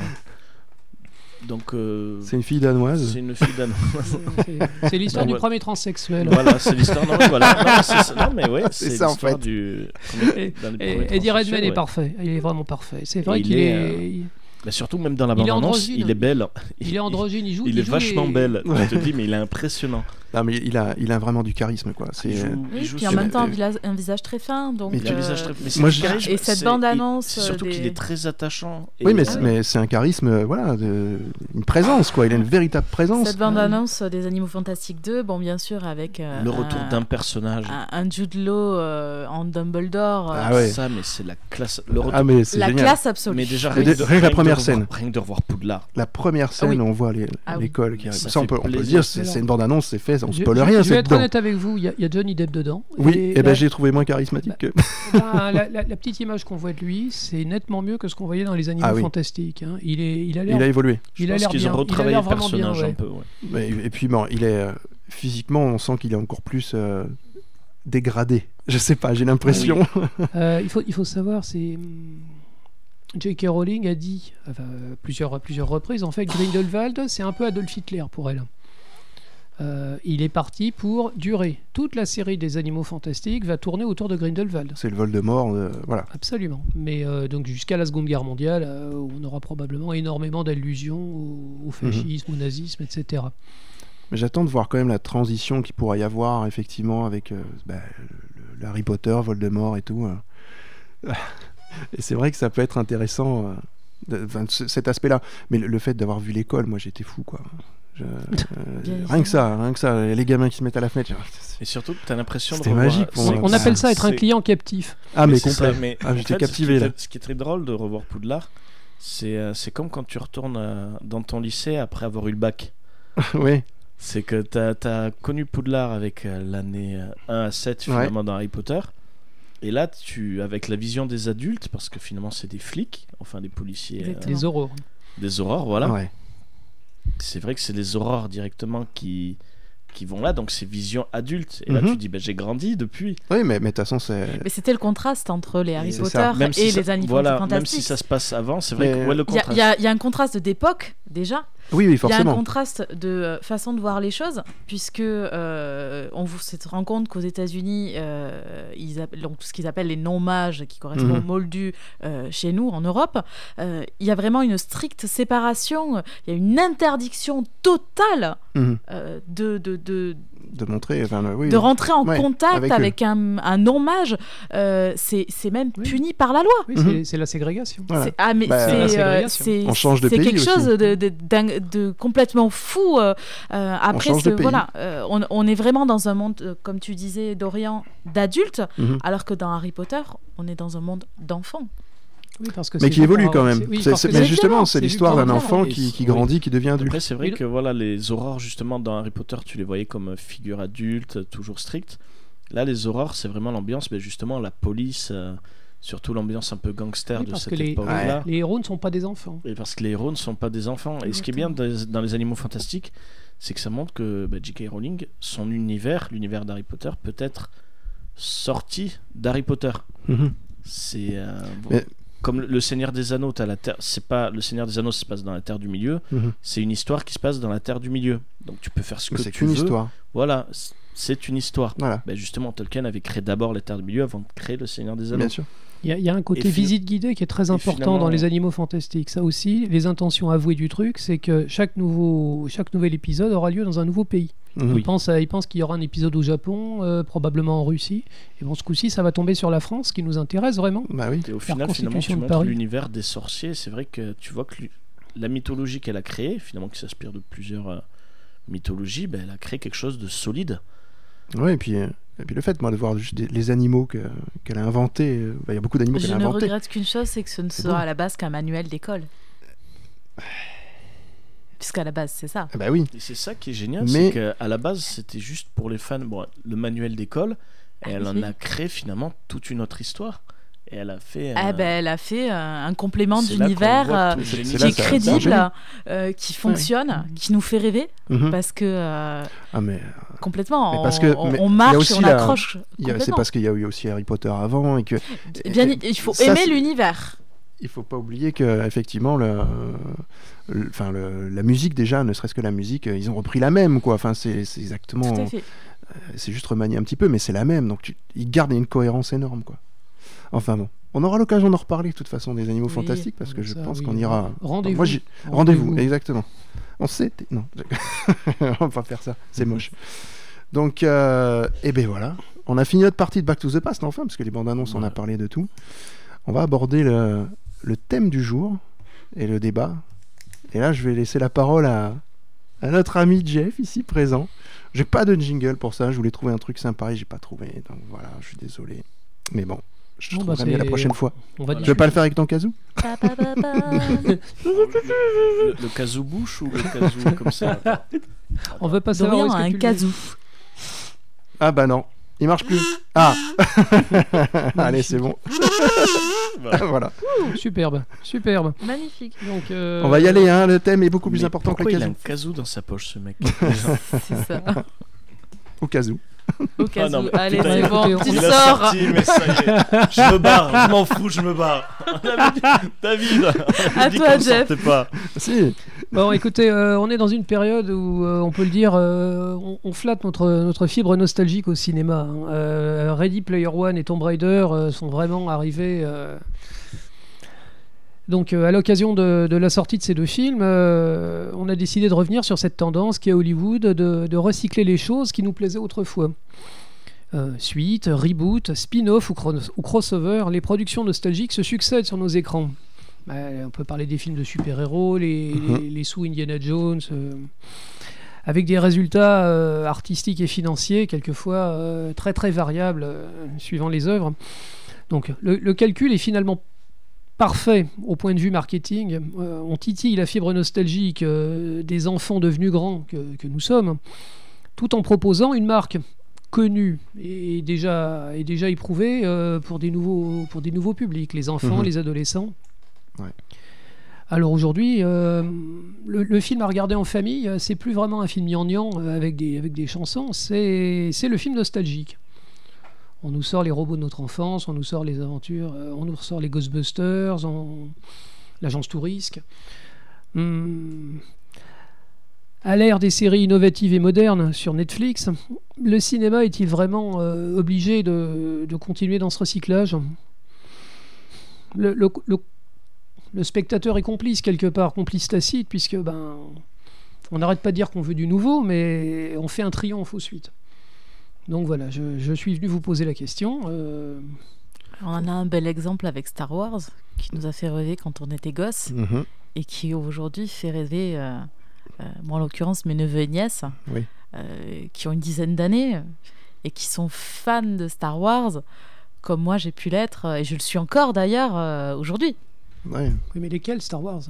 Speaker 2: Donc. euh,
Speaker 1: C'est une fille danoise.
Speaker 2: c'est une fille danoise.
Speaker 4: C'est c'est l'histoire
Speaker 2: Ouais.
Speaker 4: du premier transsexuel.
Speaker 2: voilà, c'est l'histoire. Non, mais voilà. Non, c'est ça, non, mais ouais,
Speaker 1: C'est
Speaker 2: c'est
Speaker 1: ça, en
Speaker 2: l'histoire
Speaker 1: fait.
Speaker 2: du.
Speaker 4: Et-
Speaker 2: dans le premier
Speaker 4: Et Eddie
Speaker 2: transsexuel,
Speaker 4: Redmayne est
Speaker 2: ouais.
Speaker 4: parfait. Il est vraiment parfait. C'est
Speaker 2: Et
Speaker 4: vrai
Speaker 2: il
Speaker 4: qu'il
Speaker 2: est, euh,
Speaker 4: est. il-
Speaker 2: Mais surtout, même dans la
Speaker 4: Il est
Speaker 2: bande-annonce,
Speaker 4: androgyne.
Speaker 2: il est belle.
Speaker 4: Il est androgyne. Il joue.
Speaker 2: Il, est
Speaker 4: joue
Speaker 2: vachement
Speaker 4: les-
Speaker 2: belle.
Speaker 1: Ouais.
Speaker 2: Je te dis, mais il est impressionnant.
Speaker 1: Non, mais il a, il a vraiment du charisme quoi. C'est
Speaker 2: Il joue, il
Speaker 3: Oui,
Speaker 2: joue
Speaker 3: puis
Speaker 2: sur-
Speaker 3: en
Speaker 1: c'est-
Speaker 3: même temps, un
Speaker 1: euh,
Speaker 3: visa- un visage très fin. Donc,
Speaker 1: Mais
Speaker 2: il a un
Speaker 3: euh,
Speaker 2: visage très- mais c'est
Speaker 1: Moi,
Speaker 2: du
Speaker 1: je-
Speaker 2: charisme,
Speaker 3: Et cette
Speaker 2: c'est-
Speaker 3: bande-annonce,
Speaker 2: c'est Surtout
Speaker 3: euh, des-
Speaker 2: qu'il est très attachant. et-
Speaker 1: Oui, mais,
Speaker 2: Ah,
Speaker 1: mais c'est un charisme, euh, voilà, de- une présence quoi. Il a une véritable présence.
Speaker 3: Cette bande-annonce des Animaux Fantastiques 2, bon, bien sûr, avec euh,
Speaker 2: Le retour
Speaker 3: un,
Speaker 2: d'un personnage.
Speaker 3: un, un Jude Law euh, en Dumbledore. euh,
Speaker 1: Ah ouais.
Speaker 2: Ça, mais c'est la classe. Le retour.
Speaker 1: Ah mais c'est
Speaker 3: La
Speaker 1: génial.
Speaker 3: classe absolue.
Speaker 2: mais déjà,
Speaker 1: Mais
Speaker 2: rien,
Speaker 1: de-
Speaker 2: que de-
Speaker 1: rien que la
Speaker 2: que de
Speaker 1: première
Speaker 2: revoir-
Speaker 1: scène.
Speaker 2: Rien que de revoir Poudlard.
Speaker 1: La première scène,
Speaker 3: Ah oui.
Speaker 1: on voit les-
Speaker 3: Ah oui.
Speaker 1: l'école qui arrive.
Speaker 2: Ça
Speaker 1: Ça, on
Speaker 2: fait
Speaker 1: peut, on peut le
Speaker 2: plaisir.
Speaker 1: dire, c'est
Speaker 4: Alors-
Speaker 1: c'est une bande-annonce, c'est fait, ça, on
Speaker 4: Je-
Speaker 1: spoil
Speaker 4: je-
Speaker 1: rien.
Speaker 4: Je vais
Speaker 1: c'est
Speaker 4: être
Speaker 1: dedans.
Speaker 4: honnête avec vous, il y, a- il y a Johnny Depp dedans.
Speaker 1: Oui, et
Speaker 4: Et
Speaker 1: ben
Speaker 4: la-
Speaker 1: j'ai trouvé moins
Speaker 2: Bah,
Speaker 1: charismatique que.
Speaker 4: la, la- la- la petite image qu'on voit de lui, c'est nettement mieux que ce qu'on voyait dans les animaux
Speaker 1: Ah oui.
Speaker 4: fantastiques. hein. Il est, il a l'air,
Speaker 1: Il a évolué.
Speaker 2: Je
Speaker 4: il a
Speaker 2: pense
Speaker 4: l'air
Speaker 2: qu'ils
Speaker 4: bien.
Speaker 2: ont
Speaker 4: il a
Speaker 2: retravaillé
Speaker 4: l'air
Speaker 2: le
Speaker 4: vraiment bien.
Speaker 2: personnage
Speaker 4: ouais.
Speaker 2: un peu. ouais.
Speaker 1: Mais- et puis bon, il est euh, physiquement, on sent qu'il est encore plus euh, dégradé. Je sais pas, j'ai l'impression.
Speaker 4: Euh, il, faut, il faut savoir, c'est. hum, J.K. Rowling a dit, enfin, euh, plusieurs, plusieurs reprises, en fait, Grindelwald, c'est un peu Adolf Hitler pour elle. Euh, il est parti pour durer. Toute la série des animaux fantastiques va tourner autour de Grindelwald.
Speaker 1: C'est le Voldemort, euh, voilà.
Speaker 4: Absolument. Mais euh, donc jusqu'à la Seconde Guerre mondiale, euh, où on aura probablement énormément d'allusions au,
Speaker 1: Mhm.
Speaker 4: au fascisme, au nazisme, etc.
Speaker 1: Mais j'attends de voir quand même la transition qu'il pourra y avoir, effectivement, avec euh, bah, le- le Harry Potter, Voldemort et tout. euh. et c'est vrai que ça peut être intéressant, euh, de- enfin, ce- cet aspect-là. Mais le, le fait d'avoir vu l'école, moi j'étais fou, quoi. Je- euh, rien que ça, rien que ça, les gamins qui se mettent à la fenêtre. je-
Speaker 2: Et surtout, t'as l'impression de.
Speaker 1: C'était
Speaker 2: revoir-
Speaker 1: magique pour
Speaker 2: c'est-
Speaker 1: moi.
Speaker 4: On
Speaker 1: Ah,
Speaker 4: appelle ça être un
Speaker 2: c'est-
Speaker 4: client captif.
Speaker 1: Ah, mais,
Speaker 2: c'est
Speaker 1: complet.
Speaker 2: ça, mais
Speaker 1: Ah,
Speaker 2: en
Speaker 1: j'étais
Speaker 2: fait, ce qui
Speaker 1: captivé
Speaker 2: est
Speaker 1: là.
Speaker 2: très- Ce qui est très drôle de revoir Poudlard, c'est euh, c'est comme quand tu retournes euh, dans ton lycée après avoir eu le bac.
Speaker 1: oui,
Speaker 2: C'est que t'as as connu Poudlard avec euh, l'année euh, 1 à 7 finalement dans Harry Potter. Et là, tu, avec la vision des adultes, parce que finalement c'est des flics, enfin des policiers, euh,
Speaker 1: Ah.
Speaker 3: Exactement.
Speaker 4: Les aurores.
Speaker 2: des aurores, voilà.
Speaker 1: ouais.
Speaker 2: C'est vrai que c'est les aurores directement qui, qui vont là, donc c'est vision adulte. Et là,
Speaker 1: Mhm.
Speaker 2: tu dis, bah, j'ai grandi depuis.
Speaker 1: Oui, mais, mais de toute façon, c'est.
Speaker 3: Mais c'était le contraste entre les Harry
Speaker 1: C'est
Speaker 3: Potter
Speaker 1: ça.
Speaker 2: Même
Speaker 3: Ah, et
Speaker 2: si ça-
Speaker 3: les animaux
Speaker 2: voilà, même si
Speaker 3: fantastiques.
Speaker 2: ça se passe avant, c'est vrai
Speaker 1: Mais-
Speaker 2: que ouais, le
Speaker 3: Il y a-
Speaker 2: contraste.
Speaker 3: il y, a- il y a un contraste d'époque déjà.
Speaker 1: Oui, oui,
Speaker 3: Il y a un
Speaker 1: forcément.
Speaker 3: contraste de euh, façon de voir les choses, puisque euh, on vous se rend compte qu'aux États-Unis, euh, ils app- donc, ce qu'ils appellent les non-mages, qui correspondent
Speaker 1: Mhm.
Speaker 3: aux moldus euh, chez nous en Europe, euh, il y a vraiment une stricte séparation, il y a une interdiction totale
Speaker 1: Mhm.
Speaker 3: euh, de- de- de,
Speaker 1: De montrer, enfin, le- oui.
Speaker 3: de rentrer en
Speaker 1: Ouais,
Speaker 3: contact
Speaker 1: avec
Speaker 3: avec,
Speaker 1: eux.
Speaker 3: un, un non-mage, euh, c'est c'est même
Speaker 4: Oui.
Speaker 3: puni par la loi.
Speaker 4: Oui,
Speaker 1: Mhm.
Speaker 4: c'est- c'est la ségrégation.
Speaker 1: Voilà.
Speaker 3: C'est- Ah mais
Speaker 1: Bah,
Speaker 4: la
Speaker 3: c'est euh,
Speaker 4: ségrégation.
Speaker 3: c'est-
Speaker 1: On change de
Speaker 3: c'est
Speaker 1: pays
Speaker 3: quelque
Speaker 1: aussi.
Speaker 3: chose de, de- d'in- de complètement fou. euh, euh, après,
Speaker 1: change
Speaker 3: ce-
Speaker 1: de pays.
Speaker 3: voilà, euh, on, on est vraiment dans un monde, euh, comme tu disais, d'Orient, d'adultes,
Speaker 1: Mhm.
Speaker 3: alors que dans Harry Potter, on est dans un monde d'enfants.
Speaker 4: Oui, parce que
Speaker 1: Mais
Speaker 4: c'est
Speaker 1: qui évolue
Speaker 4: encore-
Speaker 1: quand même.
Speaker 4: c'est- oui,
Speaker 1: C'est-
Speaker 4: parce
Speaker 1: c'est-
Speaker 4: que
Speaker 1: mais
Speaker 4: c'est-
Speaker 1: justement, c'est
Speaker 4: c'est
Speaker 1: l'histoire
Speaker 4: justement
Speaker 1: d'un
Speaker 4: ça.
Speaker 1: enfant
Speaker 4: Et
Speaker 1: qui, qui
Speaker 4: oui.
Speaker 1: grandit, qui devient adulte.
Speaker 2: Après, c'est vrai
Speaker 4: Oui, le-
Speaker 2: que voilà, les aurores, justement, dans Harry Potter, tu les voyais comme euh, figure adulte, euh, toujours stricte. Là, les aurores, c'est vraiment l'ambiance, mais justement, la police, euh, surtout l'ambiance un peu gangster
Speaker 4: Oui,
Speaker 2: de
Speaker 4: parce
Speaker 2: cette
Speaker 4: que les-
Speaker 2: époque-là.
Speaker 4: Les héros ne sont pas des enfants.
Speaker 2: Et parce que les héros ne sont pas des enfants. Et ce qui est bien dans les, dans les Animaux Fantastiques, c'est que ça montre que bah, J.K. Rowling, son univers, l'univers d'Harry Potter, peut être sorti d'Harry Potter.
Speaker 1: Mhm.
Speaker 2: C'est euh, bon,
Speaker 1: Mais-
Speaker 2: comme le- le Seigneur des Anneaux, t'as la terre. C'est pas le Seigneur des Anneaux se passe dans la Terre du Milieu.
Speaker 1: Mhm.
Speaker 2: C'est une histoire qui se passe dans la Terre du Milieu. Donc tu peux faire ce
Speaker 1: Mais
Speaker 2: que
Speaker 1: C'est
Speaker 2: tu
Speaker 1: qu'une
Speaker 2: veux.
Speaker 1: histoire.
Speaker 2: Voilà, c- c'est une histoire.
Speaker 1: Voilà,
Speaker 2: Ben justement, Tolkien avait créé d'abord la Terre du Milieu avant de créer le Seigneur des Anneaux.
Speaker 1: bien sûr.
Speaker 4: Il y, a- il y a un côté
Speaker 2: Et fi-
Speaker 4: visite guidée qui est très
Speaker 2: et
Speaker 4: important
Speaker 2: finalement-
Speaker 4: dans les animaux fantastiques. Ça aussi, les intentions avouées du truc, c'est que chaque, nouveau, chaque nouvel épisode aura lieu dans un nouveau pays.
Speaker 1: Mhm.
Speaker 4: Il pense, à- il pense qu'il y aura un épisode au Japon, euh, probablement en Russie. Et bon, ce coup-ci, ça va tomber sur la France, qui nous intéresse vraiment.
Speaker 1: Bah oui.
Speaker 2: Et au final,
Speaker 4: Constitution
Speaker 2: finalement, tu
Speaker 4: de
Speaker 2: montres
Speaker 4: Paris.
Speaker 2: l'univers des sorciers. C'est vrai que tu vois que l'u- la mythologie qu'elle a créée, finalement, qui s'inspire de plusieurs euh, mythologies, ben, elle a créé quelque chose de solide.
Speaker 1: Ouais, et puis, euh, et puis le fait, moi, de voir juste des- les animaux que- qu'elle a inventés. euh, bah, Il y a beaucoup d'animaux
Speaker 3: Je
Speaker 1: qu'elle a
Speaker 3: ne
Speaker 1: inventés.
Speaker 3: regrette qu'une chose, c'est que ce ne
Speaker 1: C'est
Speaker 3: soit
Speaker 1: beau.
Speaker 3: à la base qu'un manuel d'école. Puisqu'à la base, c'est ça.
Speaker 1: Ah bah oui.
Speaker 2: Et c'est ça qui est génial,
Speaker 1: Mais-
Speaker 2: c'est qu'à la base, c'était juste pour les fans. Bon, le manuel d'école, et elle en
Speaker 3: oui.
Speaker 2: a créé finalement toute une autre histoire. Et elle a fait.
Speaker 3: Ah
Speaker 2: euh,
Speaker 3: ben, elle a fait euh, un complément
Speaker 2: c'est là qu'on
Speaker 3: d'univers.
Speaker 2: voit
Speaker 3: euh,
Speaker 2: tout le
Speaker 1: C'est-
Speaker 2: génie
Speaker 1: c'est
Speaker 3: qui
Speaker 1: là,
Speaker 3: est
Speaker 1: ça-
Speaker 3: crédible,
Speaker 1: ça
Speaker 3: euh, qui fonctionne, qui nous fait rêver,
Speaker 1: Mhm.
Speaker 3: parce que euh,
Speaker 1: Ah, mais
Speaker 3: complètement,
Speaker 1: Mais
Speaker 3: on-
Speaker 1: parce que-
Speaker 3: on,
Speaker 1: mais
Speaker 3: on
Speaker 1: il y a
Speaker 3: marche,
Speaker 1: aussi
Speaker 3: on
Speaker 1: la- il y
Speaker 3: accroche.
Speaker 1: a- c'est
Speaker 3: complètement.
Speaker 1: parce qu'il y a eu aussi Harry Potter avant et que
Speaker 3: Bien, il faut
Speaker 1: ça,
Speaker 3: aimer
Speaker 1: c'est-
Speaker 3: l'univers.
Speaker 1: il faut pas oublier que effectivement le, le- enfin le- la musique déjà, ne serait-ce que la musique, euh, ils ont repris la même quoi. Enfin c'est c'est
Speaker 3: Tout
Speaker 1: exactement,
Speaker 3: à fait.
Speaker 1: c'est juste remanié un petit peu, mais c'est la même. Donc tu, ils gardent une cohérence énorme quoi. Enfin bon, on aura l'occasion d'en reparler de toute façon des animaux
Speaker 3: Oui.
Speaker 1: fantastiques parce que je
Speaker 4: Ça,
Speaker 1: pense
Speaker 4: oui.
Speaker 1: qu'on ira.
Speaker 4: Rendez-vous.
Speaker 1: Moi, j'y- Rendez-vous, exactement. On sait. Non, on va pas faire ça, c'est moche. Donc, euh, eh ben voilà, on a fini notre partie de Back to the Past, enfin, parce que les bandes annonces, on a
Speaker 2: Voilà.
Speaker 1: parlé de tout. On va aborder le, le thème du jour et le débat. Et là, je vais laisser la parole à, à notre ami Jeff, ici présent. J'ai pas de jingle pour ça, je voulais trouver un truc sympa et j'ai pas trouvé, donc voilà, je suis désolé. Mais bon, je
Speaker 4: Bon, bah,
Speaker 1: trouverai mieux la
Speaker 4: c'est-
Speaker 1: prochaine fois.
Speaker 4: On va
Speaker 1: Je
Speaker 4: dire.
Speaker 1: vais pas le faire avec ton casou
Speaker 3: Pa, pa, pa, pa.
Speaker 2: Le, le casou bouche ou le casou comme ça
Speaker 4: On veut pas savoir où
Speaker 3: Dorian a
Speaker 4: est-ce que
Speaker 3: un
Speaker 4: tu le-
Speaker 3: casou.
Speaker 1: Ah bah non, il marche plus. Ah Allez, c'est bon. voilà.
Speaker 4: Superbe, superbe.
Speaker 3: Magnifique.
Speaker 4: Donc, euh,
Speaker 1: On va y aller, hein. le thème est beaucoup plus
Speaker 2: Mais
Speaker 1: important que le
Speaker 2: pourquoi il a
Speaker 1: casou.
Speaker 2: un casou dans sa poche, ce mec
Speaker 3: C'est ça.
Speaker 1: Au casou.
Speaker 3: Au cas
Speaker 2: Ah non,
Speaker 3: où.
Speaker 2: mais
Speaker 3: Allez,
Speaker 2: putain,
Speaker 3: c'est
Speaker 4: il-
Speaker 3: bon, tu
Speaker 2: Il a
Speaker 3: sors.
Speaker 2: sorti, mais ça y est. Je me barre, je m'en fous, je me barre. David,
Speaker 3: À
Speaker 2: dis
Speaker 3: toi,
Speaker 2: qu'on
Speaker 3: Jeff.
Speaker 2: sortait pas.
Speaker 1: Si.
Speaker 4: Bon, écoutez, euh, on est dans une période où euh, on peut le dire, euh, on, on flatte notre, notre fibre nostalgique au cinéma. hein. Euh, Ready Player One et Tomb Raider euh, sont vraiment arrivés. euh, Donc, euh, à l'occasion de, de la sortie de ces deux films, euh, on a décidé de revenir sur cette tendance qui est à Hollywood de, de recycler les choses qui nous plaisaient autrefois. Euh, suite, reboot, spin-off ou, chrono- ou crossover, les productions nostalgiques se succèdent sur nos écrans. Bah, on peut parler des films de super-héros, les,
Speaker 1: Mhm.
Speaker 4: les- les sous Indiana Jones, euh, avec des résultats euh, artistiques et financiers quelquefois euh, très très variables euh, suivant les œuvres. Donc le, le calcul est finalement parfait au point de vue marketing. Euh, on titille la fibre nostalgique euh, des enfants devenus grands que, que nous sommes, tout en proposant une marque connue et déjà, et déjà éprouvée euh, pour, des nouveaux, pour des nouveaux publics, les enfants,
Speaker 1: Mhm.
Speaker 4: les adolescents.
Speaker 1: Ouais.
Speaker 4: Alors aujourd'hui, euh, le, le film à regarder en famille, euh, c'est plus vraiment un film gnangnan euh, avec des, avec des chansons, c'est c'est le film nostalgique. On nous sort les robots de notre enfance, on nous sort les aventures, euh, on nous ressort les Ghostbusters, on- l'agence Tourisque. Hum. À l'ère des séries innovatives et modernes sur Netflix, le cinéma est-il vraiment euh, obligé de, de continuer dans ce recyclage le, le- le- le spectateur est complice quelque part, complice tacite, puisque ben, on n'arrête pas de dire qu'on veut du nouveau, mais on fait un triomphe aux suites. Donc voilà, je, je suis venu vous poser la question. euh,
Speaker 3: On en a un bel exemple avec Star Wars qui nous a fait rêver quand on était gosse
Speaker 1: Mhm.
Speaker 3: et qui aujourd'hui fait rêver, euh, euh, moi en l'occurrence, mes neveux et nièces
Speaker 1: Oui.
Speaker 3: euh, qui ont une dizaine d'années euh, et qui sont fans de Star Wars comme moi j'ai pu l'être euh, et je le suis encore d'ailleurs euh, aujourd'hui.
Speaker 1: Ouais.
Speaker 4: Oui, mais lesquels Star Wars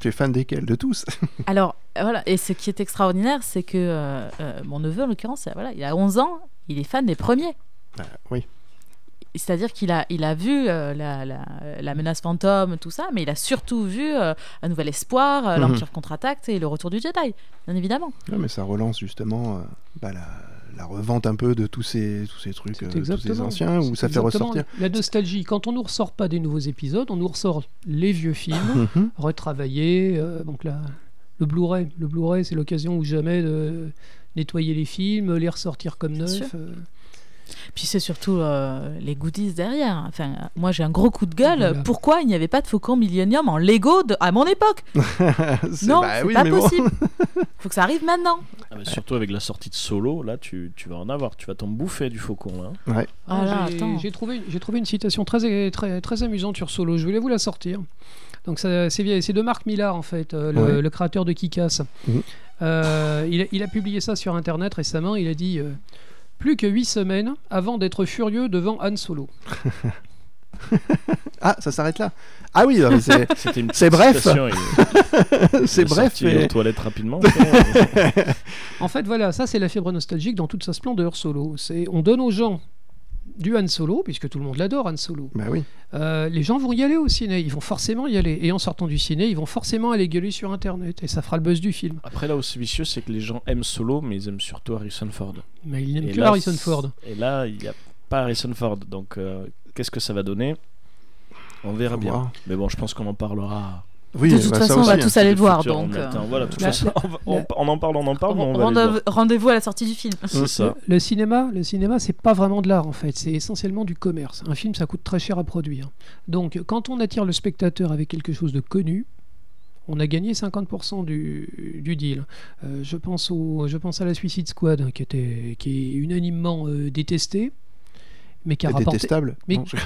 Speaker 1: Tu es fan desquels De tous
Speaker 3: Alors euh, voilà, et ce qui est extraordinaire, c'est que euh, euh, mon neveu en l'occurrence, euh, voilà, il a 11 ans, il est fan des premiers.
Speaker 1: Ah, oui.
Speaker 3: C'est-à-dire qu'il a, il a vu euh, la, la, la menace fantôme, tout ça, mais il a surtout vu euh, Un Nouvel Espoir, euh,
Speaker 1: Mhm.
Speaker 3: L'Empire contre-attaque et Le Retour du Jedi, bien évidemment.
Speaker 1: Ouais, mais ça relance justement euh, bah, la, la revente un peu de tous ces, tous ces trucs,
Speaker 4: C'est
Speaker 1: euh, tous ces anciens,
Speaker 4: c'est
Speaker 1: où ça fait
Speaker 4: exactement
Speaker 1: ressortir.
Speaker 4: La nostalgie, quand on nous ressort pas des nouveaux épisodes, on nous ressort les vieux films,
Speaker 1: Mhm.
Speaker 4: retravaillés. euh, donc là, le Blu-ray, le Blu-ray, c'est l'occasion ou jamais de nettoyer les films, les ressortir comme
Speaker 3: Bien sûr.
Speaker 4: neufs. euh,
Speaker 3: Puis c'est surtout euh, les goodies derrière. Enfin, euh, moi j'ai un gros coup de gueule.
Speaker 4: Voilà.
Speaker 3: Pourquoi il n'y avait pas de Faucon Millennium en Lego de- à mon époque
Speaker 1: C'est-
Speaker 3: Non,
Speaker 1: bah
Speaker 3: c'est
Speaker 1: oui,
Speaker 3: pas
Speaker 1: mais bon.
Speaker 3: possible. Faut que ça arrive maintenant.
Speaker 2: Ah, mais surtout avec la sortie de Solo, là, tu, tu vas en avoir. Tu vas t'en bouffer du faucon, hein. là.
Speaker 3: Ah là,
Speaker 4: j'ai-
Speaker 3: attends.
Speaker 4: j'ai trouvé, j'ai trouvé une citation très, très, très amusante sur Solo. Je voulais vous la sortir. Donc ça- c'est vieille- c'est de Marc Millar en fait, euh, le,
Speaker 1: Ouais.
Speaker 4: le créateur de Kick-Ass.
Speaker 1: Mhm.
Speaker 4: Euh, il, a- il a publié ça sur Internet récemment. Il a dit euh, plus que huit semaines avant d'être furieux devant Han Solo.
Speaker 1: Ah, ça s'arrête là. Ah oui, non, mais c'est
Speaker 2: C'était une
Speaker 1: C'est
Speaker 2: petite
Speaker 1: bref.
Speaker 2: citation, il- il
Speaker 1: c'est
Speaker 2: est
Speaker 1: bref.
Speaker 2: sorti
Speaker 1: mais-
Speaker 2: aux toilettes rapidement. quoi.
Speaker 4: En fait, voilà, ça c'est la fibre nostalgique dans toute sa splendeur Solo. C'est on donne aux gens du Han Solo puisque tout le monde l'adore Han Solo.
Speaker 1: Bah oui.
Speaker 4: Euh, les gens vont y aller au ciné, ils vont forcément y aller. Et en sortant du ciné, ils vont forcément aller gueuler sur Internet et ça fera le buzz du film.
Speaker 2: Après, là où c'est vicieux, c'est que les gens aiment Solo, mais ils aiment surtout Harrison Ford.
Speaker 4: Mais il n'aime
Speaker 2: Et
Speaker 4: que
Speaker 2: là,
Speaker 4: Harrison
Speaker 2: c-
Speaker 4: Ford.
Speaker 2: Et là, il n'y a pas Harrison Ford. Donc, euh, qu'est-ce que ça va donner On verra
Speaker 1: Faut
Speaker 2: bien.
Speaker 1: voir.
Speaker 2: Mais bon, je pense qu'on en parlera.
Speaker 1: Oui,
Speaker 3: de toute
Speaker 1: bah, ça
Speaker 3: façon, on va
Speaker 1: aussi, hein.
Speaker 3: tous aller le
Speaker 2: Le
Speaker 3: voir.
Speaker 2: futur, on
Speaker 3: Donc,
Speaker 2: le
Speaker 3: euh,
Speaker 2: maintient. Voilà, de toute
Speaker 4: la-
Speaker 2: façon, on, va- on-
Speaker 4: la-
Speaker 2: on en parle, on en parle, mais on va aller le voir.
Speaker 3: rendez- rendez-vous à la sortie du film.
Speaker 2: C'est ça.
Speaker 4: Hein, Le cinéma, le cinéma, c'est pas vraiment de l'art en fait, c'est essentiellement du commerce. Un film, ça coûte très cher à produire. Donc, quand on attire le spectateur avec quelque chose de connu, on a gagné 50% du, du deal. Euh, je, pense au, je pense à la Suicide Squad, hein, qui, était, qui est unanimement euh, détestée, mais qui a
Speaker 1: C'est
Speaker 4: rapporté.
Speaker 1: détestable.
Speaker 4: Mais-
Speaker 1: Non, je-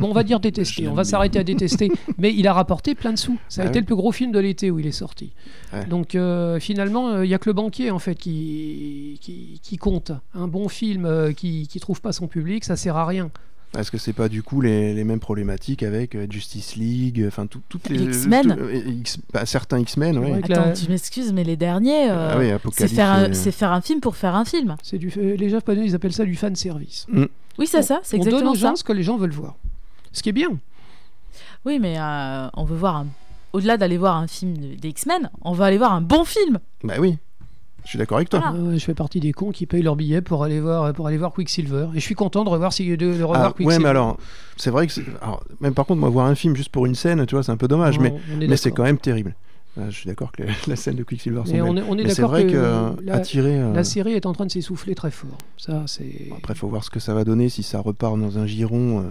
Speaker 4: Bon, on va dire
Speaker 2: Je
Speaker 4: détesté,
Speaker 2: l'aime
Speaker 4: on va
Speaker 2: bien.
Speaker 4: s'arrêter à détester. Mais il a rapporté plein de sous. Ça a
Speaker 1: Ah
Speaker 4: été
Speaker 1: oui.
Speaker 4: le plus gros film de l'été où il est sorti.
Speaker 1: Ouais.
Speaker 4: Donc euh, finalement, euh, il y a que le banquier en fait qui, qui, qui compte. Un bon film euh, qui ne trouve pas son public, ça sert à rien.
Speaker 1: Est-ce que c'est pas du coup les, les mêmes problématiques avec euh, Justice League, euh, enfin tout- toutes les
Speaker 3: X-Men.
Speaker 1: tout- euh, X- bah, certains X-Men, oui.
Speaker 4: Ouais. Avec
Speaker 3: Attends,
Speaker 4: la-
Speaker 3: tu m'excuses, mais les derniers, euh,
Speaker 1: Ah oui,
Speaker 3: c'est
Speaker 1: Apocalypse.
Speaker 3: faire, un-
Speaker 1: euh,
Speaker 3: c'est faire un film pour faire un film.
Speaker 4: C'est du euh, les japonais ils appellent ça du fan service.
Speaker 3: Oui, c'est ça, c'est
Speaker 4: on donne
Speaker 3: exactement
Speaker 4: aux
Speaker 3: ça.
Speaker 4: gens ce que les gens veulent voir. Ce qui est bien.
Speaker 3: Oui, mais euh, on veut voir un- Au-delà d'aller voir un film de- des X-Men, on va aller voir un bon film.
Speaker 1: Bah oui. Je suis d'accord avec toi.
Speaker 3: Ah.
Speaker 4: Ouais, Euh, je fais partie des cons qui payent leur billet pour aller voir pour aller voir Quicksilver. Et je suis content de revoir si de, de revoir
Speaker 1: Ah,
Speaker 4: Quicksilver.
Speaker 1: ouais, mais alors, c'est vrai que. c'est- alors, même par contre, moi, voir un film juste pour une scène, tu vois, c'est un peu dommage, mais,
Speaker 4: On- on est
Speaker 1: ah, mais
Speaker 4: d'accord.
Speaker 1: c'est quand même terrible. Euh, je suis d'accord que la- la scène de Quicksilver sont
Speaker 4: Mais on
Speaker 1: belles.
Speaker 4: est, on est
Speaker 1: Mais c'est
Speaker 4: d'accord
Speaker 1: vrai
Speaker 4: que,
Speaker 1: que, euh,
Speaker 4: la,
Speaker 1: attirer. euh,
Speaker 4: la série est en train de s'essouffler très fort. Ça, c'est.
Speaker 1: Bon, Après, faut voir ce que ça va donner si ça repart dans un giron euh,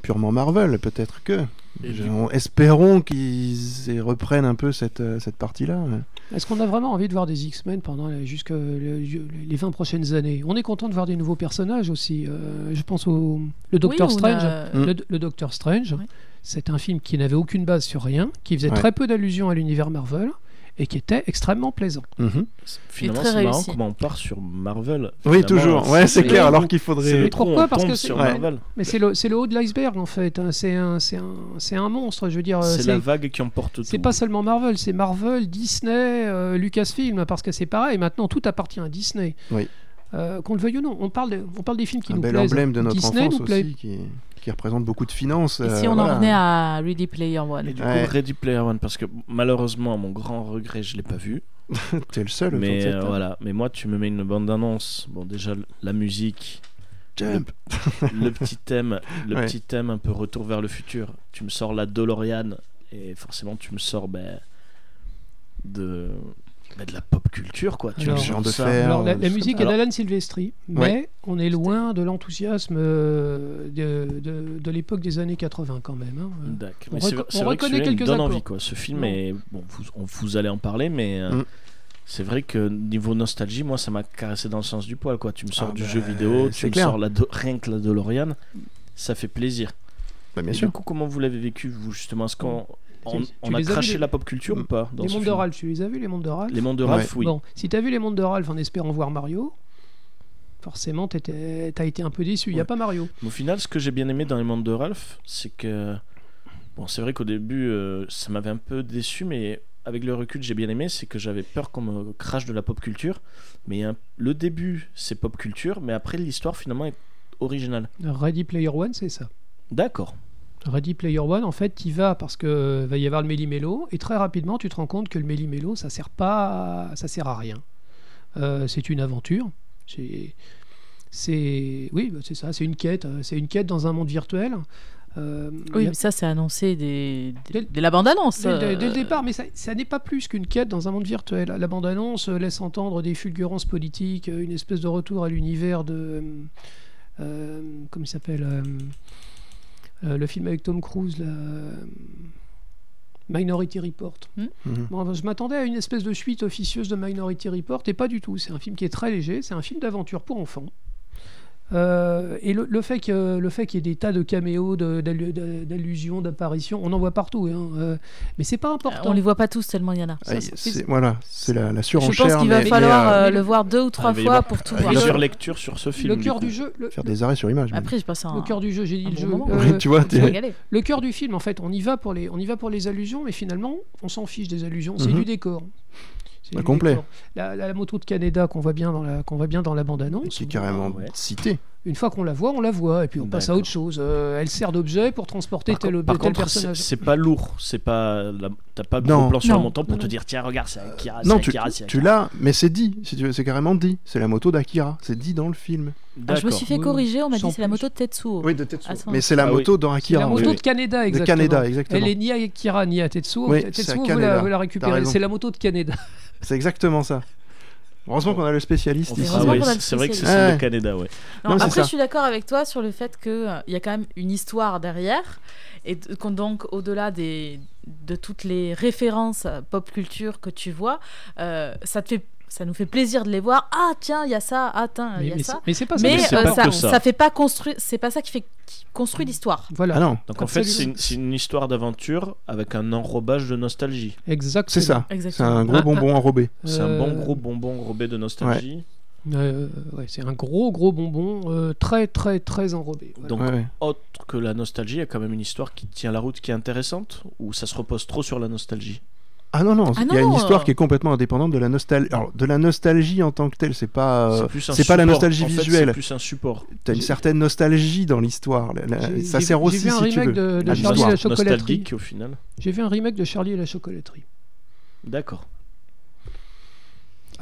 Speaker 1: purement Marvel, peut-être que.
Speaker 2: Et
Speaker 1: Je-
Speaker 2: du-
Speaker 1: on- espérons qu'ils aient- reprennent un peu cette, euh, cette partie-là. ouais.
Speaker 4: Est-ce qu'on a vraiment envie de voir des X-Men pendant la- jusque le- les 20 prochaines années On est content de voir des nouveaux personnages aussi. Euh, je pense au le Docteur
Speaker 3: Oui, euh, on
Speaker 4: Strange.
Speaker 3: a-
Speaker 1: Mm.
Speaker 4: Le, le Docteur Strange,
Speaker 3: Ouais.
Speaker 4: c'est un film qui n'avait aucune base sur rien, qui faisait
Speaker 1: Ouais.
Speaker 4: très peu d'allusions à l'univers Marvel et qui était extrêmement plaisant.
Speaker 1: Mhm.
Speaker 2: Finalement,
Speaker 3: très
Speaker 2: c'est marrant
Speaker 3: réussi.
Speaker 2: comment on part sur Marvel.
Speaker 1: Oui,
Speaker 2: Finalement,
Speaker 1: toujours. Ouais, c'est
Speaker 4: mais-
Speaker 1: clair, alors qu'il
Speaker 2: C'est le
Speaker 1: faudrait.
Speaker 4: Mais
Speaker 2: trou,
Speaker 4: pourquoi
Speaker 2: on
Speaker 4: Parce que
Speaker 2: tombe
Speaker 4: c'est-
Speaker 2: sur
Speaker 1: ouais.
Speaker 2: Marvel.
Speaker 4: Mais c'est le, c'est le haut de l'iceberg en fait. hein. C'est un, c'est un, c'est un, c'est un monstre. Je veux dire, euh,
Speaker 2: C'est
Speaker 4: c'est-
Speaker 2: la vague qui emporte tout.
Speaker 4: c'est pas seulement Marvel, c'est Marvel, Disney, euh, Lucasfilm, parce que c'est pareil. Maintenant, tout appartient à Disney.
Speaker 1: Oui.
Speaker 4: Euh, Qu'on le veuille ou non, on parle, de- on parle des films qui
Speaker 1: un
Speaker 4: nous
Speaker 1: bel
Speaker 4: plaisent.
Speaker 1: emblème de notre
Speaker 4: Disney
Speaker 1: enfance
Speaker 4: nous plaît.
Speaker 1: aussi qui, qui représente beaucoup de finances.
Speaker 3: Et si
Speaker 1: euh,
Speaker 3: on
Speaker 1: voilà.
Speaker 3: en revenait à Ready Player One
Speaker 2: Et du
Speaker 1: Ouais.
Speaker 2: coup, Ready Player One, parce que malheureusement, à mon grand regret, je l'ai pas vu.
Speaker 1: T'es le hein. seul. autour de
Speaker 2: mais
Speaker 1: cette
Speaker 2: euh,
Speaker 1: table.
Speaker 2: voilà. Mais moi, tu me mets une bande annonce. Bon, déjà l- la musique,
Speaker 1: Jump.
Speaker 2: le petit thème, le
Speaker 1: Ouais.
Speaker 2: petit thème un peu retour vers le futur. Tu me sors la DeLorean et forcément, tu me sors ben, de ben, de la pop culture quoi. Tu
Speaker 4: Alors,
Speaker 2: me sors
Speaker 1: Géant de
Speaker 2: ça.
Speaker 1: fer.
Speaker 4: Alors, la,
Speaker 1: euh,
Speaker 4: la musique est
Speaker 2: Alors-
Speaker 4: d'Alan Silvestri, mais
Speaker 1: Ouais.
Speaker 4: on est loin de l'enthousiasme euh, de, de- de l'époque des années 80 quand même. hein.
Speaker 2: D'accord.
Speaker 4: On
Speaker 2: Mais c'est
Speaker 4: reco-
Speaker 2: vrai-
Speaker 4: on
Speaker 2: c'est vrai que
Speaker 4: reconnaît
Speaker 2: celui-là, il me
Speaker 4: quelques
Speaker 2: donne
Speaker 4: accords.
Speaker 2: envie quoi. Ce film
Speaker 4: Non.
Speaker 2: est bon, vous, on, vous allez en parler, mais euh,
Speaker 1: Mm.
Speaker 2: c'est vrai que niveau nostalgie, moi, ça m'a caressé dans le sens du poil quoi. Tu me sors
Speaker 1: Ah
Speaker 2: du
Speaker 1: bah,
Speaker 2: jeu vidéo,
Speaker 1: c'est
Speaker 2: tu me
Speaker 1: clair.
Speaker 2: sors la Do- rien que la DeLorean, ça fait plaisir.
Speaker 1: Bah, bien
Speaker 2: Et
Speaker 1: sûr.
Speaker 2: du coup, comment vous l'avez vécu vous justement Est-ce qu'on on,
Speaker 4: Tu-
Speaker 2: on
Speaker 4: tu
Speaker 2: a
Speaker 4: les as vus,
Speaker 2: craché
Speaker 4: les-
Speaker 2: la pop culture
Speaker 1: Mm.
Speaker 2: ou pas dans
Speaker 4: les
Speaker 2: ce
Speaker 4: mondes de
Speaker 2: film
Speaker 4: Ralph, tu les as vus, les mondes de Ralph
Speaker 2: Les mondes de Ralph, oui.
Speaker 4: Bon, si t'as vu les mondes de Ralph en espérant voir Mario, forcément t'étais- t'as été un peu déçu. Il n'y a
Speaker 2: Ouais.
Speaker 4: pas Mario.
Speaker 2: Mais Au final, ce que j'ai bien aimé dans les mondes de Ralph, c'est que. Bon, c'est vrai qu'au début, euh, ça m'avait un peu déçu, mais avec le recul, j'ai bien aimé, c'est que j'avais peur qu'on me crache de la pop culture. Mais hein, le début, c'est pop culture, mais après, l'histoire, finalement, est originale.
Speaker 4: Ready Player One, c'est ça.
Speaker 2: D'accord.
Speaker 4: Ready Player One, en fait, t'y vas parce que euh, va y avoir le méli-mélo, et très rapidement, tu te rends compte que le méli-mélo, ça sert pas, à- ça sert à rien. Euh, c'est une aventure. C'est, c'est, oui, bah, c'est ça. C'est une quête. euh, C'est une quête dans un monde virtuel. Euh,
Speaker 3: Oui,
Speaker 4: y a-
Speaker 3: mais ça, c'est annoncé dès,
Speaker 4: Dès
Speaker 3: dès,
Speaker 4: le-
Speaker 3: dès la bande-annonce.
Speaker 4: Dès, dès- dès
Speaker 3: euh,
Speaker 4: le départ, mais ça, ça n'est pas plus qu'une quête dans un monde virtuel. La bande-annonce euh, laisse entendre des fulgurances politiques, euh, une espèce de retour à l'univers de. euh, euh, comment il s'appelle euh, euh, Le film avec Tom Cruise, là, euh, Minority Report.
Speaker 1: Mhm.
Speaker 4: Bon, je m'attendais à une espèce de suite officieuse de Minority Report, et pas du tout. C'est un film qui est très léger, c'est un film d'aventure pour enfants. Euh, et le, le fait que- le fait qu'il y ait des tas de caméos, de- d'allu- de- d'allusions, d'apparitions, on en voit partout. hein, euh, mais c'est pas
Speaker 3: euh,
Speaker 4: important.
Speaker 3: On les voit pas tous tellement il y en a.
Speaker 1: Ah,
Speaker 4: ça,
Speaker 1: c'est-
Speaker 4: c'est-
Speaker 1: Voilà, c'est la, la
Speaker 3: Je pense
Speaker 1: surenchère.
Speaker 3: qu'il va
Speaker 1: mais-
Speaker 3: falloir
Speaker 1: mais, euh,
Speaker 3: euh, le voir deux ou trois
Speaker 2: Ah, il va y
Speaker 3: fois
Speaker 2: avoir-
Speaker 3: pour tout
Speaker 2: Il y a
Speaker 3: voir.
Speaker 2: une
Speaker 4: le-
Speaker 2: surlecture sur ce film.
Speaker 4: le
Speaker 2: du
Speaker 4: cœur
Speaker 2: coup.
Speaker 4: du jeu, le,
Speaker 1: Faire des arrêts sur image. même.
Speaker 3: Après, je passe un.
Speaker 4: le cœur du jeu, j'ai dit
Speaker 3: Ah. un
Speaker 4: le
Speaker 3: bon
Speaker 4: jeu.
Speaker 3: moment.
Speaker 4: euh,
Speaker 1: Ouais, tu vois,
Speaker 3: Je
Speaker 1: t'es-
Speaker 3: suis régalée.
Speaker 4: le cœur du film, en fait, on y va pour les, on y va pour les allusions, mais finalement, on s'en fiche des allusions. C'est
Speaker 1: Mhm.
Speaker 4: du décor. C'est
Speaker 1: Bah,
Speaker 4: du
Speaker 1: complet.
Speaker 4: décor. La, la- la moto de Canada qu'on voit bien dans la, qu'on voit bien dans la bande annonce.
Speaker 1: qui est carrément
Speaker 2: Ouais.
Speaker 1: cité.
Speaker 4: Une fois qu'on la voit, on la voit, et puis on passe à
Speaker 2: D'accord.
Speaker 4: autre chose. Euh, elle sert d'objet pour transporter
Speaker 2: Par,
Speaker 4: tel,
Speaker 2: co-
Speaker 4: objet,
Speaker 2: par
Speaker 4: tel
Speaker 2: contre, c'est
Speaker 4: personnage.
Speaker 2: c'est pas lourd. C'est pas. la- T'as pas de
Speaker 1: Non.
Speaker 2: gros plan sur
Speaker 3: Non.
Speaker 2: le montant pour
Speaker 4: Non,
Speaker 2: te
Speaker 4: non.
Speaker 2: dire tiens regarde c'est
Speaker 4: Ah,
Speaker 2: Akira.
Speaker 1: Non,
Speaker 2: c'est
Speaker 1: tu,
Speaker 2: Akira, c'est
Speaker 1: tu
Speaker 2: Akira.
Speaker 1: l'as, mais c'est dit, si tu veux, c'est carrément dit. C'est la moto d'Akira, c'est dit dans le film.
Speaker 3: Ah, je me suis fait
Speaker 4: Oui,
Speaker 3: corriger, on m'a
Speaker 4: sans
Speaker 3: dit c'est la
Speaker 4: plus.
Speaker 3: moto de Tetsuo.
Speaker 1: de Tetsuo.
Speaker 3: Ah, c'est
Speaker 1: Mais c'est la
Speaker 2: vrai.
Speaker 1: moto dans
Speaker 4: C'est
Speaker 1: Akira.
Speaker 4: la
Speaker 1: oui,
Speaker 4: moto
Speaker 1: oui.
Speaker 4: de Canada,
Speaker 1: De
Speaker 4: exactement.
Speaker 1: Canada, exactement.
Speaker 4: Elle est ni à Kira ni à Tetsuo.
Speaker 1: Oui, c'est à
Speaker 4: Tetsuo veut
Speaker 1: Canada.
Speaker 4: la, veut la
Speaker 1: T'as
Speaker 4: récupérer.
Speaker 1: raison.
Speaker 4: C'est la moto de Canada.
Speaker 1: C'est exactement ça. Heureusement qu'on a le spécialiste
Speaker 2: On
Speaker 3: Mais
Speaker 1: ici.
Speaker 2: fera-
Speaker 3: heureusement
Speaker 2: ouais,
Speaker 3: qu'on a le
Speaker 2: c'est vrai que c'est
Speaker 1: spécialiste.
Speaker 2: celle
Speaker 1: Ouais.
Speaker 2: de Canada ouais.
Speaker 1: Non,
Speaker 3: Non,
Speaker 1: mais c'est
Speaker 3: après,
Speaker 1: ça.
Speaker 3: je suis d'accord avec toi sur le fait qu'il il y a quand même une histoire derrière. Et d- qu'on- donc, au-delà des, de toutes les références euh, pop culture que tu vois, euh, ça, te fait, ça nous fait plaisir de les voir. Ah, tiens, il y a ça. Ah, tiens, il y a
Speaker 4: mais c'est-
Speaker 3: ça.
Speaker 4: mais c'est pas ça.
Speaker 3: Mais
Speaker 2: c'est
Speaker 3: euh,
Speaker 2: pas
Speaker 3: ça,
Speaker 2: que ça.
Speaker 3: ça fait pas construire. C'est pas ça qui fait qui construit l'histoire.
Speaker 4: Voilà.
Speaker 1: Ah non,
Speaker 2: Donc en fait c'est
Speaker 4: Absolument.
Speaker 2: une, c'est une histoire d'aventure avec un enrobage de nostalgie.
Speaker 4: Exactement.
Speaker 1: c'est ça. C'est
Speaker 3: Exactement.
Speaker 1: un gros
Speaker 4: Ah,
Speaker 1: bonbon enrobé.
Speaker 2: C'est un
Speaker 4: Euh,
Speaker 2: bon gros bonbon enrobé de nostalgie.
Speaker 4: Euh, ouais, c'est un gros gros bonbon euh, très très très enrobé. Voilà.
Speaker 2: Donc
Speaker 1: Ouais, ouais.
Speaker 2: autre que la nostalgie, il y a quand même une histoire qui tient la route, qui est intéressante, ou ça se repose trop sur la nostalgie.
Speaker 1: Ah non, non,
Speaker 3: Ah
Speaker 1: il y
Speaker 3: non,
Speaker 1: a une histoire
Speaker 3: euh.
Speaker 1: qui est complètement indépendante de la nostalgie. Alors, de la nostalgie en tant que telle, c'est pas. euh,
Speaker 2: c'est plus un
Speaker 1: c'est pas la
Speaker 2: support.
Speaker 1: nostalgie
Speaker 2: En fait,
Speaker 1: visuelle.
Speaker 2: c'est plus un support.
Speaker 1: T'as une
Speaker 4: j'ai-
Speaker 1: certaine nostalgie dans l'histoire. La- la-
Speaker 4: J'ai-
Speaker 1: euh, Ça
Speaker 4: j'ai-
Speaker 1: sert aussi,
Speaker 4: J'ai vu un
Speaker 1: si tu
Speaker 4: remake
Speaker 1: veux.
Speaker 4: de, de
Speaker 1: à
Speaker 4: Charlie et
Speaker 1: l'histoire.
Speaker 4: la chocolaterie.
Speaker 2: Nostalgique au final.
Speaker 4: J'ai vu un remake de Charlie et la chocolaterie.
Speaker 2: D'accord.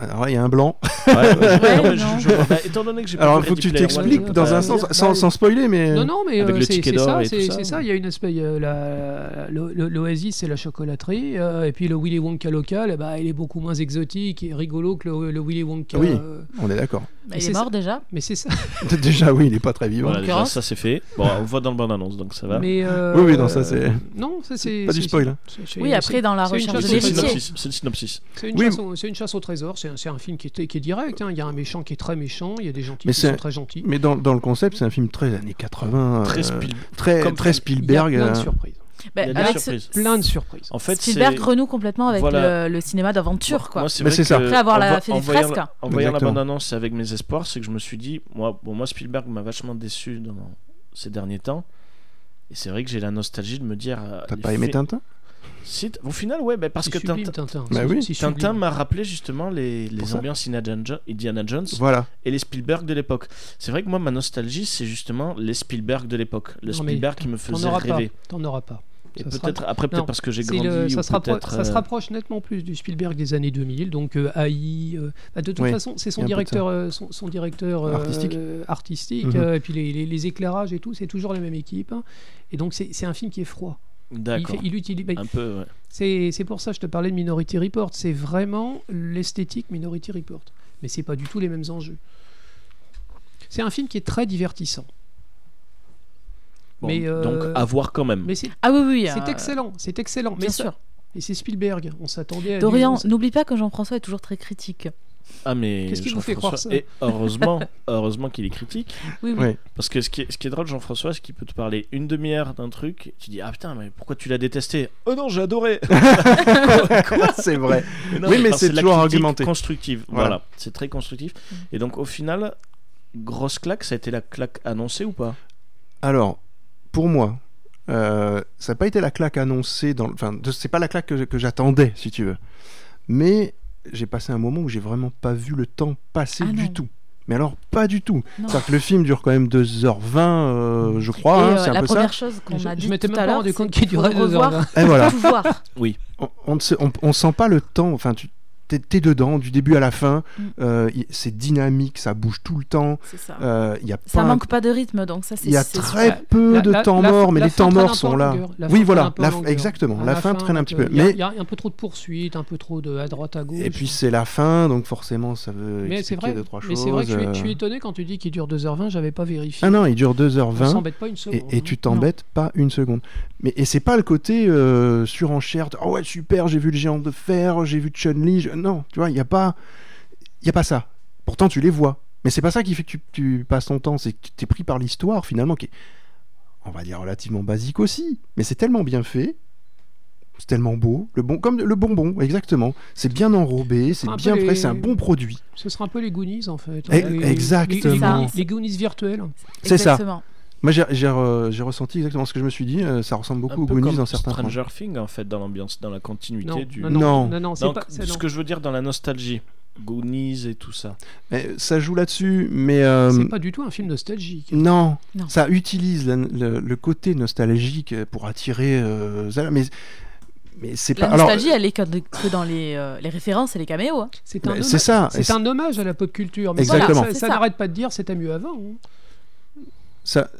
Speaker 1: Alors là, il y a un blanc.
Speaker 2: Ouais, non, mais
Speaker 3: non.
Speaker 2: je- je- bah, étant donné que j'ai pas
Speaker 1: Alors,
Speaker 2: vu
Speaker 1: faut que
Speaker 2: Ready
Speaker 1: tu
Speaker 2: Player One, euh, je
Speaker 1: t'expliques
Speaker 2: peux
Speaker 1: dans
Speaker 2: pas-
Speaker 1: un sens, sans, sans spoiler, mais.
Speaker 4: Non, non, mais
Speaker 2: Avec
Speaker 4: euh,
Speaker 2: le
Speaker 4: c'est
Speaker 2: ticket
Speaker 4: c'est
Speaker 2: d'or
Speaker 4: ça,
Speaker 2: et
Speaker 4: c'est
Speaker 2: tout ça,
Speaker 4: c'est ça. Il y a une espèce, euh, la- l'o- l'o- l'Oasis, c'est la chocolaterie, euh, et puis le Willy Wonka local, eh ben, il est beaucoup moins exotique et rigolo que le, le Willy Wonka.
Speaker 1: Ah Oui.
Speaker 4: euh,
Speaker 1: On est d'accord.
Speaker 3: Bah,
Speaker 4: Et
Speaker 3: il
Speaker 4: c'est
Speaker 3: est mort déjà.
Speaker 4: mais c'est ça.
Speaker 1: Déjà, oui, il est pas très vivant.
Speaker 2: Voilà, déjà,
Speaker 3: l'occurrence.
Speaker 2: ça c'est fait. Bon, on voit dans le bon annonce, donc ça va.
Speaker 4: Mais, euh,
Speaker 1: Oui, oui, non, ça, c'est-
Speaker 4: Non, ça c'est
Speaker 1: Pas du
Speaker 4: c'est-
Speaker 1: spoil, hein.
Speaker 4: c'est- c'est-
Speaker 3: Oui, après,
Speaker 4: c'est-
Speaker 3: dans la
Speaker 4: c'est une
Speaker 3: recherche
Speaker 4: chasse
Speaker 3: de
Speaker 4: au
Speaker 2: C'est le
Speaker 4: trésor.
Speaker 3: l'héritier.
Speaker 2: synopsis. C'est le synopsis.
Speaker 4: C'est une,
Speaker 1: Oui,
Speaker 4: chasse au- c'est une chasse au trésor, c'est un, c'est un film qui, est- qui est direct. hein. Il y a un méchant qui est très méchant, il y a des gentils
Speaker 1: Mais
Speaker 4: qui
Speaker 1: c'est-
Speaker 4: sont très gentils.
Speaker 1: Mais dans, dans le concept, c'est un film très années 80.
Speaker 2: Très
Speaker 1: euh,
Speaker 2: Spielberg.
Speaker 1: très,
Speaker 2: comme-
Speaker 1: très Spielberg.
Speaker 4: il y a plein de
Speaker 1: euh,
Speaker 4: surprises.
Speaker 3: Bah,
Speaker 2: Il y a des
Speaker 3: avec ce-
Speaker 2: surprises.
Speaker 4: Plein de surprises.
Speaker 2: En fait, c'est-
Speaker 3: Spielberg renoue complètement avec
Speaker 2: Voilà.
Speaker 3: le, le cinéma d'aventure, quoi.
Speaker 2: Moi, c'est
Speaker 1: Mais
Speaker 2: vrai
Speaker 1: c'est
Speaker 2: que
Speaker 1: ça.
Speaker 3: Après avoir
Speaker 2: en
Speaker 3: la-
Speaker 2: voi-
Speaker 3: fait des
Speaker 2: en voyant,
Speaker 3: fresques.
Speaker 2: en voyant la
Speaker 1: Exactement.
Speaker 2: bande-annonce avec mes espoirs, c'est que je me suis dit, moi, bon, moi Spielberg m'a vachement déçu dans ces derniers temps. Et c'est vrai que j'ai la nostalgie de me dire. euh,
Speaker 1: T'as
Speaker 2: les
Speaker 1: pas aimé
Speaker 2: faits-
Speaker 1: Tintin
Speaker 2: Si, t- Au final, ouais, bah, parce
Speaker 4: C'est
Speaker 2: que
Speaker 4: sublime,
Speaker 2: Tintin,
Speaker 4: Tintin.
Speaker 1: Bah
Speaker 4: c'est-
Speaker 1: oui.
Speaker 4: c'est sublime.
Speaker 2: Tintin m'a rappelé justement les,
Speaker 1: Pour
Speaker 2: les
Speaker 1: ça.
Speaker 2: ambiances Indiana Jo- Indiana Jones
Speaker 1: Voilà.
Speaker 2: et les Spielberg de l'époque. C'est vrai que moi, ma nostalgie, c'est justement les Spielberg de l'époque. Le
Speaker 4: Non, mais
Speaker 2: Spielberg qui me
Speaker 4: T'en
Speaker 2: faisait
Speaker 4: auras pas.
Speaker 2: rêver.
Speaker 4: T'en auras pas.
Speaker 2: Et
Speaker 4: Ça sera-
Speaker 2: peut-être, après, peut-être
Speaker 4: Non,
Speaker 2: parce que j'ai
Speaker 4: C'est
Speaker 2: grandi.
Speaker 4: le-
Speaker 2: ou
Speaker 4: ça, se rappro-
Speaker 2: peut-être,
Speaker 4: ça se
Speaker 2: euh,
Speaker 4: rapproche nettement plus du Spielberg des années 2000, donc euh, AI. euh, bah, de toute
Speaker 1: Oui,
Speaker 4: façon, c'est
Speaker 1: il y a
Speaker 4: son
Speaker 1: un peu de
Speaker 4: directeur, euh, son, son directeur euh,
Speaker 1: Artistique.
Speaker 4: euh, artistique,
Speaker 1: Mhm.
Speaker 4: euh, et puis les, les- les éclairages et tout, c'est toujours la même équipe. hein. Et donc c'est c'est un film qui est froid. Il,
Speaker 2: D'accord. Ah.
Speaker 4: fait- il utilise. bah,
Speaker 2: Un peu, ouais.
Speaker 4: c'est c'est pour ça que je te parlais de Minority Report. C'est vraiment l'esthétique Minority Report, mais c'est pas du tout les mêmes enjeux. C'est un film qui est très divertissant.
Speaker 2: Bon,
Speaker 4: Mais, euh,
Speaker 2: Donc, à voir quand même.
Speaker 4: Mais c'est
Speaker 3: Ah oui, oui.
Speaker 4: c'est
Speaker 3: euh,
Speaker 4: excellent, c'est excellent. Mais
Speaker 3: Bien
Speaker 4: ça-
Speaker 3: sûr.
Speaker 4: Et c'est Spielberg. On s'attendait à. du-
Speaker 3: Dorian,
Speaker 4: on s-
Speaker 3: n'oublie pas que Jean-François est toujours très critique.
Speaker 2: Ah mais
Speaker 4: Qu'est-ce qui vous fait
Speaker 2: Jean-François-
Speaker 4: croire ça
Speaker 2: Et heureusement, heureusement qu'il est critique,
Speaker 3: Oui, oui.
Speaker 1: Ouais.
Speaker 2: parce que ce qui est, ce qui est drôle, Jean-François, c'est qu'il peut te parler une demi-heure d'un truc, tu dis ah putain mais pourquoi tu l'as détesté Oh non j'ai adoré.
Speaker 1: c'est vrai.
Speaker 2: Non,
Speaker 1: Oui, mais
Speaker 2: enfin,
Speaker 1: c'est
Speaker 2: de la
Speaker 1: toujours
Speaker 2: critique
Speaker 1: argumenté.
Speaker 2: Constructive,
Speaker 1: Voilà.
Speaker 2: voilà, c'est très constructif.
Speaker 4: Mm.
Speaker 2: Et donc au final, grosse claque, ça a été la claque annoncée ou pas
Speaker 1: Alors, pour moi, euh, ça n'a pas été la claque annoncée. Dans... le- Enfin, de- c'est pas la claque que, que j'attendais, si tu veux. Mais j'ai passé un moment où j'ai vraiment pas vu le temps passer
Speaker 3: Ah
Speaker 1: du
Speaker 3: non.
Speaker 1: tout. Mais alors, pas du tout.
Speaker 3: Non.
Speaker 1: C'est-à-dire que le film dure quand même 2h20, euh, je crois.
Speaker 3: Et,
Speaker 1: hein,
Speaker 3: euh,
Speaker 1: c'est un
Speaker 3: la
Speaker 1: peu ça.
Speaker 3: première chose qu'on
Speaker 4: Je-
Speaker 3: a
Speaker 4: je
Speaker 3: dit
Speaker 4: m'étais
Speaker 3: tout
Speaker 4: même
Speaker 3: à
Speaker 4: pas
Speaker 3: l'heure,
Speaker 4: rendu
Speaker 3: c'est
Speaker 4: compte
Speaker 3: qu'il
Speaker 4: qu'il
Speaker 3: faut
Speaker 4: durait deux
Speaker 3: revoir,
Speaker 4: heures,
Speaker 1: Et voilà.
Speaker 3: tout voir.
Speaker 1: on, on ne sait- on- on sent pas le temps. Enfin, tu t'es, t'es dedans du début à la fin.
Speaker 3: Mm.
Speaker 1: Euh, y- c'est dynamique, ça bouge tout le temps.
Speaker 3: C'est ça.
Speaker 1: Euh, Il y a
Speaker 3: ça
Speaker 1: pas un-
Speaker 3: manque pas de rythme, donc ça c'est.
Speaker 1: il y a
Speaker 3: c'est
Speaker 1: très
Speaker 3: super.
Speaker 1: peu
Speaker 4: La-
Speaker 1: de
Speaker 4: la-
Speaker 1: temps
Speaker 4: la-
Speaker 1: mort, mais
Speaker 4: la
Speaker 1: les
Speaker 4: fin
Speaker 1: temps
Speaker 4: traîne un
Speaker 1: morts
Speaker 4: peu
Speaker 1: sont
Speaker 4: en
Speaker 1: là.
Speaker 4: longueur. La
Speaker 1: Oui,
Speaker 4: fin
Speaker 1: voilà,
Speaker 4: traîne un peu
Speaker 1: la
Speaker 4: en
Speaker 1: f-
Speaker 4: longueur.
Speaker 1: exactement,
Speaker 4: À
Speaker 1: la fin traîne un petit peu,
Speaker 4: Il y a-
Speaker 1: mais-
Speaker 4: il y, a un peu trop de poursuites, un peu trop de à droite à gauche.
Speaker 1: Et puis c'est la fin, donc forcément ça veut
Speaker 4: mais c'est
Speaker 1: expliquer
Speaker 4: vrai.
Speaker 1: deux trois
Speaker 4: mais
Speaker 1: choses.
Speaker 4: c'est vrai que je suis, je suis
Speaker 1: euh.
Speaker 4: étonné quand tu dis qu'il dure 2h20, j'avais pas vérifié.
Speaker 1: Ah non, il dure
Speaker 4: On
Speaker 1: 2h20
Speaker 4: s'embête pas une seconde.
Speaker 1: et, et tu
Speaker 4: hein.
Speaker 1: t'embêtes pas une seconde. Mais et c'est pas le côté euh, surenchère. de, Oh ouais super, j'ai vu le géant de fer, j'ai vu Chun Li. Non, tu vois, il y a pas, il y a pas ça. Pourtant tu les vois. Mais c'est pas ça qui fait que tu, tu passes ton temps. C'est que t'es pris par l'histoire finalement qui est, on va dire relativement basique aussi. Mais c'est tellement bien fait. C'est tellement beau, le bon, comme le bonbon, exactement. C'est bien enrobé, c'est
Speaker 4: Un peu
Speaker 1: bien
Speaker 4: les-
Speaker 1: frais, c'est un bon produit.
Speaker 4: Ce sera un peu les Goonies en fait.
Speaker 1: Eh,
Speaker 4: Les- les-
Speaker 1: exactement.
Speaker 4: Les, les Goonies virtuels.
Speaker 1: c'est ça.
Speaker 3: Exactement.
Speaker 1: Moi, j'ai- j'ai re- j'ai ressenti exactement ce que je me suis dit. euh, ça ressemble beaucoup
Speaker 2: Un
Speaker 1: aux
Speaker 2: peu
Speaker 1: Goonies
Speaker 2: comme
Speaker 1: dans certains points.
Speaker 2: Stranger Things en fait dans l'ambiance, dans la continuité
Speaker 4: Non,
Speaker 2: du.
Speaker 4: non,
Speaker 1: Non.
Speaker 4: non, non, non, c'est
Speaker 2: Donc,
Speaker 4: pas. c'est-
Speaker 2: ce
Speaker 4: non.
Speaker 2: que je veux dire dans la nostalgie, Goonies et tout ça.
Speaker 1: Mais ça joue là-dessus, mais euh,
Speaker 4: C'est pas du tout un film nostalgique.
Speaker 1: non.
Speaker 3: Non.
Speaker 1: Ça utilise la- le, le côté nostalgique pour attirer. euh, ça, mais mais c'est pas.
Speaker 3: La
Speaker 1: alors,
Speaker 3: nostalgie, elle est que, que dans les, euh, les références et les caméos. hein.
Speaker 4: C'est un
Speaker 1: mais
Speaker 4: hommage-
Speaker 1: c'est ça. et
Speaker 4: C'est un hommage à la pop culture. Mais ça-
Speaker 1: Exactement.
Speaker 4: Ça,
Speaker 3: C'est
Speaker 4: ça
Speaker 3: ça.
Speaker 4: n'arrête pas de dire c'était mieux avant. hein.
Speaker 1: ça-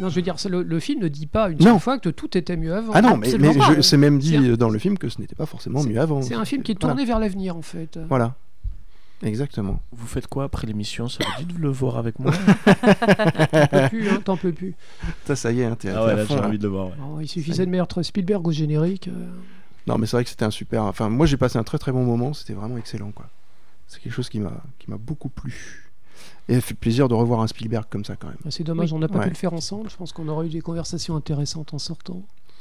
Speaker 4: Non, je veux dire, c'est le, le film ne dit pas une
Speaker 1: Non.
Speaker 4: seule fois que tout était mieux avant.
Speaker 1: Ah non, mais,
Speaker 3: absolument
Speaker 1: mais
Speaker 3: pas,
Speaker 1: je-
Speaker 3: ouais.
Speaker 1: c'est même dit
Speaker 4: C'est
Speaker 1: euh, dans le film que ce n'était pas forcément
Speaker 4: c'est-
Speaker 1: mieux avant.
Speaker 4: C'est un film qui est
Speaker 1: Voilà.
Speaker 4: tourné vers l'avenir en fait.
Speaker 1: Voilà. Exactement.
Speaker 2: Vous faites quoi après l'émission Ça vous dit de le voir avec moi
Speaker 4: T'en peux plus, hein, t'en peux plus.
Speaker 1: Ça, ça y est, hein, t'es
Speaker 2: Ah
Speaker 1: t'es
Speaker 2: ouais,
Speaker 1: à
Speaker 2: là
Speaker 1: fond,
Speaker 2: j'ai
Speaker 1: là.
Speaker 2: envie de le voir. ouais.
Speaker 4: Bon, il suffisait de mettre Spielberg au générique. euh.
Speaker 1: Non, mais c'est vrai que c'était un super. Enfin, moi, j'ai passé un très très bon moment. C'était vraiment excellent, quoi. C'est quelque chose qui m'a qui m'a beaucoup plu. Et fait plaisir de revoir un Spielberg comme ça, quand même.
Speaker 4: C'est dommage, on n'a pas
Speaker 1: Ouais.
Speaker 4: pu le faire ensemble. Je pense qu'on aurait eu des conversations intéressantes en sortant.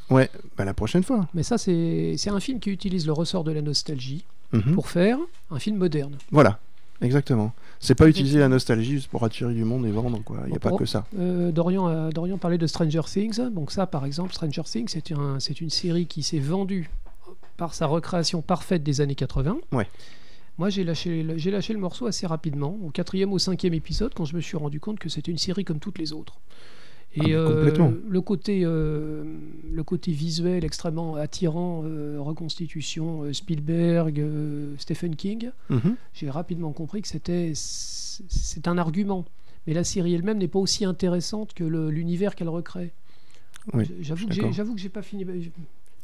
Speaker 1: Ouais, bah la prochaine fois.
Speaker 4: Mais ça, c'est c'est un film qui utilise le ressort de la nostalgie
Speaker 1: Mhm.
Speaker 4: pour faire un film moderne.
Speaker 1: Voilà, exactement. C'est pas utiliser la nostalgie juste pour attirer du monde et vendre, quoi. Il n'y a pas
Speaker 4: Pour-
Speaker 1: que ça.
Speaker 4: Euh, Dorian, a- Dorian parlait de Stranger Things. Donc ça, par exemple, Stranger Things, c'est un- c'est une série qui s'est vendue par sa recréation parfaite des années 80.
Speaker 1: Ouais.
Speaker 4: Moi, j'ai lâché, le- j'ai lâché le morceau assez rapidement, au quatrième ou cinquième épisode, quand je me suis rendu compte que c'était une série comme toutes les autres. Et
Speaker 1: Ah,
Speaker 4: euh,
Speaker 1: mais complètement.
Speaker 4: le, côté, euh, le côté visuel extrêmement attirant, euh, reconstitution, euh, Spielberg, euh, Stephen King,
Speaker 1: Mhm.
Speaker 4: j'ai rapidement compris que c'était c'est c'est un argument. Mais la série elle-même n'est pas aussi intéressante que le- l'univers qu'elle recrée.
Speaker 1: Oui,
Speaker 4: J- J'avoue
Speaker 1: suis
Speaker 4: que j'ai-
Speaker 1: d'accord.
Speaker 4: j'avoue que j'ai pas fini. j'ai-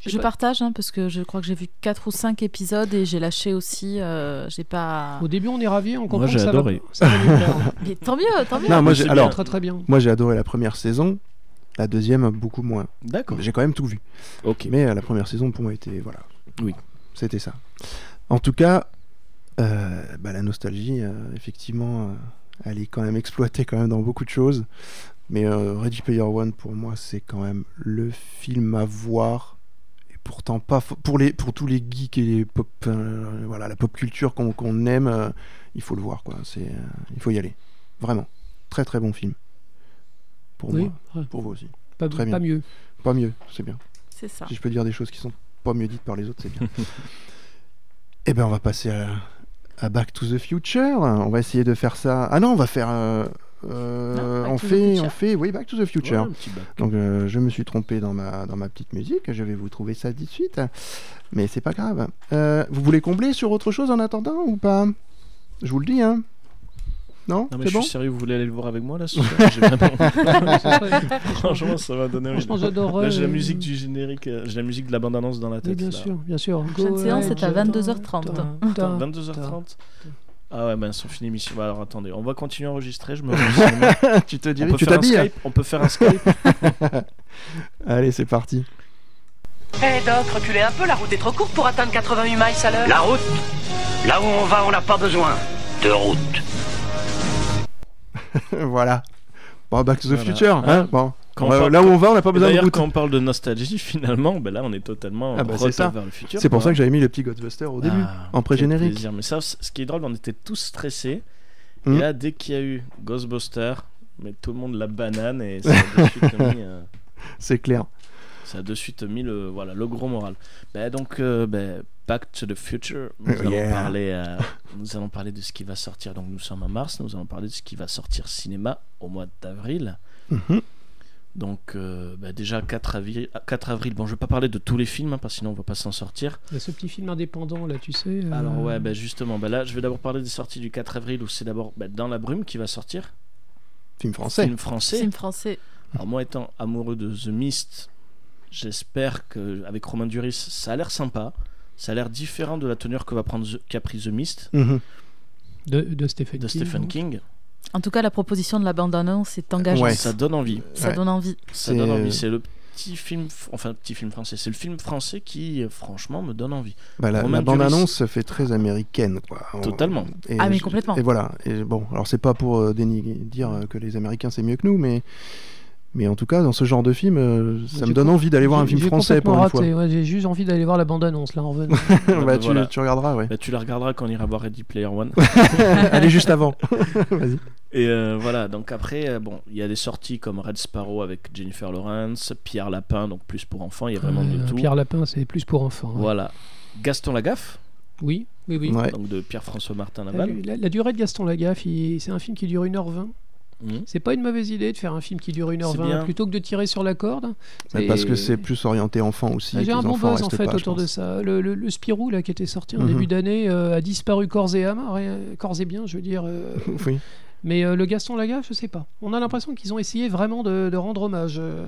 Speaker 4: j'ai
Speaker 3: Je
Speaker 4: pas-
Speaker 3: partage hein, parce que je crois que j'ai vu 4 ou 5 épisodes et j'ai lâché aussi. euh, j'ai pas.
Speaker 4: Au début, on est ravi, on comprend.
Speaker 2: j'ai
Speaker 4: que ça va-
Speaker 2: adoré.
Speaker 4: ça va nous plaire.
Speaker 3: Mais tant mieux, tant mieux.
Speaker 1: Non, moi,
Speaker 2: c'est
Speaker 1: j'ai-
Speaker 2: bien.
Speaker 1: alors,
Speaker 4: très très bien.
Speaker 1: moi j'ai adoré la première saison, la deuxième beaucoup moins.
Speaker 2: D'accord.
Speaker 1: J'ai quand même tout vu.
Speaker 2: Ok.
Speaker 1: Mais euh, la première saison pour moi était voilà.
Speaker 2: Oui.
Speaker 1: C'était ça. En tout cas, euh, bah, la nostalgie, euh, effectivement, euh, elle est quand même exploitée quand même dans beaucoup de choses. Mais euh, Ready Player One pour moi c'est quand même le film à voir. Et pourtant pas fo- pour les pour tous les geeks et les pop euh, voilà la pop culture qu'on qu'on aime, euh, il faut le voir quoi. C'est euh, il faut y aller vraiment très très bon film pour
Speaker 4: Oui,
Speaker 1: moi
Speaker 4: ouais,
Speaker 1: pour vous aussi.
Speaker 4: pas,
Speaker 1: très bien.
Speaker 4: pas mieux.
Speaker 1: Pas mieux c'est bien.
Speaker 3: C'est ça.
Speaker 1: Si je peux dire des choses qui sont pas mieux dites par les autres, c'est bien. Eh ben, on va passer à, à Back to the Future. On va essayer de faire ça. Ah non, on va faire. euh, euh,
Speaker 3: Non, Back
Speaker 1: on
Speaker 3: to the
Speaker 1: fait,
Speaker 3: Future.
Speaker 1: on fait. Oui, Back to the Future.
Speaker 2: Ouais, un petit bac.
Speaker 1: Donc, euh, je me suis trompé dans ma dans ma petite musique. Je vais vous trouver ça tout de suite, mais c'est pas grave. Euh, vous voulez combler sur autre chose en attendant ou pas Je vous le dis, hein. Non,
Speaker 2: Non mais
Speaker 1: c'est
Speaker 2: je
Speaker 1: bon.
Speaker 2: suis sérieux, vous voulez aller le voir avec moi là ce soir J'ai vraiment- Franchement, ça va donner envie.
Speaker 4: Franchement, j'adorerais.
Speaker 2: Là, j'ai la
Speaker 4: euh,
Speaker 2: musique du générique, euh, j'ai la musique de la bande-annonce dans la
Speaker 4: Oui,
Speaker 2: tête.
Speaker 4: bien
Speaker 2: là.
Speaker 4: sûr, bien sûr. euh,
Speaker 3: Prochaine séance est à 22h30.
Speaker 2: Attends, 22h30 Ah ouais, ben, on finit l'émission. Bah, alors attendez, on va continuer à enregistrer, je me rends au cinéma.
Speaker 1: tu te
Speaker 2: On
Speaker 1: dirais,
Speaker 2: peut
Speaker 1: tu hein.
Speaker 2: faire un
Speaker 1: t'habilles.
Speaker 2: Skype, on peut faire un Skype.
Speaker 1: Allez, c'est parti.
Speaker 5: Hé Eh, Doc, reculez un peu, la route est trop courte pour atteindre 88 miles à l'heure.
Speaker 6: La route, là où on va, on n'a pas besoin de route.
Speaker 1: voilà. Bon, Back to the
Speaker 2: Voilà.
Speaker 1: Future. hein, bon.
Speaker 2: Quand
Speaker 1: Euh,
Speaker 2: on parle-
Speaker 1: là où on va, on n'a pas
Speaker 2: Et
Speaker 1: besoin de
Speaker 2: D'ailleurs,
Speaker 1: route.
Speaker 2: quand on parle de nostalgie, finalement, ben là, on est totalement
Speaker 1: Ah bah, c'est
Speaker 2: retour
Speaker 1: ça.
Speaker 2: vers le futur.
Speaker 1: C'est pour ça
Speaker 2: quoi.
Speaker 1: que j'avais mis le petit Ghostbuster au début,
Speaker 2: Ah,
Speaker 1: en
Speaker 2: quel
Speaker 1: pré-générique.
Speaker 2: plaisir. Mais ça, c- ce qui est drôle, on était tous stressés.
Speaker 1: Hmm.
Speaker 2: Et là, dès qu'il y a eu Ghostbuster, mais tout le monde la banane et ça a de suite mis, euh,
Speaker 1: C'est clair.
Speaker 2: ça a de suite mis le, voilà, le gros moral. Ben, donc, euh, ben, Back to the Future, nous,
Speaker 1: Oh,
Speaker 2: allons
Speaker 1: yeah.
Speaker 2: parler, euh, nous allons parler de ce qui va sortir. Donc, nous sommes en mars, nous allons parler de ce qui va sortir cinéma au mois d'avril.
Speaker 1: Mhm.
Speaker 2: Donc, euh, ben, déjà, 4 avril, 4 avril. Bon, je ne vais pas parler de tous les films, hein, parce que sinon, on va pas s'en sortir.
Speaker 4: Il y a ce petit film indépendant là, tu sais. euh,
Speaker 2: Alors ouais, bah justement, bah là je vais d'abord parler des sorties du 4 avril où c'est d'abord bah, Dans la brume qui va sortir,
Speaker 1: Film français.
Speaker 2: film français.
Speaker 3: Film français.
Speaker 2: Alors moi étant amoureux de The Mist, j'espère que avec Romain Duris, ça a l'air sympa, ça a l'air différent de la teneur que va prendre The- qu'a pris The Mist
Speaker 1: Mhm.
Speaker 4: de, de Stephen
Speaker 2: de
Speaker 4: King.
Speaker 2: Stephen King.
Speaker 3: En tout cas, la proposition de la bande-annonce est engageante.
Speaker 1: Ouais.
Speaker 2: Ça donne envie.
Speaker 3: Ça
Speaker 1: Ouais.
Speaker 3: donne envie.
Speaker 1: C'est-
Speaker 2: Ça
Speaker 1: euh,
Speaker 2: donne envie. C'est le petit film, f- enfin petit film français. C'est le film français qui euh, franchement me donne envie.
Speaker 1: Bah, la
Speaker 2: Romain Duris.
Speaker 1: bande-annonce fait très américaine. Quoi. On-
Speaker 2: Totalement.
Speaker 1: et
Speaker 3: Ah, mais
Speaker 1: je-
Speaker 3: complètement.
Speaker 1: Et voilà. Et bon, alors c'est pas pour euh, dénigrer- dire euh, que les Américains c'est mieux que nous, mais... mais en tout cas, dans ce genre de film, euh, ça
Speaker 4: J'ai
Speaker 1: me donne
Speaker 4: com-
Speaker 1: envie d'aller voir un
Speaker 4: J'ai-
Speaker 1: film
Speaker 4: j'ai
Speaker 1: français pour
Speaker 4: complètement
Speaker 1: une fois.
Speaker 4: raté, ouais, J'ai juste envie d'aller voir la bande-annonce là en revenant.
Speaker 1: bah,
Speaker 2: Donc,
Speaker 1: tu,
Speaker 2: voilà.
Speaker 1: tu regarderas, ouais.
Speaker 2: Bah, tu la regarderas quand on ira voir Ready Player One.
Speaker 1: Allez, juste avant. Vas-y.
Speaker 2: Et euh, voilà, donc après, euh, bon, il y a des sorties comme Red Sparrow avec Jennifer Lawrence, Pierre Lapin, donc plus pour enfants, il y a vraiment de
Speaker 4: Euh,
Speaker 2: tout.
Speaker 4: Pierre Lapin, c'est plus pour enfants. ouais.
Speaker 2: Voilà. Gaston Lagaffe,
Speaker 4: Oui, oui, oui.
Speaker 1: Ouais.
Speaker 2: donc de Pierre-François Martin
Speaker 4: La,
Speaker 2: Laval.
Speaker 4: la- la durée de Gaston Lagaffe, il- c'est un film qui dure 1h20.
Speaker 2: Mhm.
Speaker 4: C'est pas une mauvaise idée de faire un film qui dure
Speaker 2: C'est bien.
Speaker 4: 1h20 plutôt que de tirer sur la corde.
Speaker 1: Mais
Speaker 4: Et-
Speaker 1: Parce que c'est plus orienté enfant aussi.
Speaker 4: Ah,
Speaker 1: que
Speaker 4: J'ai un
Speaker 1: les
Speaker 4: bon
Speaker 1: enfants
Speaker 4: buzz en
Speaker 1: restent
Speaker 4: fait
Speaker 1: pas, je
Speaker 4: autour de
Speaker 1: pense.
Speaker 4: ça. Le, le- le Spirou là qui était sorti en
Speaker 1: Mhm.
Speaker 4: début d'année euh, a disparu corps et âme, rien- corps et bien, je veux dire. euh,
Speaker 1: Oui.
Speaker 4: mais euh, le Gaston Lagaffe, je sais pas. On a l'impression qu'ils ont essayé vraiment de, de rendre hommage. euh.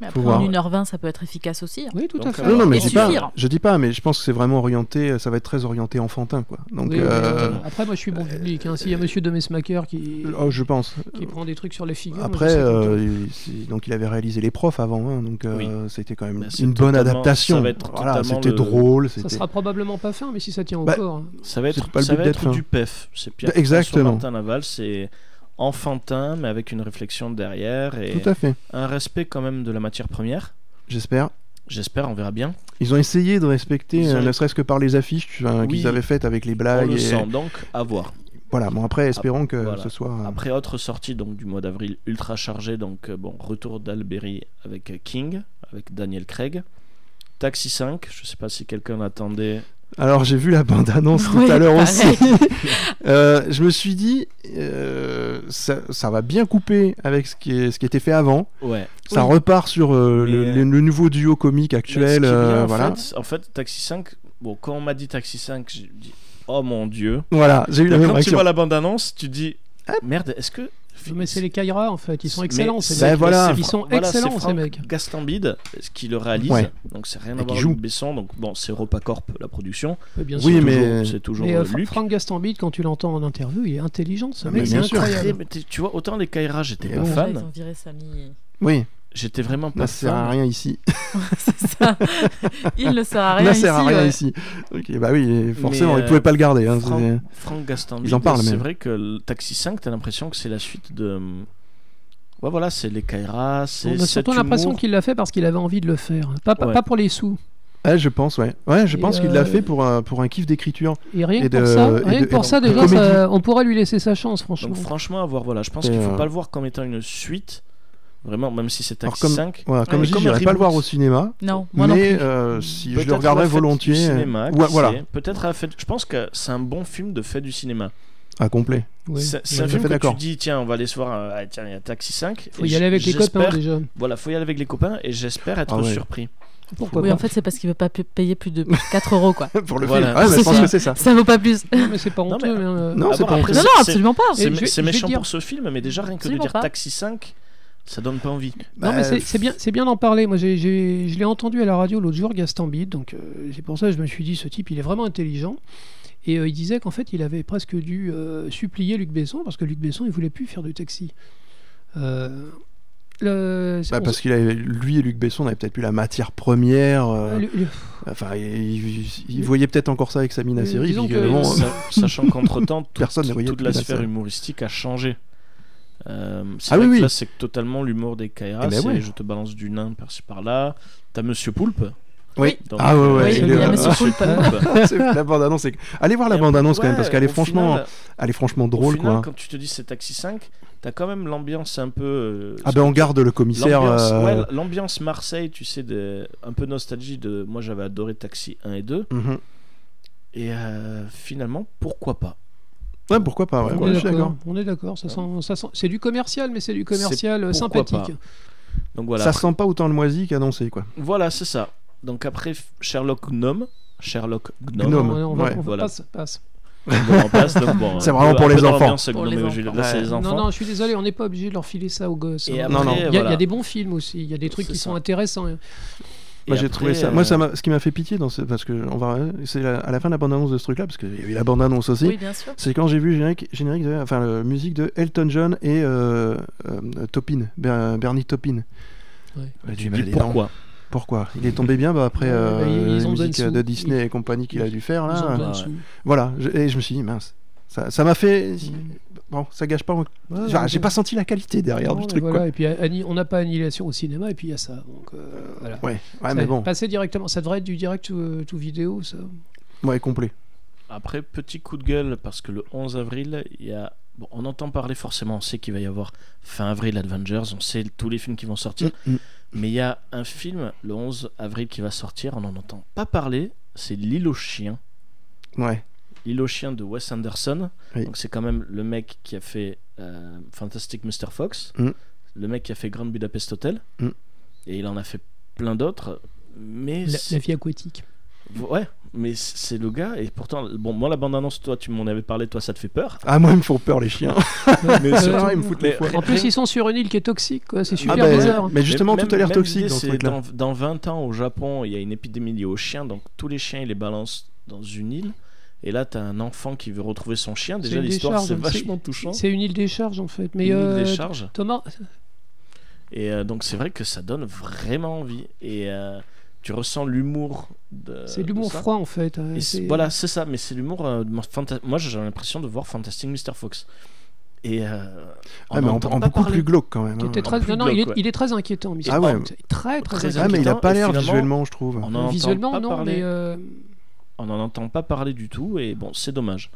Speaker 3: Mais
Speaker 1: Faut
Speaker 3: après,
Speaker 1: voir.
Speaker 3: en 1h20, ça peut être efficace aussi. hein.
Speaker 4: Oui, tout à
Speaker 2: Donc,
Speaker 4: fait.
Speaker 2: euh,
Speaker 1: Non, non, mais
Speaker 3: Et
Speaker 1: je dis, pas,
Speaker 3: suffire.
Speaker 1: je dis pas, mais je pense que c'est vraiment orienté, ça va être très orienté enfantin, quoi. Donc,
Speaker 4: Oui, mais,
Speaker 1: euh,
Speaker 4: euh, après, moi, je suis bon public. hein.
Speaker 2: euh,
Speaker 4: S'il y a Monsieur Demesmaker qui,
Speaker 1: oh, je pense.
Speaker 4: qui prend des trucs sur la figure, moi, je
Speaker 1: Après,
Speaker 4: suis content.
Speaker 1: euh, il- c'est- donc il avait réalisé les profs avant, hein, donc euh, c'était quand même
Speaker 2: Bah, c'est
Speaker 1: une bonne
Speaker 2: totalement-
Speaker 1: adaptation.
Speaker 2: ça va être
Speaker 1: Voilà,
Speaker 2: totalement
Speaker 1: c'était
Speaker 2: le-
Speaker 1: drôle,
Speaker 4: ça
Speaker 1: c'était.
Speaker 4: sera probablement pas fin, mais si ça tient au
Speaker 1: Bah,
Speaker 4: corps. hein.
Speaker 2: Ça va
Speaker 1: C'est
Speaker 2: être,
Speaker 1: pas le
Speaker 2: ça
Speaker 1: but
Speaker 2: va
Speaker 1: d'être
Speaker 2: être
Speaker 1: fin.
Speaker 2: du PEF. C'est Pierre-François
Speaker 1: Exactement.
Speaker 2: Martin Laval, c'est enfantin, mais avec une réflexion derrière et
Speaker 1: Tout à fait.
Speaker 2: un respect quand même de la matière première.
Speaker 1: J'espère.
Speaker 2: J'espère, on verra bien.
Speaker 1: Ils ont essayé de respecter,
Speaker 2: Ils ont-
Speaker 1: euh, ne serait-ce que par les affiches enfin,
Speaker 2: Oui.
Speaker 1: qu'ils avaient faites avec les
Speaker 2: on
Speaker 1: blagues.
Speaker 2: le
Speaker 1: et-
Speaker 2: sent donc, à voir.
Speaker 1: Voilà. Bon, après, espérons que
Speaker 2: Voilà.
Speaker 1: ce soit. euh,
Speaker 2: Après, autre sortie donc, du mois d'avril ultra chargée, donc euh, bon, retour d'Alberry avec euh, King, avec Daniel Craig. Taxi 5, je sais pas si quelqu'un l'attendait.
Speaker 1: Alors j'ai vu la bande-annonce
Speaker 3: Ouais,
Speaker 1: tout à l'heure aussi.
Speaker 3: pareil.
Speaker 1: Euh, je me suis dit, euh, ça, ça va bien couper avec ce qui, est- ce qui était fait avant.
Speaker 2: Ouais.
Speaker 1: Ça
Speaker 3: Oui.
Speaker 1: repart sur euh, le,
Speaker 2: Mais,
Speaker 1: le- le nouveau duo comique
Speaker 2: Mais ce
Speaker 1: actuel.
Speaker 2: qui est bien,
Speaker 1: euh,
Speaker 2: en,
Speaker 1: voilà,
Speaker 2: fait, en fait, Taxi 5, bon, quand on m'a dit Taxi 5, j'ai dit Oh mon dieu.
Speaker 1: voilà j'ai eu
Speaker 2: Et
Speaker 1: la même
Speaker 2: quand tu
Speaker 1: réaction.
Speaker 2: vois la bande-annonce, tu dis Merde, est-ce que.
Speaker 4: Mais c'est les Kaira en fait, ils sont
Speaker 2: Mais
Speaker 4: excellents ces
Speaker 2: c'est-
Speaker 1: Ben
Speaker 4: mecs.
Speaker 1: voilà.
Speaker 4: Ils sont
Speaker 2: Voilà, c'est
Speaker 4: excellents ces
Speaker 2: Franck
Speaker 4: mecs.
Speaker 2: Gastambide, ce qui le réalise,
Speaker 1: Ouais.
Speaker 2: donc c'est rien
Speaker 1: Et
Speaker 2: à
Speaker 1: qui
Speaker 2: voir
Speaker 1: joue.
Speaker 2: avec Besson, donc bon, c'est Europacorp la production.
Speaker 4: Oui, bien
Speaker 1: Oui,
Speaker 4: sûr.
Speaker 2: C'est
Speaker 1: mais-
Speaker 2: toujours- c'est toujours
Speaker 4: Mais
Speaker 2: euh,
Speaker 4: euh, Fra-
Speaker 2: Luc.
Speaker 4: Franck Gastambide, quand tu l'entends en interview, il est intelligent ce
Speaker 1: Ah,
Speaker 4: mec.
Speaker 1: mais
Speaker 4: C'est
Speaker 1: bien sûr.
Speaker 4: incroyable.
Speaker 2: Mais t'es- tu vois, autant les Kaira, j'étais
Speaker 1: Et
Speaker 2: pas
Speaker 1: bon.
Speaker 3: Ils ont
Speaker 2: fan,
Speaker 3: viré Samy.
Speaker 1: Oui,
Speaker 2: j'étais vraiment pas
Speaker 1: ça sert à
Speaker 2: fan.
Speaker 1: rien ici.
Speaker 3: C'est ça. Il ne sert à rien.
Speaker 1: Ça sert à
Speaker 3: ici,
Speaker 1: rien
Speaker 3: ouais.
Speaker 1: ici. Ok, bah oui, forcément,
Speaker 2: Mais, euh,
Speaker 1: ils pouvaient pas le garder. hein,
Speaker 2: Franck,
Speaker 1: c'est-
Speaker 2: Franck Gastambide,
Speaker 1: Ils en parlent,
Speaker 2: c'est
Speaker 1: même.
Speaker 2: vrai que le Taxi 5, t'as l'impression que c'est la suite de. Ouais, voilà, c'est les Kaira, c'est.
Speaker 4: On a bah, surtout l'impression qu'il l'a fait parce qu'il avait envie de le faire. Pas, pas,
Speaker 2: Ouais.
Speaker 4: pas pour les sous.
Speaker 1: Ouais, je pense, ouais. Ouais, je
Speaker 4: Et
Speaker 1: pense qu'il l'a
Speaker 4: euh,
Speaker 1: fait pour un, pour un kiff d'écriture.
Speaker 4: Et rien
Speaker 1: Et
Speaker 4: que
Speaker 1: de-
Speaker 4: pour ça,
Speaker 1: et
Speaker 4: rien
Speaker 1: de-
Speaker 4: que pour
Speaker 1: et
Speaker 4: ça
Speaker 1: de
Speaker 4: déjà, ça-
Speaker 1: comédie.
Speaker 4: on pourrait lui laisser sa chance, franchement.
Speaker 2: Donc franchement, à voir, voilà, je pense
Speaker 1: Et,
Speaker 2: qu'il faut
Speaker 1: euh,
Speaker 2: pas le voir comme étant une suite, vraiment, même si c'est
Speaker 1: Alors,
Speaker 2: Taxi
Speaker 1: comme-
Speaker 2: 5.
Speaker 1: Voilà, comme
Speaker 2: Ouais,
Speaker 1: je dis,
Speaker 2: comme un
Speaker 1: j'irai pas le
Speaker 2: reboot.
Speaker 1: voir au cinéma.
Speaker 3: Non, moi non
Speaker 1: mais
Speaker 3: plus.
Speaker 1: euh, si je
Speaker 2: Peut-être
Speaker 1: le
Speaker 2: à
Speaker 1: regarderais
Speaker 2: la fête du
Speaker 1: volontiers.
Speaker 2: cinéma,
Speaker 1: euh,
Speaker 2: qui
Speaker 1: ouais,
Speaker 2: sait.
Speaker 1: voilà,
Speaker 2: Peut-être à la fête. Je pense que c'est un bon film de fait du cinéma.
Speaker 1: à complet.
Speaker 4: Ouais.
Speaker 2: c'est c'est
Speaker 1: ouais, tout
Speaker 2: un
Speaker 1: à
Speaker 2: film
Speaker 1: fait
Speaker 2: que
Speaker 1: d'accord.
Speaker 2: tu dis tiens, on va aller se voir. euh, ah, tiens, il y a Taxi 5.
Speaker 4: Faut
Speaker 2: Et
Speaker 4: y aller avec les
Speaker 2: j'espère-
Speaker 4: copains déjà.
Speaker 2: Voilà, faut y aller avec les copains et j'espère être
Speaker 1: Ah ouais.
Speaker 2: surpris.
Speaker 4: Pourquoi
Speaker 3: Oui,
Speaker 4: pas
Speaker 3: en fait, c'est parce qu'il veut pas pu- payer plus de 4 euros, quoi.
Speaker 1: pour le
Speaker 2: Voilà.
Speaker 1: film. Ouais, mais je
Speaker 3: C'est
Speaker 1: pense
Speaker 3: ça.
Speaker 1: que c'est ça.
Speaker 3: Ça vaut pas plus.
Speaker 4: Non, mais c'est pas
Speaker 2: Non,
Speaker 4: honteux.
Speaker 2: mais-
Speaker 4: hein, euh.
Speaker 1: Non,
Speaker 2: Ah
Speaker 1: c'est
Speaker 2: bon,
Speaker 1: pas
Speaker 2: après,
Speaker 1: honteux.
Speaker 3: Non,
Speaker 2: c'est-
Speaker 3: non,
Speaker 2: c'est-
Speaker 3: absolument pas.
Speaker 2: C'est
Speaker 4: Et je vais-
Speaker 2: mé- c'est
Speaker 4: je vais
Speaker 2: méchant
Speaker 4: dire-
Speaker 2: pour ce film, mais déjà rien que de
Speaker 3: Absolument
Speaker 2: dire
Speaker 3: pas.
Speaker 2: Taxi 5, ça donne pas envie.
Speaker 4: Non, mais
Speaker 1: Bah,
Speaker 4: c'est c'est bien, c'est bien d'en parler. Moi, j'ai- j'ai- je l'ai entendu à la radio l'autre jour, Gaston Bide. Donc, euh, c'est pour ça que je me suis dit, ce type, il est vraiment intelligent. Et euh, il disait qu'en fait, il avait presque dû euh, supplier Luc Besson parce que Luc Besson, il voulait plus faire de taxi. Euh, le-
Speaker 1: Bah,
Speaker 4: on-
Speaker 1: parce qu'il avait, lui et Luc Besson n'avaient peut-être plus la matière première. euh,
Speaker 4: le- le-
Speaker 1: Enfin, ils il, il voyait peut-être encore ça avec Samina
Speaker 4: Euh,
Speaker 1: Seri.
Speaker 4: disons
Speaker 1: puis,
Speaker 4: que-
Speaker 1: euh, bon,
Speaker 2: Sa- Sachant qu'entre-temps, toute-
Speaker 1: Personne ne voyait
Speaker 2: toute
Speaker 1: toute
Speaker 2: la
Speaker 1: la
Speaker 2: sphère
Speaker 1: scène.
Speaker 2: humoristique a changé. Euh, c'est
Speaker 1: Ah
Speaker 2: vrai
Speaker 1: oui,
Speaker 2: que
Speaker 1: oui.
Speaker 2: Là, c'est totalement l'humour des Kairas.
Speaker 1: Eh ben
Speaker 2: c'est
Speaker 1: ouais.
Speaker 2: Je te balance du nain par-ci par-là. T'as Monsieur Poulpe.
Speaker 1: Oui.
Speaker 2: Donc,
Speaker 1: Ah ouais,
Speaker 3: ouais,
Speaker 4: il est-
Speaker 2: euh,
Speaker 4: Monsieur
Speaker 2: Monsieur Poulpe.
Speaker 1: c'est- la bande annonce. Est... Allez voir Ah, la
Speaker 2: Et
Speaker 1: bande annonce quand
Speaker 2: ouais,
Speaker 1: même parce qu'elle est
Speaker 2: au
Speaker 1: franchement,
Speaker 2: final,
Speaker 1: elle est franchement
Speaker 2: au
Speaker 1: drôle
Speaker 2: final,
Speaker 1: quoi.
Speaker 2: Quand tu te dis c'est Taxi 5, t'as quand même l'ambiance un peu. euh,
Speaker 1: Ah ben on garde le commissaire.
Speaker 2: L'ambiance
Speaker 1: euh,
Speaker 2: ouais, l'ambiance Marseille, tu sais, de, un peu nostalgie de. Moi, j'avais adoré Taxi 1 et 2.
Speaker 1: mhm.
Speaker 2: Et euh, finalement, pourquoi pas
Speaker 1: Ouais, pourquoi pas. ouais,
Speaker 4: on,
Speaker 1: ouais, je
Speaker 4: est
Speaker 1: suis d'accord.
Speaker 4: d'accord, on est d'accord. ça sent- ça sent- C'est du commercial, mais c'est du commercial euh,
Speaker 2: C'est- pourquoi
Speaker 4: sympathique.
Speaker 2: Donc voilà.
Speaker 1: Ça
Speaker 2: après-
Speaker 1: sent pas autant le moisi qu'annoncé quoi.
Speaker 2: Voilà, c'est ça. Donc après, f- Sherlock Gnome. Sherlock Gnome.
Speaker 1: Gnome.
Speaker 4: Non, on va-
Speaker 1: ouais,
Speaker 4: on va-
Speaker 2: voilà.
Speaker 4: passe- passe.
Speaker 2: Bon, on passe, donc bon, euh,
Speaker 1: C'est
Speaker 2: un
Speaker 1: vraiment
Speaker 2: peu-
Speaker 1: pour
Speaker 2: un
Speaker 1: les
Speaker 2: peu dans
Speaker 1: enfants.
Speaker 2: l'ambiance,
Speaker 3: Pour
Speaker 2: Gnome,
Speaker 3: les
Speaker 2: mais je- là,
Speaker 1: enfants.
Speaker 2: c'est les
Speaker 4: Non,
Speaker 2: enfants.
Speaker 4: non, je suis désolé, on n'est pas obligé de leur filer ça aux gosses.
Speaker 2: Et
Speaker 4: hein.
Speaker 2: après,
Speaker 1: Non, non.
Speaker 4: Il y a- il y,
Speaker 2: voilà.
Speaker 4: a des bons films aussi, il y a des trucs
Speaker 2: C'est
Speaker 4: qui
Speaker 2: ça.
Speaker 4: sont intéressants. hein.
Speaker 1: Moi
Speaker 2: Et
Speaker 1: j'ai
Speaker 2: après,
Speaker 1: trouvé ça.
Speaker 2: euh,
Speaker 1: Moi ça m'a- ce qui m'a fait pitié dans ce parce que on va c'est la- à la fin de la bande annonce de ce truc là parce qu'il y a eu la bande annonce aussi.
Speaker 3: Oui, bien sûr.
Speaker 1: C'est quand j'ai vu le générique, générique de, enfin la musique de Elton John et euh, euh, Topin, Ber- Bernie Topin. Bah,
Speaker 4: Ouais.
Speaker 1: Ouais, j'ai
Speaker 2: tu
Speaker 1: mal
Speaker 2: dis
Speaker 1: les dents.
Speaker 2: pourquoi
Speaker 1: Pourquoi Il est tombé bien bah, après
Speaker 4: Ouais,
Speaker 1: euh,
Speaker 4: bah, ils- ils
Speaker 1: la
Speaker 4: ont donné
Speaker 1: musique
Speaker 4: sous.
Speaker 1: de Disney
Speaker 4: Ils-
Speaker 1: et compagnie qu'il a dû faire
Speaker 4: Ils ont
Speaker 1: là.
Speaker 4: besoin de
Speaker 2: ouais.
Speaker 4: sous.
Speaker 1: Voilà, je- et je me suis dit mince, ça ça m'a fait
Speaker 4: Mm.
Speaker 1: bon ça gâche pas. mon-
Speaker 4: Ouais,
Speaker 1: Enfin,
Speaker 4: ouais,
Speaker 1: j'ai
Speaker 4: ouais.
Speaker 1: pas senti la qualité derrière
Speaker 4: Non,
Speaker 1: du
Speaker 4: mais
Speaker 1: truc
Speaker 4: voilà,
Speaker 1: quoi.
Speaker 4: Et puis Annie- on n'a pas annihilation au cinéma et puis il y a ça. Donc, euh, voilà.
Speaker 1: Ouais, ouais
Speaker 4: Ça,
Speaker 1: mais bon,
Speaker 4: Passer directement, ça devrait être du direct to, to vidéo, ça.
Speaker 1: ouais complet.
Speaker 2: Après, petit coup de gueule, parce que le 11 avril, il y a. Bon, on entend parler forcément, on sait qu'il va y avoir fin avril Avengers, on sait tous les films qui vont sortir.
Speaker 1: Mm, mm.
Speaker 2: Mais il y a un film, le 11 avril, qui va sortir, on n'en entend pas parler, c'est L'île aux chiens.
Speaker 1: mm. Ouais.
Speaker 2: L'île aux chiens de Wes Anderson.
Speaker 1: Oui.
Speaker 2: Donc c'est quand même le mec qui a fait euh, Fantastic Mr. Fox,
Speaker 1: Mm.
Speaker 2: le mec qui a fait Grand Budapest Hotel,
Speaker 1: Mm.
Speaker 2: et il en a fait plein d'autres. Mais
Speaker 4: La,
Speaker 2: c'est-
Speaker 4: la vie aquatique.
Speaker 2: ouais, mais c'est le gars. Et pourtant, bon, moi la bande annonce, toi, tu m'en avais parlé, toi, ça te fait peur.
Speaker 1: Ah moi ils me font peur les chiens.
Speaker 4: Mais
Speaker 1: Ah, ils me foutent les
Speaker 2: mais-
Speaker 1: foies.
Speaker 4: En plus, ils sont sur une île qui est toxique, quoi. C'est super
Speaker 1: Ah, ben,
Speaker 4: bizarre.
Speaker 1: mais justement,
Speaker 2: Mais
Speaker 1: tout a l'air
Speaker 2: hein. même-
Speaker 1: toxique
Speaker 2: même
Speaker 1: dans ce
Speaker 2: l'idée, c'est
Speaker 1: truc-là.
Speaker 2: dans, dans 20 ans, au Japon, il y a une épidémie liée aux chiens, donc tous les chiens, ils les balancent dans une île. Et là, t'as un enfant qui veut retrouver son chien.
Speaker 4: hein. C'est
Speaker 2: Déjà,
Speaker 4: une
Speaker 2: l'histoire,
Speaker 4: décharge,
Speaker 2: c'est
Speaker 4: donc c'est-
Speaker 2: vachement touchant.
Speaker 4: C'est une île des charges, en fait. Mais
Speaker 2: une île
Speaker 4: euh,
Speaker 2: des charges.
Speaker 4: Thomas,
Speaker 2: Et euh, donc, c'est vrai que ça donne vraiment envie. Et euh, tu ressens l'humour de.
Speaker 4: c'est de
Speaker 2: de
Speaker 4: l'humour
Speaker 2: ça.
Speaker 4: froid, en fait. hein,
Speaker 2: Et c'est-
Speaker 4: c'est-
Speaker 2: voilà, c'est ça, mais c'est l'humour. euh, de- fanta- Moi, j'ai l'impression de voir Fantastic Mr. Fox. Et. euh, on
Speaker 1: Ah, mais en,
Speaker 2: n'entend
Speaker 1: en
Speaker 2: pas
Speaker 1: beaucoup
Speaker 2: parler.
Speaker 1: plus glauque quand même.
Speaker 4: Qui
Speaker 1: hein.
Speaker 4: était très-
Speaker 2: plus
Speaker 4: non, non,
Speaker 2: glauque,
Speaker 4: il, est,
Speaker 2: ouais.
Speaker 4: il est très inquiétant. Mr.
Speaker 1: Ah ouais.
Speaker 4: Fox. Très, très,
Speaker 2: Très
Speaker 4: inquiétant.
Speaker 1: Ah, mais il a
Speaker 2: inquiétant,
Speaker 1: pas
Speaker 2: et
Speaker 1: l'air
Speaker 2: finalement-
Speaker 1: visuellement, je trouve.
Speaker 2: On n'en entend
Speaker 4: Visuellement,
Speaker 2: pas
Speaker 4: non, euh,
Speaker 2: parler.
Speaker 4: mais euh,
Speaker 2: On n'en entend pas parler du tout et bon, c'est dommage.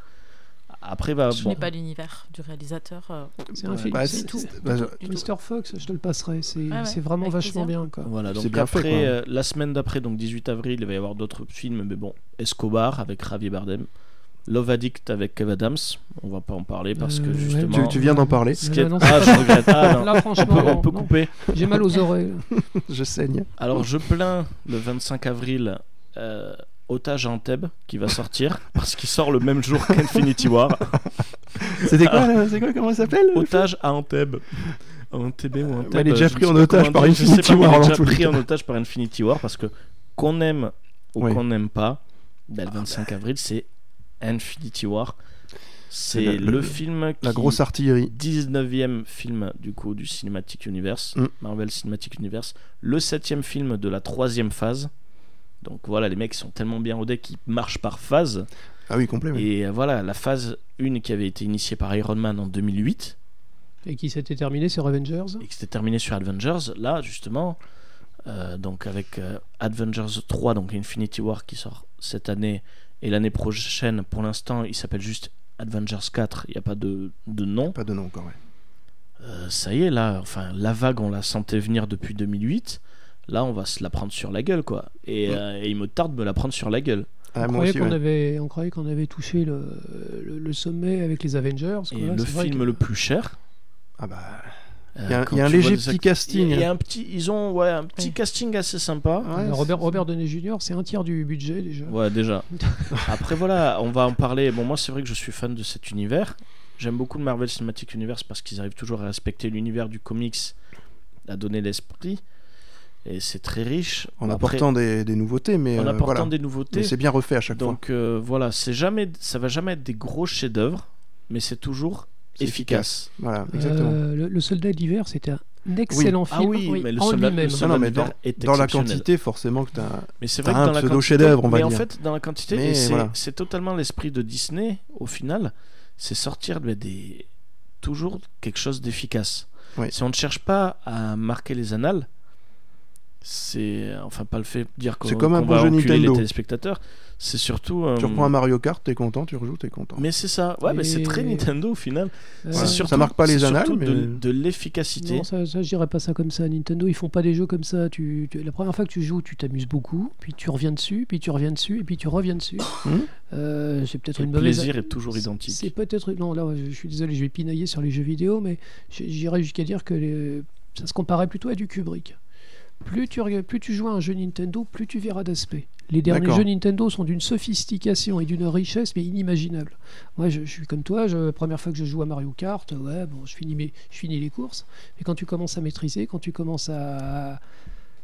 Speaker 2: Après, bah,
Speaker 3: je
Speaker 2: bon.
Speaker 3: n'ai pas l'univers du réalisateur. euh,
Speaker 4: C'est un
Speaker 2: Ouais,
Speaker 4: film.
Speaker 1: Bah,
Speaker 4: c'est-
Speaker 1: c'est-
Speaker 4: c'est-
Speaker 1: bah, je-
Speaker 3: du tout.
Speaker 4: Mr. Fox, je te le passerai. C'est
Speaker 3: Ah ouais,
Speaker 4: c'est vraiment
Speaker 3: avec
Speaker 4: vachement
Speaker 3: plaisir.
Speaker 4: bien. Quoi.
Speaker 2: Voilà,
Speaker 1: C'est
Speaker 2: donc
Speaker 1: bien fait,
Speaker 2: après,
Speaker 1: quoi.
Speaker 2: euh, la semaine d'après, donc 18 avril, il va y avoir d'autres films, mais bon, Escobar avec Javier Bardem, Love Addict avec Kev Adams, on va pas en parler parce
Speaker 4: Euh,
Speaker 2: que
Speaker 4: ouais,
Speaker 2: justement.
Speaker 1: Tu, tu viens d'en parler,
Speaker 2: ce qui est-
Speaker 4: Non, non,
Speaker 2: Ah,
Speaker 4: c'est-
Speaker 2: je regrette. Ah, non.
Speaker 4: Là,
Speaker 2: On
Speaker 4: franchement,
Speaker 2: peut, on peut
Speaker 4: non, non.
Speaker 2: couper.
Speaker 4: j'ai mal aux oreilles. là.
Speaker 1: je saigne.
Speaker 2: Alors, je plains le 25 avril euh, Otage à Anteb qui va sortir parce qu'il sort le même jour qu'Infinity War.
Speaker 1: C'était quoi, là C'est quoi Comment ça s'appelle le
Speaker 2: Otage à Anteb. Anteb ou Anteb.
Speaker 1: Ouais, il est déjà
Speaker 2: bah,
Speaker 1: pris
Speaker 2: je sais
Speaker 1: en
Speaker 2: pas
Speaker 1: otage
Speaker 2: comment
Speaker 1: par
Speaker 2: dire, je sais
Speaker 1: Infinity
Speaker 2: pas,
Speaker 1: War,
Speaker 2: mais Il
Speaker 1: en
Speaker 2: est déjà
Speaker 1: tous les
Speaker 2: pris
Speaker 1: cas.
Speaker 2: en otage par Infinity War parce que qu'on aime ou
Speaker 1: Oui.
Speaker 2: qu'on n'aime pas, ben, le
Speaker 1: Ah,
Speaker 2: 25
Speaker 1: bah.
Speaker 2: avril c'est Infinity War. C'est
Speaker 1: C'est
Speaker 2: le,
Speaker 1: le- le-
Speaker 2: film qui
Speaker 1: La grosse artillerie.
Speaker 2: 19e film du coup du Cinematic Universe,
Speaker 1: Mm.
Speaker 2: Marvel Cinematic Universe, le 7e film de la troisième phase. Donc voilà, les mecs sont tellement bien rodés qu'ils marchent par phase.
Speaker 1: Ah oui, complet. oui.
Speaker 2: Et euh, voilà, la phase 1 qui avait été initiée par Iron Man en 2008
Speaker 4: Et qui s'était terminé sur Avengers.
Speaker 2: et qui s'était terminée sur Avengers, là justement, euh, donc avec euh, Avengers 3, donc Infinity War qui sort cette année et l'année prochaine, pour l'instant, il s'appelle juste Avengers 4, il n'y a pas de, de nom.
Speaker 1: Pas de nom encore, ouais.
Speaker 2: Euh, ça y est, là, enfin, la vague, on la sentait venir depuis 2008. Là, on va se la prendre sur la gueule, quoi. Et, euh, et il me tarde de me la prendre sur la gueule.
Speaker 1: Ah,
Speaker 4: on,
Speaker 1: moi
Speaker 4: croyait
Speaker 1: aussi,
Speaker 4: qu'on
Speaker 1: ouais.
Speaker 4: avait, on croyait qu'on avait touché le, le- le sommet avec les Avengers. quoi.
Speaker 2: Et
Speaker 4: Là,
Speaker 2: le
Speaker 4: c'est vrai
Speaker 2: film
Speaker 4: que-
Speaker 2: le plus cher.
Speaker 1: Ah bah,
Speaker 2: euh,
Speaker 1: il y a, un-
Speaker 2: quand
Speaker 1: il y a un
Speaker 2: tu vois
Speaker 1: léger
Speaker 2: des
Speaker 1: petit
Speaker 2: acteurs-
Speaker 1: casting. hein.
Speaker 2: Il y a un petit, ils ont ouais, un petit
Speaker 3: Oui.
Speaker 2: casting assez sympa.
Speaker 1: Ouais,
Speaker 4: Ah, Robert, Robert Downey Jr., c'est un tiers du budget déjà.
Speaker 2: Ouais, déjà. Après, voilà, on va en parler. Bon, moi, c'est vrai que je suis fan de cet univers. J'aime beaucoup le Marvel Cinematic Universe parce qu'ils arrivent toujours à respecter l'univers du comics, à donner l'esprit. Et c'est très riche.
Speaker 1: En
Speaker 2: Après,
Speaker 1: apportant des, des nouveautés, mais
Speaker 2: en
Speaker 1: euh,
Speaker 2: apportant
Speaker 1: voilà.
Speaker 2: des
Speaker 1: Mais
Speaker 2: nouveautés.
Speaker 1: c'est bien refait à chaque fois.
Speaker 2: Donc euh, voilà, c'est jamais, ça va jamais être des gros chefs-d'œuvre, mais c'est toujours
Speaker 1: C'est
Speaker 2: efficace.
Speaker 1: Voilà, exactement.
Speaker 4: Euh, le, le Soldat d'hiver, c'était un excellent film.
Speaker 2: Ah oui,
Speaker 3: oui,
Speaker 2: mais le
Speaker 4: en
Speaker 2: soldat,
Speaker 4: lui-même.
Speaker 2: le soldat
Speaker 1: Non, non, mais
Speaker 2: d'hiver est
Speaker 1: Dans la
Speaker 2: exceptionnel.
Speaker 1: quantité, forcément que t'as.
Speaker 2: Mais c'est
Speaker 1: t'as
Speaker 2: vrai que
Speaker 1: un
Speaker 2: dans la
Speaker 1: pseudo
Speaker 2: quantité,
Speaker 1: chef-d'œuvre, on va
Speaker 2: mais en
Speaker 1: dire.
Speaker 2: fait, dans la quantité,
Speaker 1: Mais
Speaker 2: et c'est
Speaker 1: voilà.
Speaker 2: c'est totalement l'esprit de Disney au final, c'est sortir ben, des toujours quelque chose d'efficace.
Speaker 1: Oui.
Speaker 2: Si on ne cherche pas à marquer les annales, c'est enfin pas le fait de dire qu'on
Speaker 1: C'est comme un
Speaker 2: qu'on
Speaker 1: bon
Speaker 2: va
Speaker 1: jeu
Speaker 2: enculer les
Speaker 1: Nintendo.
Speaker 2: téléspectateurs, c'est surtout euh,
Speaker 4: Hum.
Speaker 1: Tu reprends un Mario Kart, t'es content, tu rejoues, t'es content.
Speaker 2: mais c'est ça, ouais, mais c'est
Speaker 4: Et-
Speaker 2: très Nintendo au final.
Speaker 4: Euh,
Speaker 1: Voilà.
Speaker 2: C'est surtout,
Speaker 1: Ça marque pas les
Speaker 2: c'est surtout
Speaker 1: annales, mais-
Speaker 2: de, de l'efficacité.
Speaker 4: Non, ça, ça je dirais pas ça comme ça. Nintendo, ils font pas des jeux comme ça. Tu, tu- la première fois que tu joues, tu t'amuses beaucoup, puis tu reviens dessus, puis tu reviens dessus, et puis tu reviens dessus.
Speaker 1: Mhm.
Speaker 4: Euh, c'est peut-être
Speaker 2: Hmm. Le
Speaker 4: une mauvaise.
Speaker 2: plaisir est toujours
Speaker 4: C'est- C'est
Speaker 2: identique.
Speaker 4: peut-être. Non, là, je, je suis désolé, je vais pinailler sur les jeux vidéo, mais j- j'irais jusqu'à dire que les- ça se comparait plutôt à du Kubrick. Plus tu, reg- plus tu joues à un jeu Nintendo, plus tu verras d'aspect. Les derniers
Speaker 1: D'accord.
Speaker 4: jeux Nintendo sont d'une sophistication et d'une richesse, mais inimaginable. Moi, je, je suis comme toi, je, première fois que je joue à Mario Kart, ouais, bon, je finis, mes- je finis les courses, mais quand tu commences à maîtriser, quand tu commences à.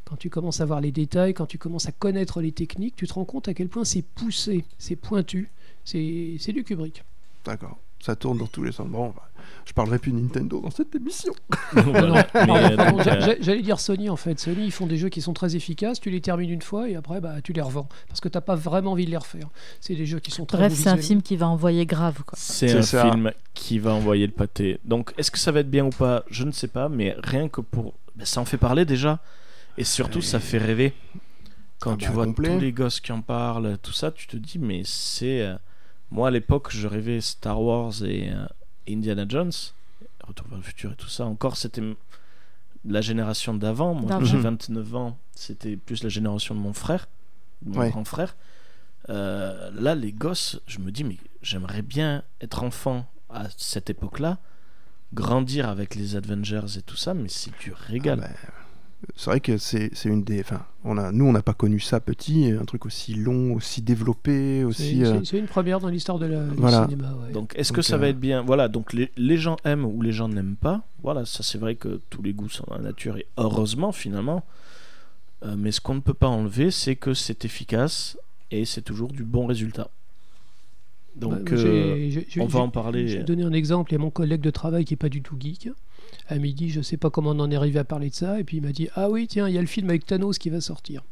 Speaker 4: Quand tu commences à voir les détails, quand tu commences à connaître les techniques, tu te rends compte à quel point c'est poussé, c'est pointu, c'est c'est du Kubrick.
Speaker 1: D'accord. Ça tourne dans tous les sens. Bon, bah, je parlerai plus Nintendo dans cette émission.
Speaker 2: Voilà. Mais,
Speaker 4: Pardon,
Speaker 2: euh,
Speaker 4: pardon,
Speaker 2: donc,
Speaker 4: j'a-
Speaker 2: euh,
Speaker 4: j'a- J'allais dire Sony en fait. Sony, ils font des jeux qui sont très efficaces. Tu les termines une fois et après, bah, tu les revends parce que t'as pas vraiment envie de les refaire. C'est des jeux qui sont très.
Speaker 3: Bref,
Speaker 4: beaux
Speaker 3: c'est un
Speaker 4: visuellement.
Speaker 3: film qui va envoyer grave. Quoi.
Speaker 2: C'est
Speaker 1: C'est
Speaker 2: un
Speaker 1: ça.
Speaker 2: film qui va envoyer le pâté. Donc, est-ce que ça va être bien ou pas Je ne sais pas, mais rien que pour. ben, ça en fait parler déjà. Et surtout, ça fait rêver. Quand
Speaker 1: Ah
Speaker 2: tu
Speaker 1: bah,
Speaker 2: vois
Speaker 1: complet.
Speaker 2: tous les gosses qui en parlent, tout ça, tu te dis, mais c'est. euh, Moi, à l'époque, je rêvais Star Wars et euh, Indiana Jones, Retour vers le futur et tout ça. Encore, c'était m- la génération d'avant. Moi,
Speaker 3: D'avant.
Speaker 2: j'ai
Speaker 1: Mhm.
Speaker 2: 29 ans, c'était plus la génération de mon frère, de mon
Speaker 1: Ouais.
Speaker 2: grand frère. Euh, là, les gosses, je me dis, mais j'aimerais bien être enfant à cette époque-là, grandir avec les Avengers et tout ça, mais c'est du régal.
Speaker 1: Ah bah, c'est vrai que c'est c'est une des. Enfin, on a, nous, on n'a pas connu ça petit, euh, un truc aussi long, aussi développé,
Speaker 4: C'est
Speaker 1: aussi.
Speaker 4: une-
Speaker 1: euh,
Speaker 4: c'est- c'est une première dans l'histoire de la- du
Speaker 1: Voilà.
Speaker 4: cinéma. ouais.
Speaker 2: Donc, est-ce
Speaker 1: Donc,
Speaker 2: que ça
Speaker 1: euh,
Speaker 2: va être bien Voilà, donc les, les gens aiment ou les gens n'aiment pas. Voilà, ça c'est vrai que tous les goûts sont dans la nature et heureusement finalement. Euh, mais ce qu'on ne peut pas enlever, c'est que c'est efficace et c'est toujours du bon résultat. Donc,
Speaker 4: Ouais,
Speaker 2: euh,
Speaker 4: Bah, j'ai- j'ai- j'ai-
Speaker 2: on va
Speaker 4: j'ai-
Speaker 2: en
Speaker 4: Je
Speaker 2: parler. euh.
Speaker 4: vais donner un exemple. Il y a mon collègue de travail qui est pas du tout geek. À midi, je sais pas comment on en est arrivé à parler de ça, et puis il m'a dit Ah oui, tiens, il y a le film avec Thanos qui va sortir.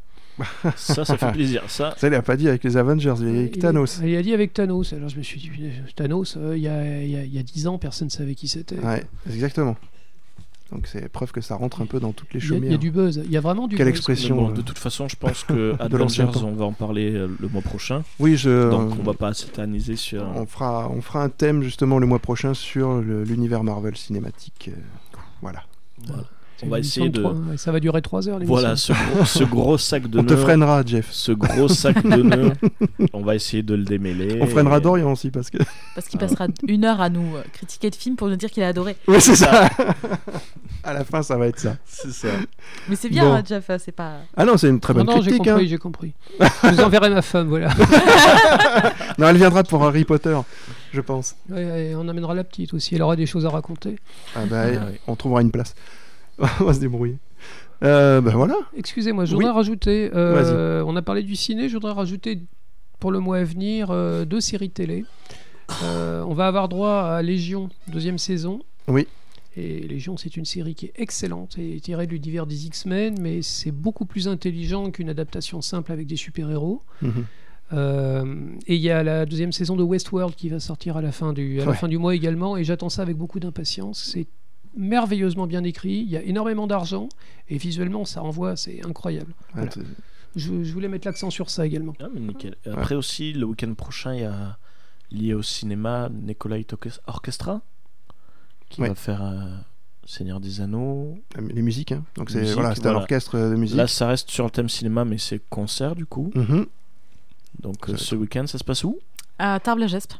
Speaker 2: Ça, ça fait plaisir. Ça,
Speaker 1: Ça, il a pas dit avec les Avengers, il est avec
Speaker 4: Il-
Speaker 1: Thanos.
Speaker 4: Il a dit avec Thanos. Alors je me suis dit Punaise, Thanos, euh, il y a- il y a il y a 10 ans, personne ne savait qui c'était.
Speaker 1: Ouais, exactement. Donc c'est preuve que ça rentre un peu dans toutes les
Speaker 4: Il y a- il y,
Speaker 1: chaumières.
Speaker 4: a du buzz, il y a vraiment du
Speaker 1: Quelle
Speaker 2: Mais
Speaker 4: buzz.
Speaker 2: bon,
Speaker 1: expression
Speaker 2: de
Speaker 1: euh.
Speaker 2: toute façon, je pense que
Speaker 1: l'ancien
Speaker 2: Avengers,
Speaker 1: temps.
Speaker 2: on va en parler euh, le mois prochain.
Speaker 1: Oui, je. euh,
Speaker 2: Donc on va pas s'éterniser sur.
Speaker 1: On fera, on fera un thème justement le mois prochain sur le- l'univers Marvel cinématique. euh, Voilà.
Speaker 4: C'est
Speaker 2: on va
Speaker 4: une émission
Speaker 2: essayer de-
Speaker 4: trois- ouais, ça va durer 3 heures,
Speaker 2: Voilà,
Speaker 4: l'émission.
Speaker 2: ce gros, ce gros sac de
Speaker 1: On te
Speaker 2: nœuds.
Speaker 1: freinera, Jeff.
Speaker 2: Ce gros sac de nœuds, on va essayer de le démêler.
Speaker 1: On freinera Dorian aussi parce que.
Speaker 3: Parce qu'il passera une heure à nous euh, critiquer de film pour nous dire qu'il a adoré.
Speaker 1: Oui, c'est ça. à la fin, ça va être ça.
Speaker 2: C'est ça.
Speaker 3: Mais c'est bien,
Speaker 1: Bon.
Speaker 3: hein, Jeff, euh, c'est pas.
Speaker 1: Ah non, c'est une très
Speaker 4: Non,
Speaker 1: bonne
Speaker 4: non, j'ai
Speaker 1: critique.
Speaker 4: compris, j'ai compris. Je vous enverrai ma femme, voilà.
Speaker 1: hein. Non, elle viendra pour Harry Potter, je pense.
Speaker 4: Ouais, et on amènera la petite aussi, elle aura des choses à raconter.
Speaker 1: Ah bah,
Speaker 2: Ah oui.
Speaker 1: on trouvera une place. on va se débrouiller. Euh, ben voilà.
Speaker 4: Excusez-moi, je voudrais
Speaker 1: Oui.
Speaker 4: rajouter, euh, on a parlé du ciné, je voudrais rajouter pour le mois à venir euh, deux séries télé. Euh, on va avoir droit à Légion, deuxième saison.
Speaker 1: Oui.
Speaker 4: Et Légion, c'est une série qui est excellente et tirée du divers des X-Men, mais c'est beaucoup plus intelligent qu'une adaptation simple avec des super-héros.
Speaker 1: Mhm.
Speaker 4: Euh, et il y a la deuxième saison de Westworld qui va sortir à la fin du, à la
Speaker 1: Ouais.
Speaker 4: fin du mois également, et j'attends ça avec beaucoup d'impatience. C'est merveilleusement bien écrit, il y a énormément d'argent, et visuellement ça envoie, c'est incroyable. Voilà.
Speaker 1: Ah, t'es-
Speaker 4: Je, je voulais mettre l'accent sur ça également.
Speaker 2: Ah, mais nickel. Et Après aussi, le week-end prochain, il y a lié au cinéma Nikolai Tokes- Orchestra qui
Speaker 1: Ouais.
Speaker 2: va faire euh, Seigneur des Anneaux.
Speaker 1: Les musiques, hein. Donc
Speaker 2: Les
Speaker 1: c'est
Speaker 2: musiques,
Speaker 1: voilà, c'est
Speaker 2: voilà.
Speaker 1: un orchestre de musique.
Speaker 2: Là, ça reste sur le thème cinéma, mais c'est concert du coup.
Speaker 1: Mhm.
Speaker 2: Donc
Speaker 1: Ça
Speaker 2: euh,
Speaker 1: va
Speaker 2: ce week-end, ça se passe où
Speaker 3: À Tarbes-la-Gespe,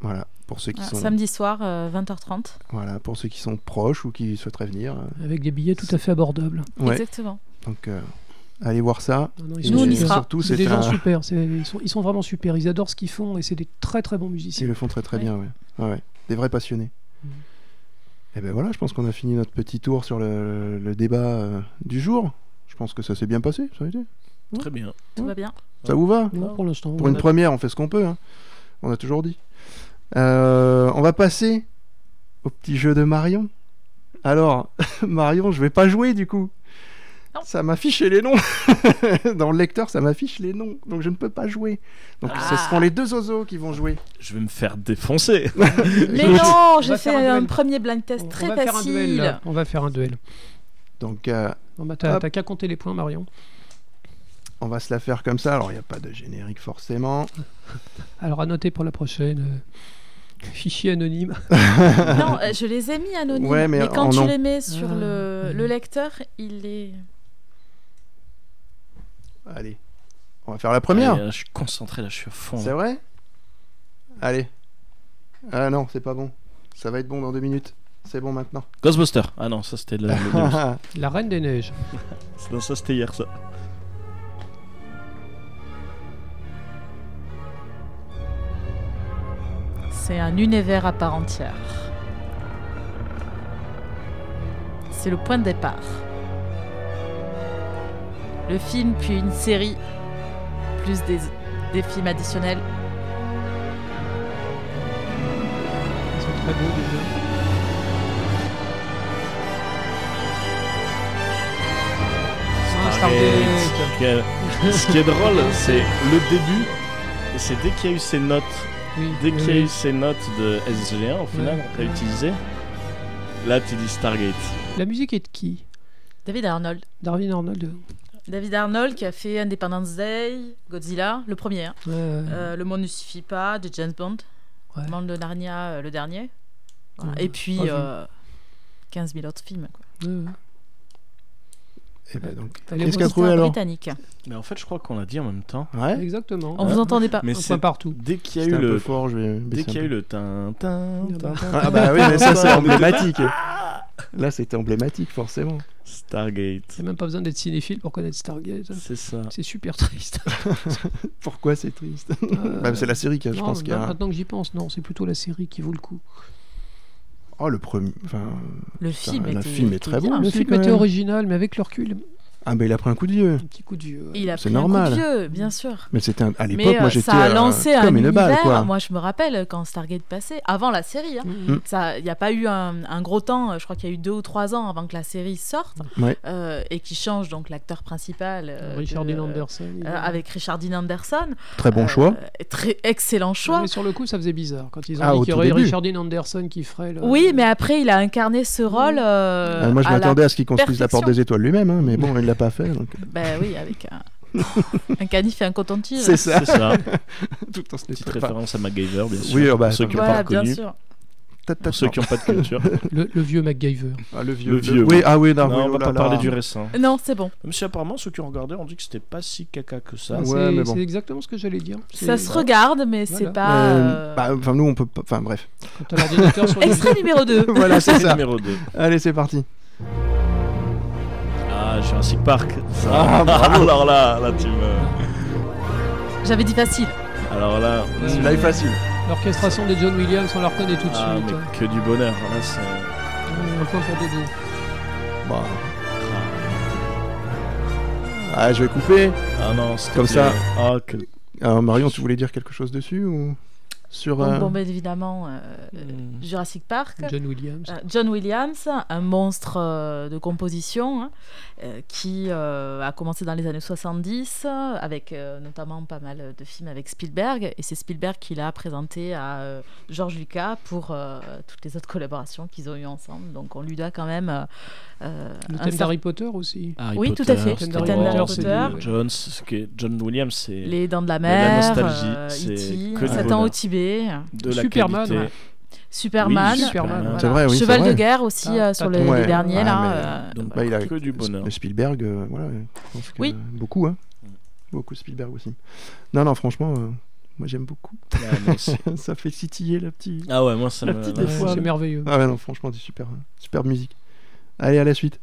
Speaker 1: Voilà, pour ceux qui
Speaker 4: Ah,
Speaker 3: voilà,
Speaker 1: sont
Speaker 3: euh, samedi soir, euh, 20h30.
Speaker 1: voilà, pour ceux qui sont proches ou qui souhaiteraient venir. euh,
Speaker 4: Avec des billets tout à fait abordables.
Speaker 1: ouais.
Speaker 3: Exactement.
Speaker 1: Donc euh, allez voir ça.
Speaker 4: Non, non,
Speaker 1: Et
Speaker 4: sont
Speaker 3: nous, on y
Speaker 4: super.
Speaker 3: sera.
Speaker 1: Surtout,
Speaker 4: C'est
Speaker 1: c'est
Speaker 4: des gens
Speaker 1: un-
Speaker 4: super, c'est- ils sont, ils sont vraiment super, ils adorent ce qu'ils font et c'est des très très bons
Speaker 1: Ils
Speaker 4: musiciens.
Speaker 1: le font très très
Speaker 3: Ouais. Mm.
Speaker 1: bien, ouais. Ouais, ouais. Des vrais passionnés.
Speaker 4: Mhm.
Speaker 1: Et ben voilà, je pense qu'on a fini notre petit tour sur le, le débat euh, du jour. Je pense que ça s'est bien passé, ça a été.
Speaker 2: Très bien.
Speaker 3: Tout va bien.
Speaker 1: Ça vous va
Speaker 4: Non, pour l'instant.
Speaker 1: Pour une
Speaker 4: voilà.
Speaker 1: première, on fait ce qu'on peut. hein. On a toujours dit. Euh, on va passer au petit jeu de Marion. Alors, Marion, je vais pas jouer du coup.
Speaker 3: Non.
Speaker 1: Ça m'affiche les noms. Dans le lecteur, ça m'affiche les noms. Donc je ne peux pas jouer. Donc ce
Speaker 3: Ah.
Speaker 1: seront les deux oiseaux qui vont jouer.
Speaker 2: Je vais me faire défoncer.
Speaker 3: Mais
Speaker 1: Écoute,
Speaker 3: non, j'ai
Speaker 4: va
Speaker 3: fait
Speaker 4: faire un
Speaker 3: un,
Speaker 4: duel.
Speaker 3: premier blind
Speaker 4: On-
Speaker 3: test
Speaker 4: on
Speaker 3: très
Speaker 4: va faire un
Speaker 3: facile.
Speaker 4: duel, là. On va faire un duel.
Speaker 1: Donc euh,
Speaker 4: Bon, bah, T'as
Speaker 1: Hop.
Speaker 4: t'as qu'à compter les points, Marion.
Speaker 1: on va se la faire comme ça. Alors il n'y a pas de générique forcément.
Speaker 4: Alors à noter pour la prochaine. euh, Fichier anonyme.
Speaker 3: Non, euh, je les ai mis anonymes.
Speaker 1: Ouais, mais
Speaker 3: mais, quand
Speaker 1: en
Speaker 3: tu
Speaker 1: nom.
Speaker 3: les mets sur
Speaker 4: Ah.
Speaker 3: le,
Speaker 4: Mhm.
Speaker 3: le lecteur, il est.
Speaker 1: Allez, on va faire la première.
Speaker 2: Allez, là, euh, je suis concentré, là, je suis à fond.
Speaker 1: C'est vrai Allez. Ah non, c'est pas bon. Ça va être bon dans deux minutes. C'est bon maintenant.
Speaker 2: Ghostbuster. Ah non, ça c'était de la. le news.
Speaker 4: La Reine des Neiges.
Speaker 2: non, ça c'était hier ça.
Speaker 3: C'est un univers à part entière. C'est le point de départ. Le film, puis une série, plus des, des films additionnels.
Speaker 4: Ils sont très beaux déjà. Ah, Stargate.
Speaker 2: Stargate. Quel- Ce qui est drôle, c'est le début. Et c'est dès qu'il y a eu ces notes,
Speaker 4: Oui, euh,
Speaker 2: dès qu'il y a
Speaker 4: oui.
Speaker 2: eu ces notes de SG1 au final réutilisées, là tu dis Stargate.
Speaker 4: La musique est de qui
Speaker 3: David Arnold.
Speaker 4: Darwin Arnold.
Speaker 3: David Arnold qui a fait Independence Day, Godzilla, le premier. hein.
Speaker 4: euh,
Speaker 3: Euh, le monde ne suffit pas, de James Bond.
Speaker 4: Ouais. Mhm.
Speaker 3: Le monde de Narnia, euh, le dernier. Voilà.
Speaker 4: Ouais,
Speaker 3: Et puis
Speaker 4: pas vu.
Speaker 3: euh, 15 000 autres films. quoi.
Speaker 4: euh,
Speaker 1: Et ben donc.
Speaker 4: elle est
Speaker 1: Qu'est-ce
Speaker 4: bonne.
Speaker 1: qu'a
Speaker 3: Compositeur
Speaker 1: trouvé alors
Speaker 3: britannique.
Speaker 2: Mais en fait, je crois qu'on l'a dit en même temps.
Speaker 1: Ouais.
Speaker 4: Exactement. Hein
Speaker 3: On vous entendait pas.
Speaker 2: Mais
Speaker 4: un
Speaker 2: c'est
Speaker 4: point partout.
Speaker 2: dès qu'il y a
Speaker 1: C'était
Speaker 2: eu
Speaker 1: un peu
Speaker 2: le
Speaker 1: fort, je vais
Speaker 2: dès
Speaker 1: baisser
Speaker 2: qu'il y a
Speaker 1: un
Speaker 2: eu
Speaker 1: peu.
Speaker 2: le tin tin
Speaker 4: Ah
Speaker 2: tin,
Speaker 4: bah.
Speaker 2: tin,
Speaker 1: Ah bah oui, mais ça c'est
Speaker 2: tin,
Speaker 1: emblématique. Là c'était emblématique forcément.
Speaker 2: Stargate.
Speaker 4: Il n'y a même pas besoin d'être cinéphile pour connaître Stargate.
Speaker 2: C'est ça.
Speaker 4: C'est super triste.
Speaker 1: Pourquoi c'est triste
Speaker 4: Euh,
Speaker 1: Bah, C'est la série qui a, je
Speaker 4: non,
Speaker 1: pense qu'il y
Speaker 4: non,
Speaker 1: a.
Speaker 4: Maintenant que j'y pense, non, c'est plutôt la série qui vaut le coup.
Speaker 1: Oh le premier. Enfin,
Speaker 3: Le film,
Speaker 1: le
Speaker 3: était-
Speaker 1: film est
Speaker 3: était
Speaker 1: très bon.
Speaker 3: bien.
Speaker 1: Ah,
Speaker 4: le
Speaker 1: si,
Speaker 4: film
Speaker 1: quand
Speaker 4: était
Speaker 1: même.
Speaker 4: original, mais avec le recul,
Speaker 1: Ah, ben il a pris un coup de vieux.
Speaker 4: Un petit coup de vieux.
Speaker 3: Il a
Speaker 1: C'est
Speaker 3: pris un coup de
Speaker 1: normal.
Speaker 3: vieux, bien sûr.
Speaker 1: Mais c'était un- à l'époque,
Speaker 3: Mais euh,
Speaker 1: moi j'étais
Speaker 3: ça a
Speaker 1: euh,
Speaker 3: lancé
Speaker 1: comme
Speaker 3: un
Speaker 1: une balle,
Speaker 3: univers.
Speaker 1: quoi.
Speaker 3: Moi, je me rappelle quand Stargate passait, avant la série. hein.
Speaker 4: Mm.
Speaker 3: Ça, il n'y a pas eu un, un gros temps. euh, Je crois qu'il y a eu deux ou trois ans avant que la série sorte
Speaker 1: Ouais.
Speaker 3: euh, et qui change donc l'acteur principal. euh,
Speaker 4: Richard
Speaker 3: de-
Speaker 4: Dean Anderson. il
Speaker 3: euh,
Speaker 4: est-
Speaker 3: avec Richard Dean Anderson.
Speaker 1: Très bon
Speaker 3: Euh,
Speaker 1: choix.
Speaker 3: Très excellent
Speaker 4: Non,
Speaker 3: choix.
Speaker 4: Mais sur le coup, ça faisait bizarre quand ils ont
Speaker 1: Ah,
Speaker 4: dit
Speaker 1: au
Speaker 4: qu'il y
Speaker 1: tout
Speaker 4: aurait
Speaker 1: début.
Speaker 4: Richard Dean Anderson qui ferait le.
Speaker 3: Oui, mais après, il a incarné ce rôle. euh,
Speaker 1: Euh, moi je
Speaker 3: à la-
Speaker 1: m'attendais à ce qu'il construise la porte
Speaker 3: perfection.
Speaker 1: des étoiles lui-même, hein, mais bon, il l'a pas fait. donc, euh,
Speaker 3: Ben oui, avec un, un canif et un coton-tige.
Speaker 1: C'est ça.
Speaker 2: C'est ça.
Speaker 1: Tout en se
Speaker 2: Petite
Speaker 1: laissant pas.
Speaker 2: référence à MacGyver, bien sûr.
Speaker 1: Oui, oh bah,
Speaker 2: pour ceux qui n'ont pas
Speaker 3: Voilà, bien
Speaker 2: reconnu,
Speaker 3: sûr.
Speaker 1: Ta- ta-
Speaker 2: pour ceux
Speaker 1: non.
Speaker 2: qui n'ont pas de culture.
Speaker 4: Le, le vieux MacGyver.
Speaker 1: Ah, le vieux.
Speaker 2: Le vieux,
Speaker 1: Oui,
Speaker 2: oui.
Speaker 1: ah oui, non,
Speaker 2: non,
Speaker 1: oui,
Speaker 2: on
Speaker 1: oh
Speaker 2: va
Speaker 1: là
Speaker 2: pas
Speaker 1: là.
Speaker 2: parler du récent.
Speaker 3: Non, c'est bon.
Speaker 2: Même si apparemment, ceux qui ont regardé ont dit que c'était pas si caca que ça.
Speaker 1: Ouais,
Speaker 4: c'est
Speaker 1: mais bon.
Speaker 4: c'est exactement ce que j'allais dire.
Speaker 3: Ça se
Speaker 4: regarde.
Speaker 3: regarde, mais
Speaker 4: Voilà.
Speaker 3: c'est
Speaker 1: Euh,
Speaker 3: pas. euh,
Speaker 1: bah, Enfin, nous on peut pas. Enfin, bref.
Speaker 4: Quand t'as l'ordinateur sur les.
Speaker 3: Extrait numéro 2.
Speaker 1: voilà, c'est
Speaker 2: C'est
Speaker 1: ça.
Speaker 2: numéro 2.
Speaker 1: Allez, c'est parti.
Speaker 2: Ah, Jurassic Park.
Speaker 1: Ah, bravo.
Speaker 2: alors là, là, tu me.
Speaker 3: J'avais dit facile.
Speaker 2: Alors là.
Speaker 4: Euh,
Speaker 1: Là est facile.
Speaker 4: L'orchestration de John Williams, on la reconnaît tout de
Speaker 2: Ah,
Speaker 4: suite.
Speaker 2: mais
Speaker 4: hein.
Speaker 2: que du bonheur. Là, c'est.
Speaker 4: Un point pour Dodo.
Speaker 1: Bon.
Speaker 2: Ah,
Speaker 1: Ah, je vais couper.
Speaker 2: Ah non, c'était.
Speaker 1: Comme ça.
Speaker 2: Ah, que.
Speaker 1: Alors, Marion, tu voulais dire quelque chose dessus ou sur
Speaker 3: Bon,
Speaker 1: euh,
Speaker 3: bon, bien évidemment, euh, Jurassic Park.
Speaker 4: John Williams.
Speaker 3: euh, John Williams, un monstre euh, de composition hein, euh, qui euh, a commencé dans les années 70 euh, avec euh, notamment pas mal de films avec Spielberg et c'est Spielberg qui l'a présenté à euh, George Lucas pour euh, toutes les autres collaborations qu'ils ont eues ensemble. Donc on lui doit quand même euh, euh,
Speaker 4: Le
Speaker 3: un
Speaker 4: thème
Speaker 3: certain-
Speaker 4: d'Harry Potter aussi.
Speaker 2: Harry
Speaker 3: Oui, tout à fait.
Speaker 2: Star
Speaker 4: Le thème
Speaker 2: Wars,
Speaker 4: d'Harry Potter,
Speaker 2: c'est
Speaker 4: c'est
Speaker 2: du-
Speaker 4: du-
Speaker 2: Jones, ce qui est- John Williams, c'est
Speaker 3: Les Dents de la
Speaker 2: Mais
Speaker 3: Mer,
Speaker 2: la nostalgie,
Speaker 3: euh,
Speaker 2: c'est
Speaker 3: E.T.,
Speaker 2: que du
Speaker 3: Satan
Speaker 2: bonheur.
Speaker 3: au Tibet,
Speaker 2: de la
Speaker 4: Superman,
Speaker 2: qualité.
Speaker 4: ouais.
Speaker 3: Superman,
Speaker 4: Oui, Superman.
Speaker 1: C'est vrai, oui,
Speaker 3: Cheval
Speaker 1: c'est vrai.
Speaker 3: de guerre aussi
Speaker 4: Ah,
Speaker 3: euh, sur
Speaker 4: t'as
Speaker 3: les,
Speaker 1: ton-
Speaker 3: les
Speaker 1: Ouais.
Speaker 3: derniers
Speaker 1: Ouais,
Speaker 3: là.
Speaker 1: mais,
Speaker 3: euh,
Speaker 2: Donc,
Speaker 1: Bah, il a
Speaker 2: que du bonheur.
Speaker 1: Le Spielberg, euh, voilà. je pense que,
Speaker 3: Oui.
Speaker 1: euh, beaucoup, hein. Beaucoup Spielberg aussi. Non, non, franchement, euh, moi j'aime beaucoup.
Speaker 2: Ah, moi aussi.
Speaker 1: ça fait titiller le petit.
Speaker 2: Ah ouais, moi ça
Speaker 1: La
Speaker 2: me.
Speaker 1: petite
Speaker 2: là,
Speaker 1: fois,
Speaker 4: C'est
Speaker 1: mais-
Speaker 4: merveilleux.
Speaker 1: Ah ouais, non, franchement, c'est super, super musique. Allez, à la suite.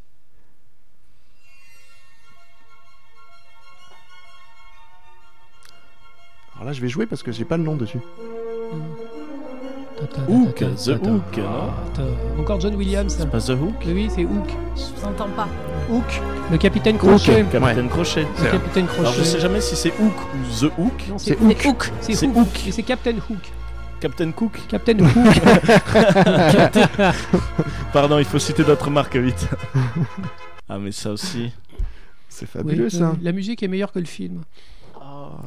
Speaker 1: Alors là, je vais jouer parce que j'ai pas le nom dessus.
Speaker 4: Ta- ta- ta-
Speaker 2: Hook,
Speaker 4: ta-
Speaker 2: The
Speaker 4: ta- ta-
Speaker 2: Hook,
Speaker 4: ta-
Speaker 2: non
Speaker 4: ta- Encore John Williams.
Speaker 2: C'est
Speaker 4: ça.
Speaker 2: pas The Hook
Speaker 4: Oui, oui, c'est Hook.
Speaker 3: Je vous entends pas.
Speaker 4: Hook. Le capitaine Crochet.
Speaker 1: Hook.
Speaker 2: Capitaine Crochet.
Speaker 4: Le capitaine
Speaker 2: Alors je sais
Speaker 4: Crochet.
Speaker 2: jamais si c'est Hook ou The Hook.
Speaker 4: Non,
Speaker 1: C'est Hook.
Speaker 4: C'est
Speaker 2: C'est
Speaker 4: Hook.
Speaker 2: Hook.
Speaker 4: Et c'est Captain Hook.
Speaker 2: Captain Cook.
Speaker 4: Captain Hook.
Speaker 2: Pardon, il faut citer d'autres marques vite. ah mais ça aussi.
Speaker 1: C'est
Speaker 4: Oui,
Speaker 1: fabuleux ça.
Speaker 4: euh, La musique est meilleure que le film.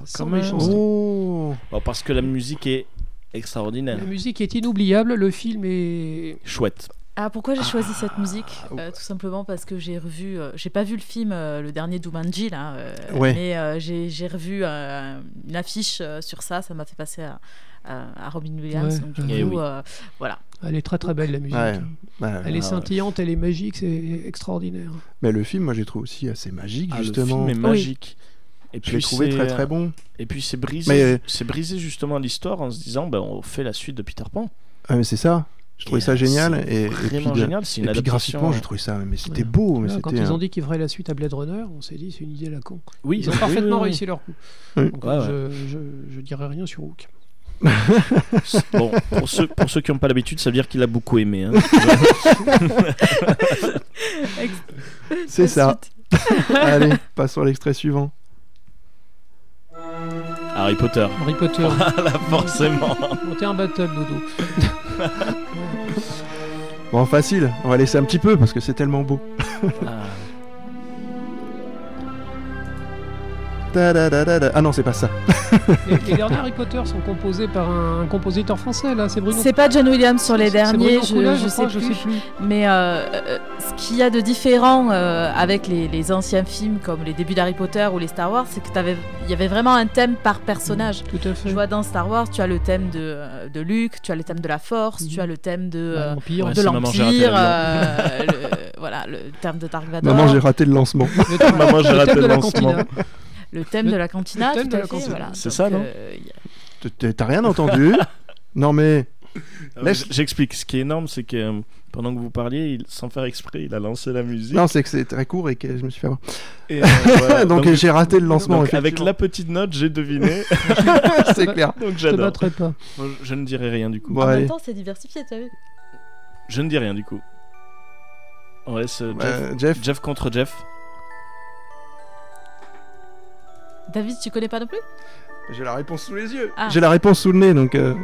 Speaker 4: Sans
Speaker 2: Ah, même.
Speaker 4: méchanceté.
Speaker 1: Oh
Speaker 2: Bon, parce que la musique est extraordinaire.
Speaker 4: La musique est inoubliable, le film est.
Speaker 2: Chouette.
Speaker 3: Ah, pourquoi j'ai choisi cette musique
Speaker 1: ouais.
Speaker 3: Euh, Tout simplement parce que j'ai revu, euh, j'ai pas vu le film, euh, le dernier Jumanji là, euh,
Speaker 1: Ouais.
Speaker 3: mais euh, j'ai j'ai revu euh, une affiche euh, sur ça, ça m'a fait passer à, à- à Robin Williams.
Speaker 4: Ouais,
Speaker 3: donc, du
Speaker 4: euh,
Speaker 3: coup,
Speaker 2: Eh oui.
Speaker 3: euh, voilà.
Speaker 4: Elle est très très belle la musique.
Speaker 1: Ouais. Bah,
Speaker 4: Elle est
Speaker 2: Ah ouais. Oh,
Speaker 4: scintillante, elle est magique, c'est extraordinaire.
Speaker 1: Mais le film, moi, j'ai trouvé aussi assez magique,
Speaker 2: Ah,
Speaker 1: justement.
Speaker 2: le film est euh, magique. Et
Speaker 1: Je l'ai
Speaker 2: puis
Speaker 1: trouvé
Speaker 2: c'est-
Speaker 1: très très bon.
Speaker 2: Et puis c'est brisé.
Speaker 1: Mais, euh,
Speaker 2: C'est brisé justement l'histoire en se disant ben on fait la suite de Peter Pan.
Speaker 1: Ah, mais c'est ça. Je trouvais
Speaker 2: Et,
Speaker 1: ça
Speaker 2: euh,
Speaker 1: génial.
Speaker 2: c'est
Speaker 1: Et, et puis,
Speaker 2: Vraiment
Speaker 1: de-
Speaker 2: génial. C'est
Speaker 1: et
Speaker 2: une
Speaker 1: puis
Speaker 2: adaptation. euh,
Speaker 1: graphiquement, j'ai trouvé ça. Mais c'était
Speaker 4: Ouais.
Speaker 1: beau. mais
Speaker 4: Là, quand
Speaker 1: c'était,
Speaker 4: ils
Speaker 1: euh,
Speaker 4: ont dit qu'ils feraient la suite à Blade Runner, on s'est dit c'est une idée à la con.
Speaker 2: Oui,
Speaker 4: Ils ont
Speaker 2: oui,
Speaker 4: parfaitement
Speaker 2: oui, oui.
Speaker 4: réussi leur coup.
Speaker 1: Oui.
Speaker 4: Donc,
Speaker 2: Ouais, ouais.
Speaker 4: je, je, je dirais rien sur Hook.
Speaker 2: Bon, pour ceux, pour ceux qui n'ont pas l'habitude, ça veut dire qu'il a beaucoup aimé. hein.
Speaker 1: C'est
Speaker 3: La
Speaker 1: ça.
Speaker 3: suite.
Speaker 1: Allez, passons à l'extrait suivant.
Speaker 2: Harry Potter.
Speaker 4: Harry Potter,
Speaker 2: Là, forcément.
Speaker 4: monter un battle, Dodo.
Speaker 1: Bon, facile. On va laisser un petit peu parce que c'est tellement beau.
Speaker 2: Ah,
Speaker 1: Ta-da-da-da-da. Ah non, c'est pas ça.
Speaker 4: Les, les derniers Harry Potter sont composés par un, compositeur français, là, c'est Bruno.
Speaker 3: C'est pas John Williams sur les
Speaker 4: c'est Bruno
Speaker 3: derniers, je,
Speaker 4: Coula,
Speaker 3: je sais
Speaker 4: crois,
Speaker 3: plus.
Speaker 4: je sais plus.
Speaker 3: Mais euh, euh, ce qu'il y a de différent euh, avec les, les anciens films comme les débuts d'Harry Potter ou les Star Wars, c'est qu'il y avait vraiment un thème par personnage.
Speaker 4: Tout à fait.
Speaker 3: Tu vois, dans Star Wars, tu as le thème de, euh, de Luke, tu as le thème de la Force,
Speaker 4: Mhm.
Speaker 3: tu as le thème de,
Speaker 4: Bah,
Speaker 3: euh,
Speaker 4: l'Empire.
Speaker 2: Ouais,
Speaker 3: de
Speaker 2: c'est Maman, j'ai raté
Speaker 3: l'Empire, euh, le- voilà, le thème de Dark Vador,
Speaker 1: Maman, j'ai raté le lancement.
Speaker 4: Le thème-
Speaker 1: Bah,
Speaker 2: Maman, j'ai
Speaker 4: le
Speaker 2: raté
Speaker 4: thème
Speaker 2: le
Speaker 4: de la
Speaker 2: lancement.
Speaker 4: cantina.
Speaker 3: le thème
Speaker 4: le-
Speaker 3: de la cantina,
Speaker 4: le thème
Speaker 3: tout
Speaker 4: de
Speaker 3: à
Speaker 4: la
Speaker 3: fait,
Speaker 4: cantina.
Speaker 3: voilà.
Speaker 2: C'est
Speaker 3: Donc,
Speaker 2: ça, non
Speaker 3: euh, y a-
Speaker 1: T'as- T'as rien entendu Non, mais. Laisse-
Speaker 2: J'explique. Ce qui est énorme, c'est que euh, pendant que vous parliez, il- sans faire exprès, il a lancé la musique.
Speaker 1: Non, c'est que c'est très court et que je me suis fait avoir.
Speaker 2: Et, euh, voilà.
Speaker 1: donc, j'ai raté le lancement.
Speaker 2: donc, avec
Speaker 1: effectivement.
Speaker 2: la petite note, j'ai deviné.
Speaker 1: c'est clair.
Speaker 2: donc
Speaker 4: Je te
Speaker 2: j'adore.
Speaker 4: battrai pas.
Speaker 2: Moi, je- je ne dirai rien du coup.
Speaker 1: Bon,
Speaker 3: en
Speaker 1: allez.
Speaker 3: même temps, c'est diversifié, tu as vu
Speaker 2: Je ne dis rien du coup. On laisse euh,
Speaker 1: Euh, Jeff,
Speaker 2: Jeff. Jeff contre Jeff.
Speaker 3: David, tu connais pas non plus
Speaker 1: J'ai la réponse sous les yeux.
Speaker 3: Ah.
Speaker 1: J'ai la réponse sous le nez, donc. euh,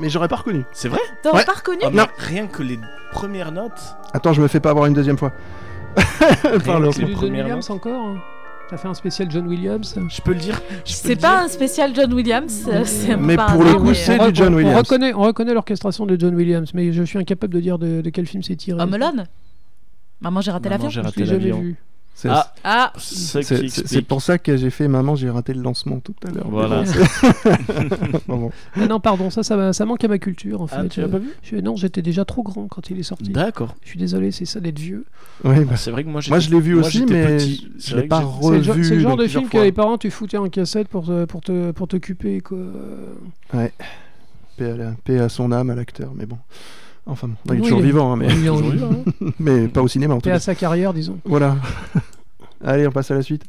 Speaker 1: Mais j'aurais pas reconnu.
Speaker 2: C'est vrai
Speaker 3: T'aurais
Speaker 1: Ouais. bah,
Speaker 3: pas reconnu
Speaker 2: Ah, mais
Speaker 1: Non.
Speaker 2: Rien que les premières notes.
Speaker 1: Attends, je me fais pas avoir une deuxième fois. Pardon.
Speaker 2: Rien que
Speaker 4: C'est
Speaker 2: les
Speaker 4: du John
Speaker 2: premières
Speaker 4: Williams encore hein T'as fait un spécial John Williams
Speaker 2: notes. Je peux le dire. je peux
Speaker 3: C'est
Speaker 2: le
Speaker 3: pas
Speaker 2: dire.
Speaker 3: un spécial John Williams. euh, c'est
Speaker 1: Mais
Speaker 3: pas
Speaker 1: pour
Speaker 3: un-
Speaker 1: le
Speaker 3: non,
Speaker 1: coup,
Speaker 3: mais,
Speaker 1: c'est
Speaker 3: euh,
Speaker 1: du John
Speaker 4: Ah, on
Speaker 1: Williams.
Speaker 4: reconnaît, on reconnaît l'orchestration de John Williams, mais je suis incapable de dire de, de quel film c'est tiré.
Speaker 3: Oh, Melon Maman, j'ai raté
Speaker 2: Maman,
Speaker 3: l'avion.
Speaker 2: j'ai
Speaker 4: Je
Speaker 2: raté
Speaker 4: l'ai jamais
Speaker 2: l'avion.
Speaker 4: vu.
Speaker 1: C'est
Speaker 2: Ah,
Speaker 3: Ah,
Speaker 2: Ce
Speaker 1: c'est-
Speaker 2: qui
Speaker 1: c'est- c'est
Speaker 2: explique.
Speaker 1: pour ça que j'ai fait Maman, j'ai raté le lancement tout à l'heure.
Speaker 2: Voilà.
Speaker 1: Bon, bon.
Speaker 4: Ah non, pardon, ça, ça, va- ça manque à ma culture en fait.
Speaker 2: Ah, tu l'as
Speaker 4: Euh,
Speaker 2: pas vu
Speaker 4: je- non, j'étais déjà trop grand quand il est sorti.
Speaker 2: D'accord.
Speaker 4: Je suis désolé, c'est ça d'être vieux.
Speaker 1: Oui, bah,
Speaker 2: C'est vrai que moi,
Speaker 1: Moi,
Speaker 2: j'étais-
Speaker 1: je l'ai vu aussi,
Speaker 2: j'étais
Speaker 1: mais
Speaker 2: petit.
Speaker 1: je-
Speaker 2: C'est
Speaker 1: je
Speaker 2: vrai
Speaker 1: l'ai
Speaker 2: que
Speaker 1: pas
Speaker 2: j'ai-
Speaker 4: C'est le genre,
Speaker 1: revu.
Speaker 4: c'est le genre
Speaker 1: donc,
Speaker 4: de
Speaker 1: plusieurs
Speaker 4: film que
Speaker 1: fois.
Speaker 4: les parents tu foutais en cassette pour te- pour te pour t'occuper quoi.
Speaker 1: Paix à, la- paix à son âme, à l'acteur, mais bon. Enfin bon, non, il est
Speaker 4: Oui,
Speaker 1: toujours
Speaker 4: il est-
Speaker 1: vivant, hein, mais...
Speaker 4: Il est en vie, hein.
Speaker 1: mais pas au cinéma en tout
Speaker 4: Et à
Speaker 1: cas.
Speaker 4: sa carrière disons.
Speaker 1: Voilà. Allez, on passe à la suite.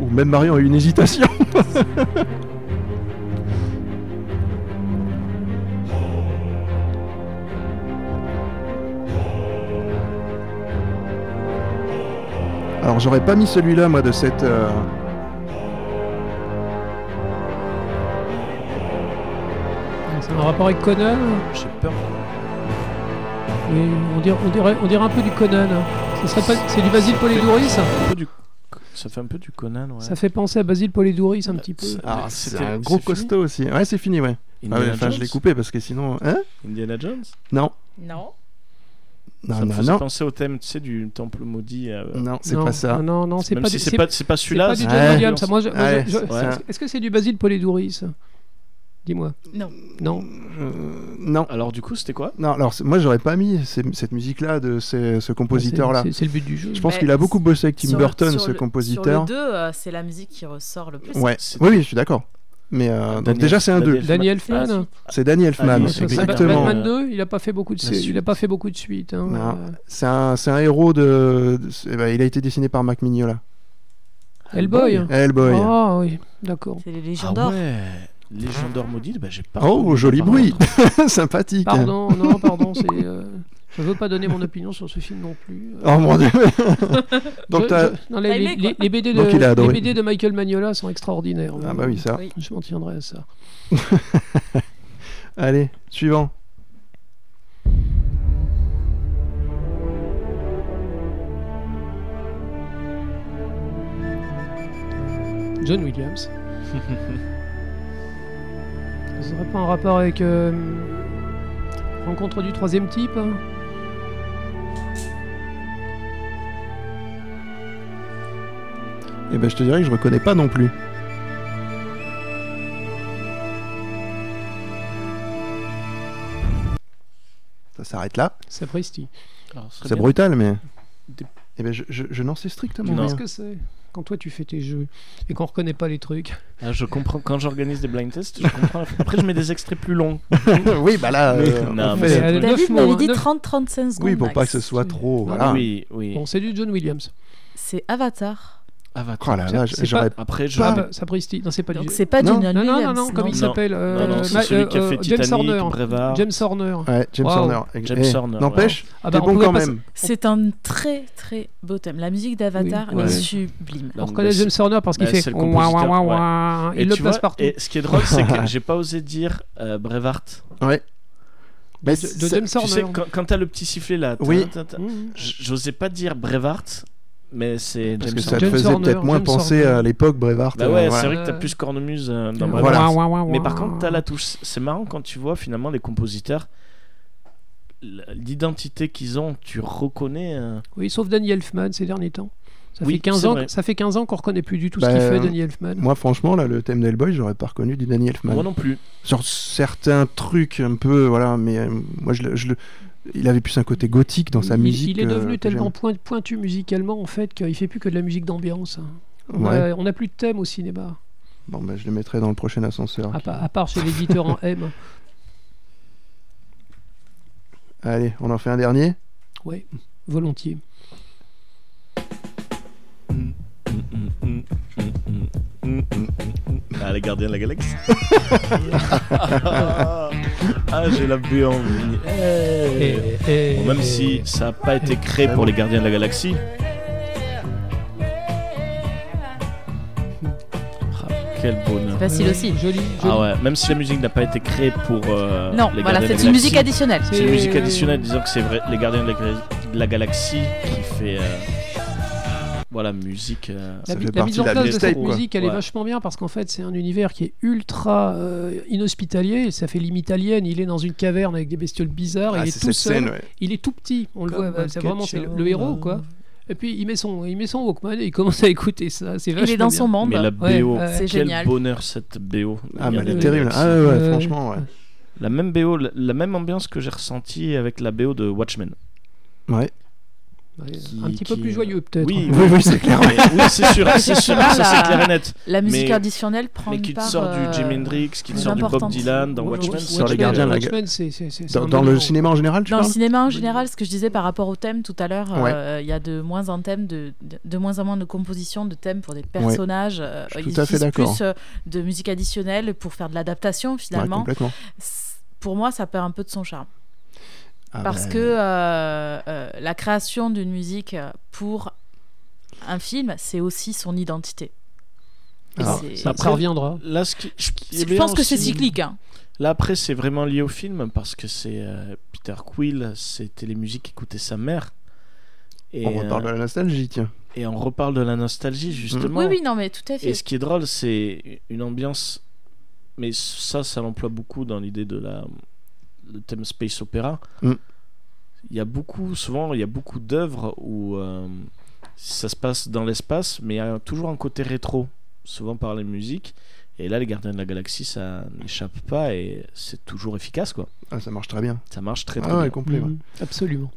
Speaker 1: Ou même Marion a eu une hésitation. Alors j'aurais pas mis celui-là moi de cette... euh,
Speaker 4: C'est un rapport avec Conan.
Speaker 2: J'ai peur.
Speaker 4: Oui, on dirait on dirait on dirait un peu du Conan. hein. Ce serait pas c'est du Basile Polidori ça.
Speaker 2: Un peu du- Ça fait un peu du Conan, ouais.
Speaker 4: Ça fait penser à Basile Polidori un petit peu.
Speaker 1: Ah, c'est
Speaker 2: c'était-
Speaker 1: un gros
Speaker 2: c'est fini
Speaker 1: costaud aussi. Ouais c'est fini ouais. Ah ouais,
Speaker 2: Indiana
Speaker 1: Enfin je
Speaker 2: Jones
Speaker 1: l'ai coupé parce que sinon... Hein
Speaker 2: Indiana Jones
Speaker 1: Non.
Speaker 3: non.
Speaker 1: Non,
Speaker 2: Ça me
Speaker 1: non,
Speaker 2: faisait
Speaker 1: non.
Speaker 2: penser au thème, tu sais, du temple maudit. euh,
Speaker 1: Non, c'est
Speaker 4: Non,
Speaker 1: pas ça.
Speaker 4: Non non, c'est
Speaker 2: Même
Speaker 4: pas
Speaker 2: si
Speaker 4: du-
Speaker 2: c'est pas, c'est pas
Speaker 4: c'est pas
Speaker 2: celui-là.
Speaker 4: du
Speaker 2: c'est-
Speaker 4: John
Speaker 1: Ouais.
Speaker 4: Williams. ça. Moi, je- moi, je-
Speaker 1: Ouais,
Speaker 4: je-
Speaker 1: c'est-
Speaker 4: est-ce- Est-ce que c'est du Basile Polidori ça Dis-moi.
Speaker 3: Non.
Speaker 4: Non.
Speaker 1: Euh, non.
Speaker 2: Alors, du coup, c'était quoi
Speaker 1: Non, alors c'est- moi j'aurais pas mis ces- cette musique-là de ces- ce compositeur-là.
Speaker 4: C'est- C'est c'est le but du jeu.
Speaker 1: Je pense
Speaker 3: Mais
Speaker 1: qu'il a beaucoup bossé avec Tim
Speaker 3: Sur le-
Speaker 1: Burton,
Speaker 3: sur
Speaker 1: ce
Speaker 3: le-
Speaker 1: compositeur.
Speaker 3: Sur le 2, c'est la musique qui ressort le plus.
Speaker 1: ouais.
Speaker 2: C'est-
Speaker 1: Oui, oui, je suis d'accord. Mais euh, donc
Speaker 2: Daniel-
Speaker 1: déjà c'est un 2.
Speaker 2: Daniel-
Speaker 4: Daniel
Speaker 3: Ah,
Speaker 4: Fan.
Speaker 3: zut.
Speaker 1: C'est Daniel
Speaker 2: Ah,
Speaker 1: Elfman,
Speaker 2: oui,
Speaker 4: Ouais, ça, c'est
Speaker 1: exactement.
Speaker 4: Batman 2, il a pas fait beaucoup de
Speaker 2: La
Speaker 4: suite-
Speaker 2: suite.
Speaker 4: il a pas fait beaucoup de suites. hein.
Speaker 1: Non.
Speaker 4: Euh,
Speaker 1: C'est un, c'est un héros de. c'est- eh ben, il a été dessiné par Mac Mignola.
Speaker 4: Hellboy. hein.
Speaker 1: Hellboy. Oh,
Speaker 4: Ah oui, d'accord.
Speaker 3: C'est les
Speaker 2: Ah
Speaker 3: légendaires.
Speaker 2: ouais Légendeur maudite, bah j'ai pas.
Speaker 4: Oh,
Speaker 1: Oh, joli
Speaker 2: par
Speaker 1: bruit.
Speaker 2: contre.
Speaker 1: Sympathique.
Speaker 4: Pardon, non, pardon, c'est. euh, Je veux pas donner mon opinion sur ce film non plus. Euh,
Speaker 1: Oh mon dieu.
Speaker 4: je-
Speaker 1: donc, t'as-
Speaker 4: je- non, les,
Speaker 3: T'as aimé,
Speaker 4: les- les- les BD de,
Speaker 1: Donc il a adoré.
Speaker 4: les BD de Michael Magnola sont extraordinaires.
Speaker 1: Ah bah oui, ça.
Speaker 3: Oui.
Speaker 4: Je m'en tiendrai à ça.
Speaker 1: Allez, suivant.
Speaker 4: John Williams. Ça serait pas un rapport avec euh, Rencontre du troisième type hein
Speaker 1: Et ben je te dirais que je reconnais pas non plus. Ça s'arrête là.
Speaker 4: Sapristi.
Speaker 2: Alors, ce serait
Speaker 1: C'est
Speaker 2: bien.
Speaker 1: brutal, mais.
Speaker 2: Des-
Speaker 1: Eh ben, je, je, je n'en sais strictement
Speaker 2: Non.
Speaker 4: Qu'est-ce
Speaker 1: rien.
Speaker 4: que c'est Quand toi tu fais tes jeux et qu'on reconnaît pas les trucs.
Speaker 2: Ah, je comprends quand j'organise des blind tests, je comprends. Après, je mets des extraits plus longs.
Speaker 1: oui, bah là. euh,
Speaker 2: Mais-
Speaker 1: on
Speaker 2: non,
Speaker 1: fait-
Speaker 2: Ah, mais-
Speaker 4: Euh,
Speaker 3: David
Speaker 4: neuf
Speaker 3: m'avait
Speaker 4: mots,
Speaker 3: dit
Speaker 4: neuf-
Speaker 3: 30-35 secondes.
Speaker 1: Oui, pour pas
Speaker 3: max.
Speaker 1: que ce soit trop.
Speaker 4: Non,
Speaker 1: Voilà.
Speaker 2: Ah Oui, oui.
Speaker 4: Bon, c'est du John Williams.
Speaker 3: C'est Avatar.
Speaker 2: Avatar.
Speaker 1: Oh là là,
Speaker 4: C'est- c'est
Speaker 1: j'aurais.
Speaker 2: Après, je.
Speaker 4: Pas Sapristi. Non, Ah, c'est pas du.
Speaker 3: Ah, Donc c'est pas
Speaker 1: Non.
Speaker 3: John
Speaker 4: Non, non, non,
Speaker 3: Williams.
Speaker 4: non, comme il
Speaker 2: Non.
Speaker 4: s'appelle. euh,
Speaker 2: Non, non,
Speaker 4: Ma-
Speaker 2: c'est celui
Speaker 4: euh,
Speaker 2: qui a fait
Speaker 4: euh, James
Speaker 2: Titanic,
Speaker 4: Horner.
Speaker 2: Brevard.
Speaker 4: James Horner.
Speaker 1: Ouais, James
Speaker 4: Wow.
Speaker 1: Horner.
Speaker 2: James
Speaker 1: Eh,
Speaker 2: Horner,
Speaker 1: N'empêche,
Speaker 4: Ah
Speaker 1: t'es
Speaker 4: bah, on
Speaker 1: bon
Speaker 4: pouvait
Speaker 1: quand
Speaker 4: pas se-
Speaker 1: même.
Speaker 3: C'est un très très beau thème. La musique d'Avatar,
Speaker 4: Oui,
Speaker 3: elle
Speaker 4: ouais.
Speaker 3: est sublime.
Speaker 2: Là,
Speaker 4: On
Speaker 2: bah,
Speaker 4: reconnaît
Speaker 2: c'est-
Speaker 4: James Horner parce qu'il
Speaker 2: bah,
Speaker 4: fait
Speaker 2: c'est le
Speaker 4: ouah, ouah, ouah,
Speaker 2: compositeur,
Speaker 4: ouah.
Speaker 2: Et
Speaker 4: Il le
Speaker 2: tu
Speaker 4: place
Speaker 2: vois,
Speaker 4: partout.
Speaker 2: Et ce qui est drôle, c'est que j'ai pas osé dire euh, Brevard.
Speaker 1: Ouais. Mais
Speaker 4: de- de
Speaker 1: c'est-
Speaker 4: James
Speaker 2: Tu sais,
Speaker 4: Horner.
Speaker 2: quand, quand t'as le petit sifflet là, t'as-
Speaker 1: Oui.
Speaker 2: t'as- t'as-
Speaker 4: Mmh.
Speaker 2: j- j'osais pas dire Brevard, mais c'est
Speaker 1: Parce
Speaker 2: James
Speaker 1: que ça te
Speaker 2: Horner.
Speaker 4: James
Speaker 1: faisait
Speaker 4: Horner,
Speaker 1: peut-être moins
Speaker 4: James
Speaker 1: penser
Speaker 4: Horner.
Speaker 1: à l'époque Brevard.
Speaker 2: Bah
Speaker 1: euh,
Speaker 2: ouais,
Speaker 1: voilà.
Speaker 2: c'est vrai que t'as plus cornemuse euh, dans
Speaker 1: Voilà.
Speaker 2: Brevard.
Speaker 4: Ouah, ouah, ouah,
Speaker 2: Mais
Speaker 4: ouah.
Speaker 2: par contre, t'as la touche. C'est marrant quand tu vois finalement les compositeurs, l- l'identité qu'ils ont, tu reconnais. euh,
Speaker 4: Oui, sauf Danny Elfman ces derniers temps. Ça,
Speaker 2: Oui,
Speaker 4: fait 15
Speaker 2: c'est
Speaker 4: ans,
Speaker 2: vrai.
Speaker 4: ça fait 15 ans qu'on reconnaît plus du tout
Speaker 1: Bah,
Speaker 4: ce qu'il
Speaker 1: euh,
Speaker 4: fait, Danny Elfman.
Speaker 1: Moi, franchement, là, le thème d'Hellboy, j'aurais pas reconnu du Daniel Elfman.
Speaker 2: Moi non plus.
Speaker 1: Sur certains trucs, un peu, voilà, mais euh, moi, je, le- je le. Il avait plus un côté gothique dans sa
Speaker 4: il,
Speaker 1: musique.
Speaker 4: il est
Speaker 1: euh,
Speaker 4: devenu
Speaker 1: que j'aime.
Speaker 4: tellement point- pointu musicalement en fait qu'il fait plus que de la musique d'ambiance. hein. On,
Speaker 1: Ouais.
Speaker 4: a, on a plus de thème au cinéma,
Speaker 1: Bon, bah, je le mettrai dans le prochain ascenseur.
Speaker 4: à, pa- à part chez l'éditeur en M.
Speaker 1: Allez, on en fait un dernier.
Speaker 4: Ouais, volontiers.
Speaker 2: Mm, Ah, les gardiens de la galaxie. ah, j'ai la buée en vie. Eh.
Speaker 4: Et- et-
Speaker 2: Bon, même si ça n'a pas été créé pour les gardiens de la galaxie, Ah, Quel bonheur.
Speaker 3: Facile aussi.
Speaker 4: Euh, Joli, joli.
Speaker 2: Ah ouais, même si la musique n'a pas été créée pour. euh,
Speaker 3: Non,
Speaker 2: les
Speaker 3: voilà,
Speaker 2: Gardiens de la
Speaker 3: c'est une musique
Speaker 2: Galaxie.
Speaker 3: additionnelle.
Speaker 2: C'est une
Speaker 4: Et-
Speaker 2: musique additionnelle, disons que c'est vrai, les Gardiens de la, Gra- de la Galaxie qui fait. euh, voilà, musique. euh,
Speaker 1: Ça
Speaker 4: La, mi-
Speaker 1: fait
Speaker 4: la
Speaker 1: partie
Speaker 4: mise en
Speaker 1: de la
Speaker 4: place de cette
Speaker 1: mixtape, quoi.
Speaker 4: musique, elle est
Speaker 2: Ouais.
Speaker 4: vachement bien parce qu'en fait, c'est un univers qui est ultra euh, inhospitalier. Ça fait limite alien. Il est dans une caverne avec des bestioles bizarres.
Speaker 1: Ah,
Speaker 4: il
Speaker 1: c'est
Speaker 4: est tout
Speaker 1: cette
Speaker 4: seul.
Speaker 1: scène, ouais.
Speaker 4: Il est tout petit. On le
Speaker 2: Comme
Speaker 4: voit. C'est
Speaker 2: un
Speaker 4: vraiment c'est le,
Speaker 3: hein.
Speaker 2: sketch,
Speaker 4: le
Speaker 2: euh,
Speaker 4: héros, quoi. Et puis il met son, il met son Walkman et il commence à écouter ça. C'est
Speaker 3: Il est dans son monde. hein.
Speaker 2: Mais la
Speaker 4: Ouais,
Speaker 2: BO,
Speaker 4: ouais.
Speaker 3: C'est
Speaker 2: quel
Speaker 3: génial.
Speaker 2: bonheur cette BO.
Speaker 1: Ah, mais elle est
Speaker 4: Ouais.
Speaker 1: terrible. Ah, ouais, ouais,
Speaker 4: Euh,
Speaker 1: franchement, ouais.
Speaker 2: La même BO, la, la même ambiance que j'ai ressentie avec la BO de Watchmen.
Speaker 1: Ouais.
Speaker 4: un petit peu
Speaker 2: qui-
Speaker 4: plus joyeux peut-être.
Speaker 2: Oui,
Speaker 1: Oui, oui, c'est clair. ouais.
Speaker 2: oui, c'est sûr, c'est sûr,
Speaker 3: Ah Là,
Speaker 2: ça c'est
Speaker 3: la-
Speaker 2: clair et net.
Speaker 3: La musique
Speaker 2: Mais-
Speaker 3: additionnelle prend
Speaker 2: Mais
Speaker 3: une
Speaker 2: qui te
Speaker 3: part,
Speaker 2: sort
Speaker 3: euh,
Speaker 2: du Jimi Hendrix, qui te
Speaker 3: plus
Speaker 2: sort du Bob
Speaker 3: importante.
Speaker 2: Dylan, dans
Speaker 4: Ouais,
Speaker 2: Watchmen,
Speaker 4: Watchmen,
Speaker 2: c'est
Speaker 1: les gardiens de la-
Speaker 4: Watchmen, c'est- c'est- c'est- c'est
Speaker 1: Dans,
Speaker 4: un
Speaker 1: dans le
Speaker 4: monument.
Speaker 1: cinéma en général, tu
Speaker 3: Dans le
Speaker 1: parles
Speaker 3: cinéma en général, ce que je disais par rapport au thème tout à l'heure, euh, il
Speaker 1: Ouais.
Speaker 3: y a de moins en thème, de, de, de moins en moins de compositions, de thèmes pour des personnages. euh,
Speaker 1: Je suis
Speaker 3: ils
Speaker 1: tout à fait
Speaker 3: utilisent
Speaker 1: d'accord.
Speaker 3: Plus euh, de musique additionnelle pour faire de l'adaptation
Speaker 1: Ouais,
Speaker 3: finalement.
Speaker 1: complètement.
Speaker 3: C'est- pour moi, ça perd un peu de son charme.
Speaker 1: Ah,
Speaker 3: Parce
Speaker 1: bah,
Speaker 3: que euh, euh, la création d'une musique euh, pour un film, c'est aussi son identité. Et
Speaker 1: Alors,
Speaker 3: c'est-
Speaker 4: Ah, Ça,
Speaker 2: Après-
Speaker 4: ça reviendra.
Speaker 2: Là, ce qui- ce qui est
Speaker 3: je pense
Speaker 2: bien
Speaker 3: que c'est
Speaker 2: aussi-
Speaker 3: cyclique. hein.
Speaker 2: Là, après, c'est vraiment lié au film parce que c'est euh, Peter Quill, c'était les musiques qu'écoutait sa mère. Et,
Speaker 1: On reparle de Mm.
Speaker 2: euh,
Speaker 1: la nostalgie, tiens.
Speaker 2: et on reparle de la nostalgie, justement.
Speaker 3: Oui, oui, non, mais tout à fait.
Speaker 2: Et ce qui est drôle, c'est une ambiance. Mais ça, ça l'emploie beaucoup dans l'idée de la le thème space opéra.
Speaker 1: Mm.
Speaker 2: Il y a beaucoup, souvent, il y a beaucoup d'œuvres où euh, ça se passe dans l'espace, mais il y a toujours un côté rétro, souvent par les musiques. Et là, les Gardiens de la Galaxie, ça n'échappe pas et c'est toujours efficace, quoi.
Speaker 1: Ah, ça marche très bien.
Speaker 2: Ça marche très très
Speaker 1: Ah, ouais,
Speaker 2: bien.
Speaker 1: complet. ouais.
Speaker 4: Mhm. Absolument.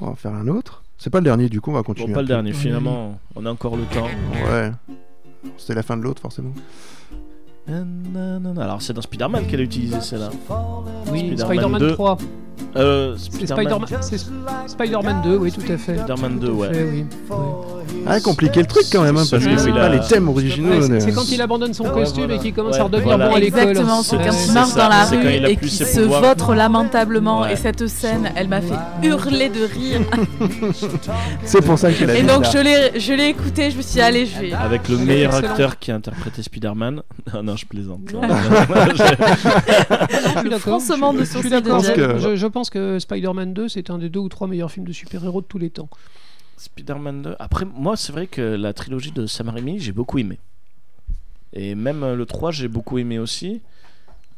Speaker 1: On va en faire un autre. C'est pas le dernier, du coup, on va
Speaker 2: Bon,
Speaker 1: continuer.
Speaker 2: pas le dernier,
Speaker 4: Oui.
Speaker 2: finalement, on a encore le temps.
Speaker 1: Ouais. C'était la fin de l'autre, forcément.
Speaker 2: Nanana. Alors, c'est dans Spider-Man qu'elle a utilisé celle-là.
Speaker 4: Oui,
Speaker 2: Spider-Man
Speaker 4: Spider-Man
Speaker 2: 2.
Speaker 4: 3.
Speaker 2: Euh,
Speaker 4: C'est
Speaker 2: Spider-Man
Speaker 4: Spider-Man c'est Spider-Man 2, oui, tout à fait.
Speaker 2: Spider-Man 2,
Speaker 4: Tout à
Speaker 2: ouais.
Speaker 4: fait, oui. Ouais.
Speaker 1: Ah, compliqué le truc quand même, hein, parce
Speaker 2: Celui
Speaker 1: que
Speaker 2: où
Speaker 1: c'est
Speaker 2: il
Speaker 1: pas
Speaker 2: a-
Speaker 1: les thèmes originaux.
Speaker 4: Ouais,
Speaker 1: euh,
Speaker 4: c'est c'est quand il abandonne son costume
Speaker 2: voilà.
Speaker 4: et qu'il commence
Speaker 2: Ah Ouais,
Speaker 4: à redevenir
Speaker 2: voilà.
Speaker 4: bon à l'école.
Speaker 3: Exactement, c'est
Speaker 2: Ouais,
Speaker 3: quand
Speaker 2: c'est
Speaker 3: il marche
Speaker 2: ça,
Speaker 3: dans la
Speaker 2: c'est quand
Speaker 3: rue
Speaker 2: il a
Speaker 3: et
Speaker 2: plus
Speaker 3: qu'il
Speaker 2: ses
Speaker 3: se
Speaker 2: pouvoirs.
Speaker 3: vautre lamentablement.
Speaker 2: Ouais.
Speaker 3: Et cette scène, elle m'a fait hurler de rire.
Speaker 1: C'est pour ça qu'il a
Speaker 3: Et
Speaker 1: mis
Speaker 3: donc,
Speaker 1: là.
Speaker 3: je l'ai je l'ai écouté, je me suis dit, allez, je vais.
Speaker 2: Avec le
Speaker 4: Elle est
Speaker 2: meilleur
Speaker 4: excellente.
Speaker 2: acteur qui a interprété Spider-Man. Non, non, je plaisante.
Speaker 3: Non.
Speaker 4: Je suis
Speaker 3: Le
Speaker 4: d'accord.
Speaker 3: froncement de
Speaker 4: Je suis
Speaker 3: sourcils de
Speaker 4: d'accord.
Speaker 1: Jack. Je pense que-
Speaker 4: Je, je pense que Spider-Man 2, c'est un des deux ou trois meilleurs films de super-héros de tous les temps.
Speaker 2: Spider-Man 2. Après, moi, c'est vrai que la trilogie de Sam Raimi, j'ai beaucoup aimé. Et même euh, le 3, j'ai beaucoup aimé aussi.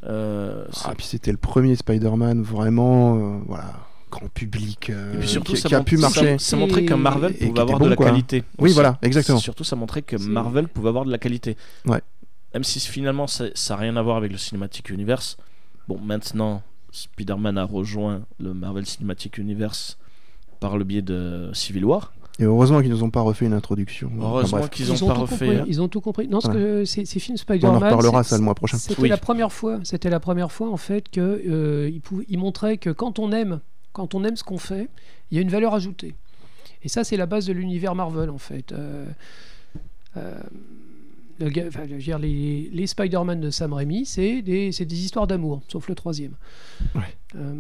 Speaker 2: Euh, c'est-
Speaker 1: Ah, puis c'était le premier Spider-Man, vraiment, euh, voilà, grand public, euh,
Speaker 2: et puis surtout,
Speaker 1: qui,
Speaker 2: ça
Speaker 1: qui a
Speaker 2: mont-
Speaker 1: pu
Speaker 2: ça-
Speaker 1: marcher.
Speaker 2: Ça, montrait que Marvel
Speaker 1: Et qui
Speaker 2: pouvait
Speaker 1: était
Speaker 2: avoir
Speaker 1: bon,
Speaker 2: de la
Speaker 1: quoi.
Speaker 2: qualité.
Speaker 1: Oui,
Speaker 2: aussi.
Speaker 1: voilà, exactement.
Speaker 2: Surtout, ça montrait que
Speaker 4: C'est-
Speaker 2: Marvel pouvait avoir de la qualité.
Speaker 1: Ouais.
Speaker 2: Même si finalement, ça n'a rien à voir avec le Cinematic Universe. Bon, maintenant, Spider-Man a rejoint le Marvel Cinematic Universe par le biais de Civil War.
Speaker 1: Et heureusement qu'ils nous ont pas refait une introduction. Enfin,
Speaker 2: Heureusement
Speaker 1: bref.
Speaker 2: qu'ils n'ont pas
Speaker 4: tout
Speaker 2: refait. hein.
Speaker 4: compris. Ils ont tout compris. Non, ce
Speaker 1: Ouais.
Speaker 4: que ces, ces films
Speaker 1: on en
Speaker 4: Spider-Man.
Speaker 1: reparlera
Speaker 4: c'est-
Speaker 1: ça le mois prochain.
Speaker 4: C'était
Speaker 2: Oui.
Speaker 4: la première fois. C'était la première fois en fait que euh, il, pou- il montrait que quand on aime, quand on aime ce qu'on fait, il y a une valeur ajoutée. Et ça, c'est la base de l'univers Marvel en fait. Euh, euh, le gars- enfin, je veux dire, les, les Spider-Man de Sam Raimi, c'est des, c'est des histoires d'amour, sauf le troisième.
Speaker 1: Ouais.
Speaker 4: Euh,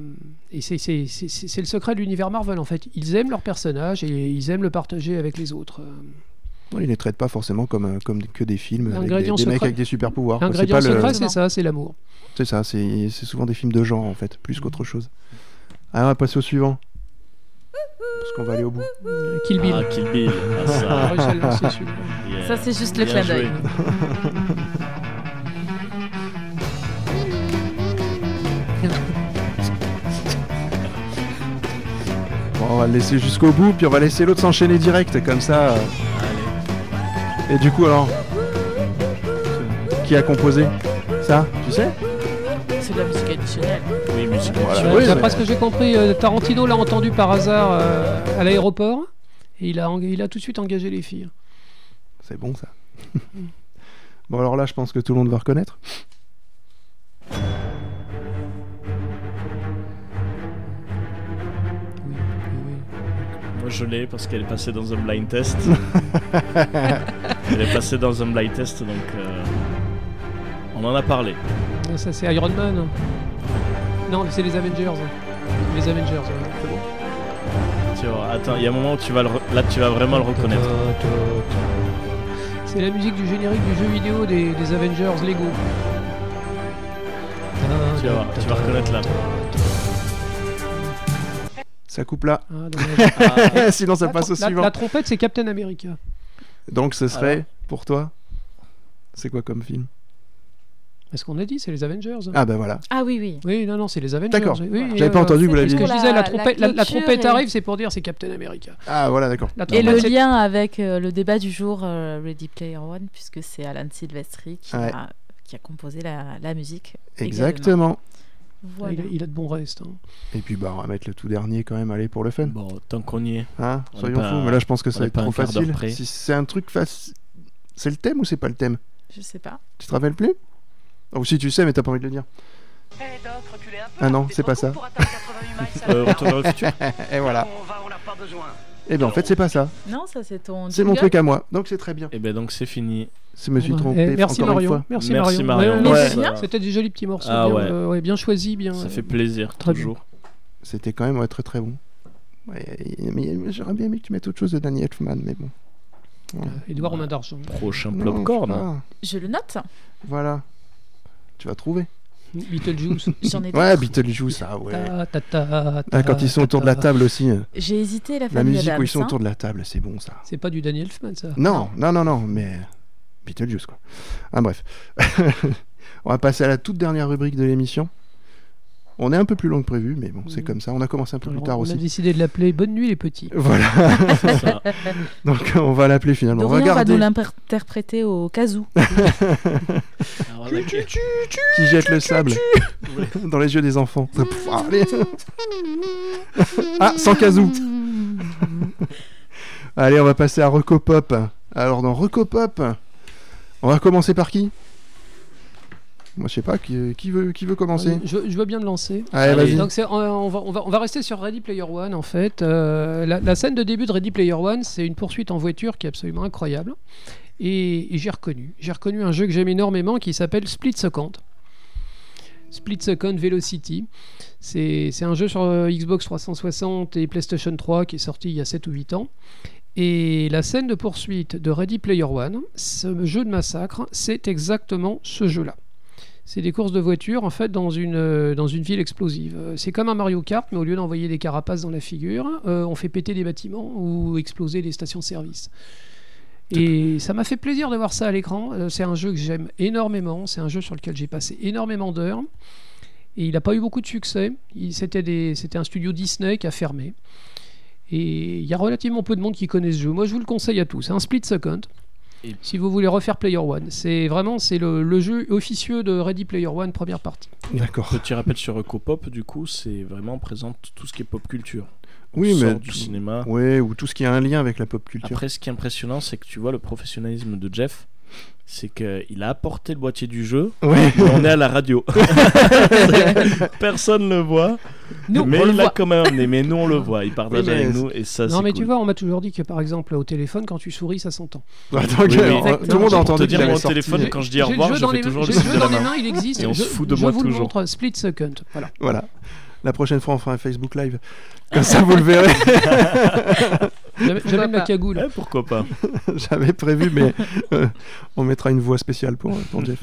Speaker 4: et c'est- c'est c'est- c'est- c'est le secret de l'univers Marvel en fait. Ils aiment leur personnage et ils aiment le partager avec les autres. Euh,
Speaker 1: Non, ils les traitent pas forcément comme, euh, comme que des films avec des,
Speaker 4: L'ingrédient
Speaker 1: des mecs
Speaker 4: secret.
Speaker 1: avec des super pouvoirs. C'est
Speaker 4: L'ingrédient
Speaker 1: pas le-
Speaker 4: secret, c'est ça, c'est l'amour.
Speaker 1: C'est ça, c'est c'est souvent des films de genre en fait, plus qu'autre chose. Alors on va passer au suivant. Parce qu'on va aller au bout.
Speaker 4: Euh, Kill Bill.
Speaker 2: Ah, Kill Bill. Ah, ça,
Speaker 4: Ah, Russell Lance, c'est celui-là.
Speaker 2: yeah.
Speaker 3: Ça, c'est juste le
Speaker 2: bah, Bien
Speaker 3: clin d'œil.
Speaker 2: joué.
Speaker 1: Bon, on va le laisser jusqu'au bout, puis on va laisser l'autre s'enchaîner direct, comme ça. euh. Et du coup, alors. Qui a composé Ça Tu sais
Speaker 3: C'est de la musique additionnelle.
Speaker 2: Oui, musique.
Speaker 1: Voilà.
Speaker 2: additionnelle.
Speaker 1: Oui,
Speaker 4: D'après
Speaker 1: mais-
Speaker 4: ce que j'ai compris, euh, Tarantino l'a entendu par hasard euh, à l'aéroport et il a, en- il a tout de suite engagé les filles.
Speaker 1: C'est bon ça. bon, alors là, je pense que tout le monde va reconnaître.
Speaker 2: Moi, je l'ai parce qu'elle est passée dans un blind test. Elle est passée dans un blind test, donc. euh, On en a parlé.
Speaker 4: Non, Ça, c'est Iron Man. Non, c'est les Avengers. Les Avengers. ouais.
Speaker 2: Tu vois, attends, il y a un moment où tu vas le re- là, tu vas vraiment le reconnaître.
Speaker 4: C'est la musique du générique du jeu vidéo des, des Avengers Lego.
Speaker 2: Tu vas voir, tu vas reconnaître là.
Speaker 1: Ça coupe là.
Speaker 4: Ah, dommage.
Speaker 1: Sinon, ça
Speaker 4: La
Speaker 1: passe au
Speaker 4: trom- la-
Speaker 1: suivant.
Speaker 4: La trompette, c'est Captain America.
Speaker 1: Donc, ce serait,
Speaker 2: Alors.
Speaker 1: pour toi, c'est quoi comme film
Speaker 4: Est-ce qu'on a dit C'est les Avengers.
Speaker 1: Ah, ben voilà.
Speaker 3: Ah oui, oui.
Speaker 4: Oui, non, non, c'est les Avengers.
Speaker 1: D'accord.
Speaker 4: Oui, oui,
Speaker 3: Voilà.
Speaker 4: et,
Speaker 1: J'avais pas
Speaker 4: euh,
Speaker 1: entendu que vous
Speaker 3: c'est
Speaker 1: l'aviez
Speaker 4: Ce que
Speaker 1: dit.
Speaker 4: je disais,
Speaker 3: La-
Speaker 4: la trompette, la, la
Speaker 3: la
Speaker 4: trompette
Speaker 3: clôture et-
Speaker 4: arrive, c'est pour dire c'est Captain America.
Speaker 1: Ah, voilà, d'accord.
Speaker 4: La
Speaker 3: Et
Speaker 4: trompette,
Speaker 3: le
Speaker 4: c'est-
Speaker 3: lien avec euh, le débat du jour, euh, Ready Player One, puisque c'est Alan Silvestri qui,
Speaker 1: Ouais.
Speaker 3: a, qui a composé la, la musique.
Speaker 1: Exactement.
Speaker 4: Ah,
Speaker 3: Voilà.
Speaker 4: il, a- il a de bons restes. hein.
Speaker 1: Et puis, bah, on va mettre le tout dernier quand même, allez, pour le fun.
Speaker 2: Bon, tant qu'on y est.
Speaker 1: Hein,
Speaker 2: On
Speaker 1: soyons
Speaker 2: est pas-
Speaker 1: fous. Mais là, je pense que ça
Speaker 2: on
Speaker 1: va
Speaker 2: est
Speaker 1: être
Speaker 2: pas
Speaker 1: trop
Speaker 2: un quart d'heure
Speaker 1: facile.
Speaker 2: près.
Speaker 1: Si c'est un truc facile. C'est le thème ou c'est pas le thème
Speaker 3: Je sais pas.
Speaker 1: Tu te rappelles plus Ah, Ou si tu sais, mais t'as pas envie de le dire.
Speaker 5: Eh, Doc, reculez un peu,
Speaker 1: Ah
Speaker 5: là,
Speaker 1: non,
Speaker 5: t'es
Speaker 1: c'est
Speaker 5: trop
Speaker 1: pas ça.
Speaker 5: court pour atteindre 88 miles à
Speaker 2: Euh,
Speaker 5: l'heure.
Speaker 2: retour vers le futur
Speaker 1: Et voilà.
Speaker 6: On va, on n'a pas besoin.
Speaker 1: Et bien, Eh ben, en fait, c'est pas ça.
Speaker 3: Non, ça c'est ton.
Speaker 1: C'est mon
Speaker 3: jingle.
Speaker 1: truc à moi. Donc, c'est très bien.
Speaker 2: Et ben donc c'est fini.
Speaker 1: Je me suis
Speaker 4: Ouais.
Speaker 1: trompé.
Speaker 4: Eh, merci
Speaker 1: encore une
Speaker 4: Marion.
Speaker 1: fois.
Speaker 4: Merci,
Speaker 2: Merci,
Speaker 4: Marion.
Speaker 2: Marion.
Speaker 4: Ouais,
Speaker 2: Ouais,
Speaker 4: mais
Speaker 2: ça-
Speaker 4: C'était des jolis petits morceaux.
Speaker 2: Ah
Speaker 4: bien,
Speaker 2: ouais.
Speaker 4: euh, ouais, bien choisi, bien.
Speaker 2: Ça
Speaker 4: euh,
Speaker 2: fait plaisir,
Speaker 4: Très bien.
Speaker 2: toujours.
Speaker 1: C'était quand même ouais, très très bon. Ouais, mais J'aurais bien aimé que tu mettes autre chose de Danny Elfman, mais bon.
Speaker 4: Edouard, on a d'argent.
Speaker 2: Prochain
Speaker 1: Non,
Speaker 2: popcorn.
Speaker 1: putain.
Speaker 3: Je le note.
Speaker 1: Voilà. Tu vas trouver.
Speaker 4: Beetlejuice.
Speaker 3: J'en ai.
Speaker 1: Ouais,
Speaker 3: d'autres.
Speaker 1: Beetlejuice, ça, ouais.
Speaker 4: Ta, ta, ta, ta,
Speaker 1: Ah, quand ils sont autour de la
Speaker 4: ta.
Speaker 1: table aussi. euh,
Speaker 3: J'ai hésité la
Speaker 1: La
Speaker 3: famille
Speaker 1: musique où ils sont
Speaker 3: Adams, hein.
Speaker 1: autour de la table, c'est bon ça.
Speaker 4: C'est pas du Daniel Elfman, ça.
Speaker 1: Non, non, non, non, mais. Beetlejuice, quoi. Ah, bref. on va passer à la toute dernière rubrique de l'émission. On est un peu plus long que prévu, mais bon, c'est
Speaker 4: Mhm.
Speaker 1: comme ça. On a commencé un peu plus
Speaker 4: Alors,
Speaker 1: tard
Speaker 4: on a
Speaker 1: aussi. Euh,
Speaker 4: décidé de l'appeler Bonne nuit les petits.
Speaker 1: Voilà,
Speaker 2: C'est ça.
Speaker 1: donc on va l'appeler finalement.
Speaker 3: Dorian va
Speaker 1: Regardez
Speaker 3: nous l'interpréter au casou.
Speaker 2: Alors, on a-
Speaker 1: qui jette le sable dans les yeux des enfants. Pff, ah, allez. Ah, sans casou. Allez, on va passer à Recopop. Alors, dans Recopop, on va commencer par qui Moi, je sais pas, qui, qui veut, qui veut commencer
Speaker 4: Je, je veux bien me lancer.
Speaker 1: Ah, Allez,
Speaker 2: Allez.
Speaker 1: vas-y.
Speaker 4: Donc c'est- on, on va, on, va, on va rester sur Ready Player One en fait. Euh, la, la scène de début de Ready Player One, c'est une poursuite en voiture qui est absolument incroyable. Et, et j'ai reconnu. J'ai reconnu un jeu que j'aime énormément qui s'appelle Split Second. Split Second Velocity. C'est c'est un jeu sur euh, Xbox 360 et PlayStation 3 qui est sorti il y a 7 ou 8 ans. Et la scène de poursuite de Ready Player One, ce jeu de massacre, c'est exactement ce jeu-là. C'est des courses de voitures en fait dans une, euh, dans une ville explosive. Euh, C'est comme un Mario Kart, mais au lieu d'envoyer des carapaces dans la figure, euh, on fait péter des bâtiments ou exploser des stations-service. Et ça m'a fait plaisir de voir ça à l'écran. Euh, C'est un jeu que j'aime énormément. C'est un jeu sur lequel j'ai passé énormément d'heures. Et il n'a pas eu beaucoup de succès. Il- C'était des- c'était un studio Disney qui a fermé. Et il y a relativement peu de monde qui connaît ce jeu. Moi, je vous le conseille à tous. C'est un split second.
Speaker 2: Et-
Speaker 4: Si vous voulez refaire Player One, c'est vraiment c'est le, le jeu officieux de Ready Player One première partie.
Speaker 1: D'accord.
Speaker 2: Petit rappel sur Recopop, du coup, c'est vraiment présent tout ce qui est pop culture. On
Speaker 1: Oui,
Speaker 2: sort
Speaker 1: mais-
Speaker 2: du cinéma.
Speaker 1: Ouais, ou tout ce qui a un lien avec la pop culture.
Speaker 2: Après, ce qui est impressionnant, c'est que tu vois le professionnalisme de Jeff, c'est qu'il a apporté le boîtier du jeu.
Speaker 1: Ouais.
Speaker 2: mais on est à la radio. Personne le voit,
Speaker 3: Nous,
Speaker 2: mais
Speaker 3: on le
Speaker 2: il a
Speaker 3: voit.
Speaker 2: quand même amené. Mais nous, on le voit. Il partage
Speaker 1: Oui, mais
Speaker 2: avec
Speaker 1: c'est-
Speaker 2: nous et ça, c'est
Speaker 4: non mais tu
Speaker 2: cool.
Speaker 4: vois, on m'a toujours dit que par exemple au téléphone quand tu souris ça s'entend.
Speaker 1: Ah, donc,
Speaker 2: Oui,
Speaker 1: euh,
Speaker 2: oui.
Speaker 1: tout le monde a
Speaker 2: Pour te
Speaker 1: entendu
Speaker 2: dire,
Speaker 1: qu'il
Speaker 2: moi,
Speaker 1: avait
Speaker 2: au téléphone,
Speaker 1: sorti.
Speaker 2: quand je dis
Speaker 4: J'ai
Speaker 2: au revoir,
Speaker 4: le
Speaker 2: je
Speaker 4: jeu dans
Speaker 2: fais
Speaker 4: les mains,
Speaker 2: toujours le
Speaker 4: j'ai le
Speaker 2: signe
Speaker 4: jeu
Speaker 2: de
Speaker 4: dans
Speaker 2: la
Speaker 4: les
Speaker 2: main.
Speaker 4: mains, il existe.
Speaker 2: Et on
Speaker 4: je,
Speaker 2: se fout de
Speaker 4: je
Speaker 2: moi
Speaker 4: vous le
Speaker 2: toujours.
Speaker 4: montre, euh, Split Second. Voilà.
Speaker 1: Voilà. La prochaine fois, on fera un Facebook Live. Comme ça, vous le verrez.
Speaker 4: J'avais j'avais ma
Speaker 3: pas
Speaker 4: cagoule.
Speaker 2: Eh, pourquoi pas
Speaker 1: J'avais prévu, mais euh, on mettra une voix spéciale pour, pour Jeff.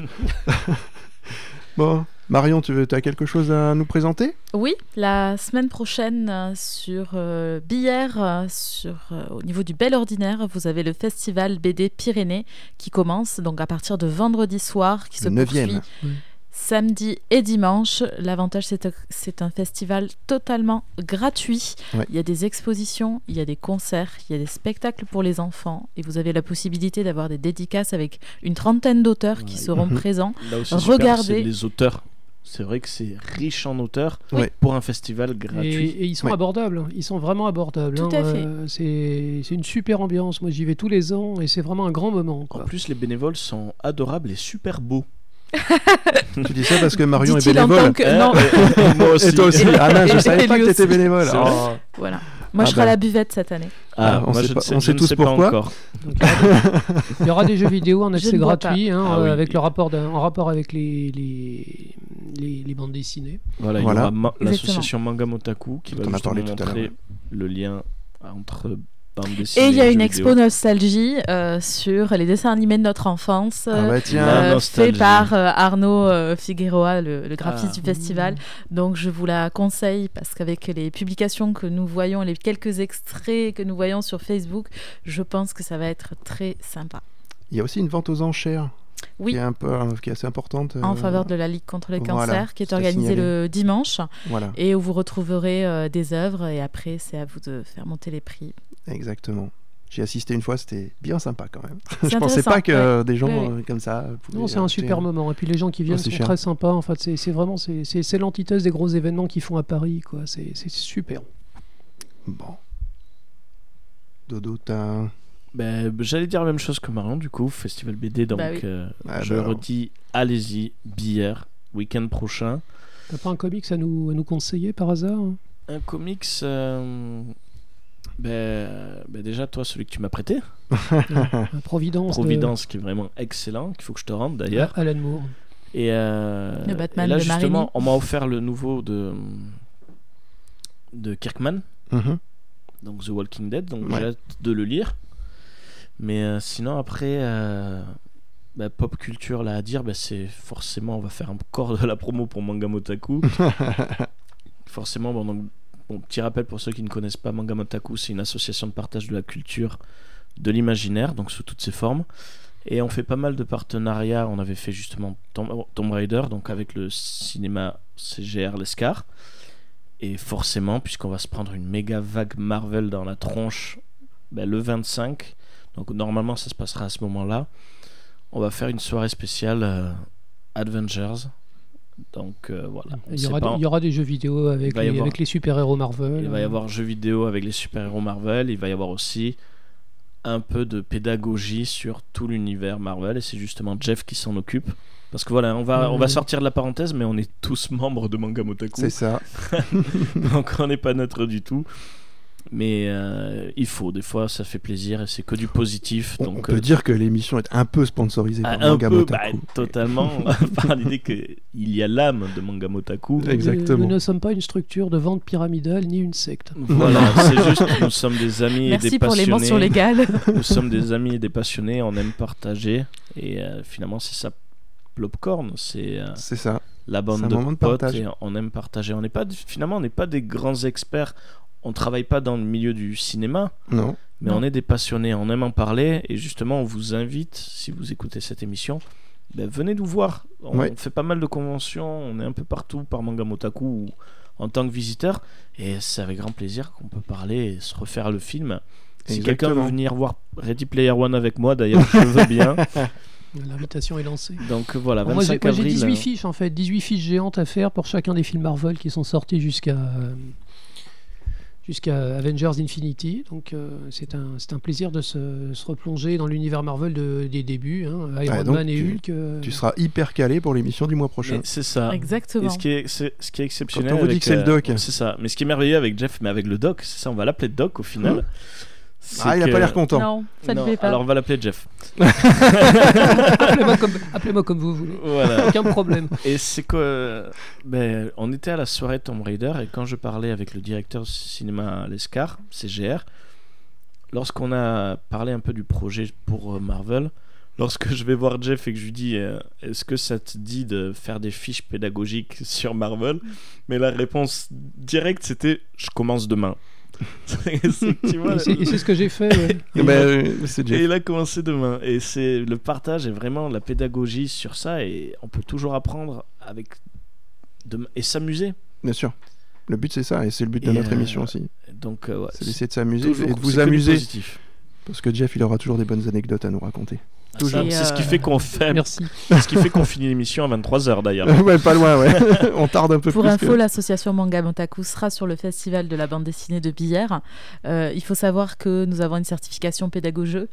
Speaker 1: bon, Marion, tu veux, as quelque chose à nous présenter
Speaker 3: Oui, la semaine prochaine euh, sur euh, Billère, euh, sur, euh, au niveau du Bel Ordinaire, vous avez le festival BD Pyrénées qui commence donc à partir de vendredi soir, qui
Speaker 1: Le
Speaker 3: se
Speaker 1: neuvième.
Speaker 3: poursuit
Speaker 4: Oui.
Speaker 3: samedi et dimanche. L'avantage, c'est que c'est un festival totalement gratuit.
Speaker 1: Ouais.
Speaker 3: Il y a des expositions, il y a des concerts, il y a des spectacles pour les enfants et vous avez la possibilité d'avoir des dédicaces avec une trentaine d'auteurs qui
Speaker 2: Ouais.
Speaker 3: seront
Speaker 1: Mhm.
Speaker 3: présents.
Speaker 2: Là aussi, super,
Speaker 3: Regardez.
Speaker 2: c'est les auteurs. C'est vrai que c'est riche en auteurs
Speaker 1: Oui.
Speaker 2: pour un festival
Speaker 4: Et,
Speaker 2: gratuit.
Speaker 4: et ils sont
Speaker 1: Ouais.
Speaker 4: abordables, hein. ils sont vraiment abordables.
Speaker 3: Tout
Speaker 4: hein.
Speaker 3: à fait.
Speaker 4: Euh, c'est c'est une super ambiance. Moi, j'y vais tous les ans et c'est vraiment un grand moment.
Speaker 2: En
Speaker 4: quoi.
Speaker 2: plus, les bénévoles sont adorables et super beaux.
Speaker 1: Tu dis ça parce que Marion est
Speaker 3: Dit-il en tant
Speaker 1: bénévole. Ah.
Speaker 3: que...
Speaker 2: Eh,
Speaker 3: Non,
Speaker 2: eh, moi aussi.
Speaker 1: Et toi aussi Ah mince, je
Speaker 3: Et
Speaker 1: savais pas
Speaker 3: lui
Speaker 1: que t'étais
Speaker 3: aussi.
Speaker 1: bénévole.
Speaker 2: C'est
Speaker 1: Oh.
Speaker 2: vrai.
Speaker 3: voilà. Moi,
Speaker 1: Ah
Speaker 3: je serai à
Speaker 1: bah.
Speaker 3: la buvette cette année.
Speaker 2: Ah,
Speaker 1: on
Speaker 2: moi,
Speaker 1: sait
Speaker 2: je
Speaker 1: pas-
Speaker 2: ne sais,
Speaker 1: on
Speaker 2: je
Speaker 1: sait
Speaker 2: ne
Speaker 1: tous
Speaker 2: sais pas
Speaker 1: pourquoi.
Speaker 2: encore.
Speaker 4: Donc, il y aura- il y aura des jeux vidéo en
Speaker 3: Je
Speaker 4: accès
Speaker 3: ne bois pas.
Speaker 4: gratuit, hein,
Speaker 2: Ah
Speaker 4: euh,
Speaker 2: oui.
Speaker 4: avec le rapport d'un- en rapport avec les, les, les, les bandes dessinées.
Speaker 2: Voilà, il y
Speaker 1: Voilà.
Speaker 2: aura ma-
Speaker 3: Exactement.
Speaker 2: l'association Manga Motaku qui va
Speaker 1: Dont on a
Speaker 2: justement
Speaker 1: parlé tout à l'heure,
Speaker 2: montrer
Speaker 1: ouais.
Speaker 2: le lien entre bande dessinée,
Speaker 3: Et il y a
Speaker 2: jeux
Speaker 3: une
Speaker 2: vidéo.
Speaker 3: expo nostalgie euh, sur les dessins animés de notre enfance.
Speaker 1: Ah bah tiens,
Speaker 2: La
Speaker 3: euh, fait
Speaker 2: nostalgie.
Speaker 3: par euh, Arnaud euh, Figueroa, le, le graphiste
Speaker 2: Ah.
Speaker 3: du festival. Donc je vous la conseille parce qu'avec les publications que nous voyons, les quelques extraits que nous voyons sur Facebook, je pense que ça va être très sympa.
Speaker 1: il y a aussi une vente aux enchères
Speaker 3: Oui.
Speaker 1: qui est un peu qui est assez importante.
Speaker 3: En
Speaker 1: euh,
Speaker 3: faveur de la Ligue contre le cancer
Speaker 1: voilà,
Speaker 3: qui est
Speaker 1: c'est à
Speaker 3: organisée
Speaker 1: signaler.
Speaker 3: le dimanche
Speaker 1: Voilà,
Speaker 3: et où vous retrouverez euh, des œuvres et après c'est à vous de faire monter les prix.
Speaker 1: exactement. J'ai assisté une fois, c'était bien sympa quand même.
Speaker 3: C'est
Speaker 1: Je pensais
Speaker 3: intéressant,
Speaker 1: pas que
Speaker 3: ouais.
Speaker 1: euh, des gens
Speaker 3: Ouais,
Speaker 1: euh, comme ça. pouvaient
Speaker 4: Non, c'est un
Speaker 1: acheter
Speaker 2: hein.
Speaker 4: super moment. Et puis les gens qui
Speaker 2: Ah,
Speaker 4: viennent
Speaker 1: c'est
Speaker 4: sont
Speaker 1: cher.
Speaker 4: très sympas. En fait, c'est c'est vraiment c'est- c'est c'est l'antithèse des gros événements qu'ils font à Paris. quoi. C'est c'est super.
Speaker 1: Bon. Dodo, t'as.
Speaker 2: Ben, J'allais dire la même chose que Marion, du coup, Festival BD, donc
Speaker 3: Bah oui.
Speaker 2: euh,
Speaker 1: Ah,
Speaker 2: je
Speaker 1: bah alors.
Speaker 2: redis, allez-y, bière, week-end prochain.
Speaker 4: T'as pas un comics à nous, à nous conseiller par hasard hein
Speaker 2: Un comics, euh, ben, ben déjà, toi, celui que tu m'as prêté,
Speaker 4: Un Providence. de-
Speaker 2: Providence, qui est vraiment excellent, qu'il faut que je te rende d'ailleurs.
Speaker 4: Alan Moore.
Speaker 2: Et, euh,
Speaker 3: Le Batman
Speaker 2: et là,
Speaker 3: de
Speaker 2: justement,
Speaker 3: Marini.
Speaker 2: on m'a offert le nouveau de, de Kirkman,
Speaker 1: Mhm.
Speaker 2: donc The Walking Dead, donc
Speaker 1: Ouais.
Speaker 2: j'ai hâte de le lire. Mais euh, sinon, après, euh, bah, pop culture là à dire, bah, c'est forcément, on va faire encore de la promo pour Manga Motaku. forcément, bon, donc, bon, petit rappel pour ceux qui ne connaissent pas, Manga Motaku, c'est une association de partage de la culture, de l'imaginaire, donc sous toutes ses formes. Et on fait pas mal de partenariats. On avait fait justement Tom- oh, Tomb Raider, donc avec le cinéma CGR Lescar. Et forcément, puisqu'on va se prendre une méga vague Marvel dans la tronche ben, le 25, donc normalement ça se passera à ce moment-là, on va faire une soirée spéciale euh, Avengers. Donc euh, voilà. on
Speaker 4: Il y,
Speaker 2: sait
Speaker 4: aura
Speaker 2: pas-
Speaker 4: des, il y aura des jeux vidéo avec
Speaker 2: va y
Speaker 4: les,
Speaker 2: avoir-
Speaker 4: avec les super-héros Marvel. hein.
Speaker 2: il va y
Speaker 1: Euh.
Speaker 2: avoir jeux vidéo avec les super-héros Marvel, il va y avoir aussi un peu de pédagogie sur tout l'univers Marvel, et c'est justement Jeff qui s'en occupe. Parce que voilà, on va, on va
Speaker 4: Mhm.
Speaker 2: sortir de la parenthèse, mais on est tous membres de Manga Motaku,
Speaker 1: C'est ça.
Speaker 2: donc on n'est pas neutre du tout. Mais euh, il faut, des fois ça fait plaisir et c'est que du positif.
Speaker 1: On, on
Speaker 2: donc,
Speaker 1: peut
Speaker 2: euh, ah,
Speaker 1: dire que l'émission est un peu sponsorisée par
Speaker 2: un
Speaker 1: Manga
Speaker 2: peu,
Speaker 1: Motaku.
Speaker 2: bah, totalement, par l'idée qu'il y a l'âme de Manga Motaku.
Speaker 1: Exact. Exactement.
Speaker 4: Nous, nous ne sommes pas une structure de vente pyramidale ni une secte.
Speaker 2: Voilà, c'est juste que nous sommes des amis et des
Speaker 3: Merci pour
Speaker 2: passionnés.
Speaker 3: les mentions légales.
Speaker 2: Nous sommes des amis et des passionnés, on aime partager. Et euh, finalement, c'est ça, Popcorn. C'est euh,
Speaker 1: C'est ça.
Speaker 2: la
Speaker 1: C'est
Speaker 2: bande
Speaker 1: un
Speaker 2: de
Speaker 1: moment de
Speaker 2: potes
Speaker 1: partage.
Speaker 2: et on aime partager. On n'est pas, finalement, on n'est pas des grands experts. On travaille pas dans le milieu du cinéma,
Speaker 1: Non.
Speaker 2: mais
Speaker 3: Non.
Speaker 2: on est des passionnés. On aime en parler. Et justement, on vous invite, si vous écoutez cette émission, ben, venez nous voir. On
Speaker 1: Ouais.
Speaker 2: fait pas mal de conventions. On est un peu partout par Manga Motaku ou en tant que visiteur. Et c'est avec grand plaisir qu'on peut parler et se refaire le film. Si quelqu'un veut
Speaker 1: Exactement.
Speaker 2: venir voir Ready Player One avec moi, d'ailleurs, je veux bien.
Speaker 4: L'invitation est lancée.
Speaker 2: Donc voilà,
Speaker 4: Moi, j'ai
Speaker 2: 25
Speaker 4: moi, j'ai
Speaker 2: avril. euh,
Speaker 4: 18 fiches en fait, 18 fiches géantes à faire pour chacun des films Marvel qui sont sortis jusqu'à euh, jusqu'à Avengers Infinity. Donc euh, c'est un, c'est un plaisir de se, se replonger dans l'univers Marvel de- des débuts, hein, Iron
Speaker 1: Ah, donc
Speaker 4: Man et
Speaker 1: tu-
Speaker 4: Hulk. euh,
Speaker 1: Tu seras hyper calé pour l'émission du mois prochain.
Speaker 2: Mais C'est
Speaker 1: Ah.
Speaker 2: ça. Et
Speaker 3: Exactement.
Speaker 2: ce qui est, c'est- ce qui est exceptionnel.
Speaker 1: Quand on vous dit
Speaker 2: avec, euh,
Speaker 1: que c'est le doc.
Speaker 2: C'est ça. Mais ce qui est merveilleux avec Jeff, mais avec le doc, c'est ça, on va l'appeler doc au final. c'est
Speaker 1: Mmh. Ah, il a
Speaker 2: que-
Speaker 1: pas l'air content.
Speaker 3: Non, ça ne
Speaker 2: Non,
Speaker 3: fait pas.
Speaker 2: Alors on va l'appeler Jeff.
Speaker 4: Appelez-moi comme, appelez-moi comme vous voulez.
Speaker 2: voilà.
Speaker 4: Aucun problème.
Speaker 2: Et c'est quoi ben, On était à la soirée Tomb Raider et quand je parlais avec le directeur du cinéma à l'Escar, CGR, lorsqu'on a parlé un peu du projet pour euh, Marvel, lorsque je vais voir Jeff et que je lui dis euh, Est-ce que ça te dit de faire des fiches pédagogiques sur Marvel Mais la réponse directe c'était Je commence demain. C'est- tu vois,
Speaker 4: Et c'est, et c'est ce que j'ai fait. ouais.
Speaker 1: Eh ben, euh, c'est
Speaker 2: et
Speaker 1: Jeff.
Speaker 2: il a commencé demain. Et c'est le partage et vraiment la pédagogie sur ça. Et on peut toujours apprendre avec de- et s'amuser.
Speaker 1: Bien sûr. Le but, c'est ça. Et c'est le but de
Speaker 2: Et,
Speaker 1: notre
Speaker 2: euh,
Speaker 1: émission aussi.
Speaker 2: Donc euh, ouais,
Speaker 1: C'est d'essayer de s'amuser
Speaker 2: toujours-
Speaker 1: et de
Speaker 2: c'est
Speaker 1: vous
Speaker 2: que du
Speaker 1: amuser.
Speaker 2: positif.
Speaker 1: Parce que Jeff, il aura toujours des bonnes anecdotes à nous raconter.
Speaker 2: Ah,
Speaker 1: Toujours.
Speaker 2: ça, C'est ce qui fait qu'on fait,
Speaker 4: Merci.
Speaker 2: c'est ce qui fait qu'on finit l'émission à 23 h d'ailleurs.
Speaker 1: ouais, pas loin, ouais. On tarde un peu
Speaker 3: Pour
Speaker 1: plus.
Speaker 3: info,
Speaker 1: que-
Speaker 3: l'association Manga Montaku sera sur le festival de la bande dessinée de Billère. Euh, il faut savoir que nous avons une certification pédagogue.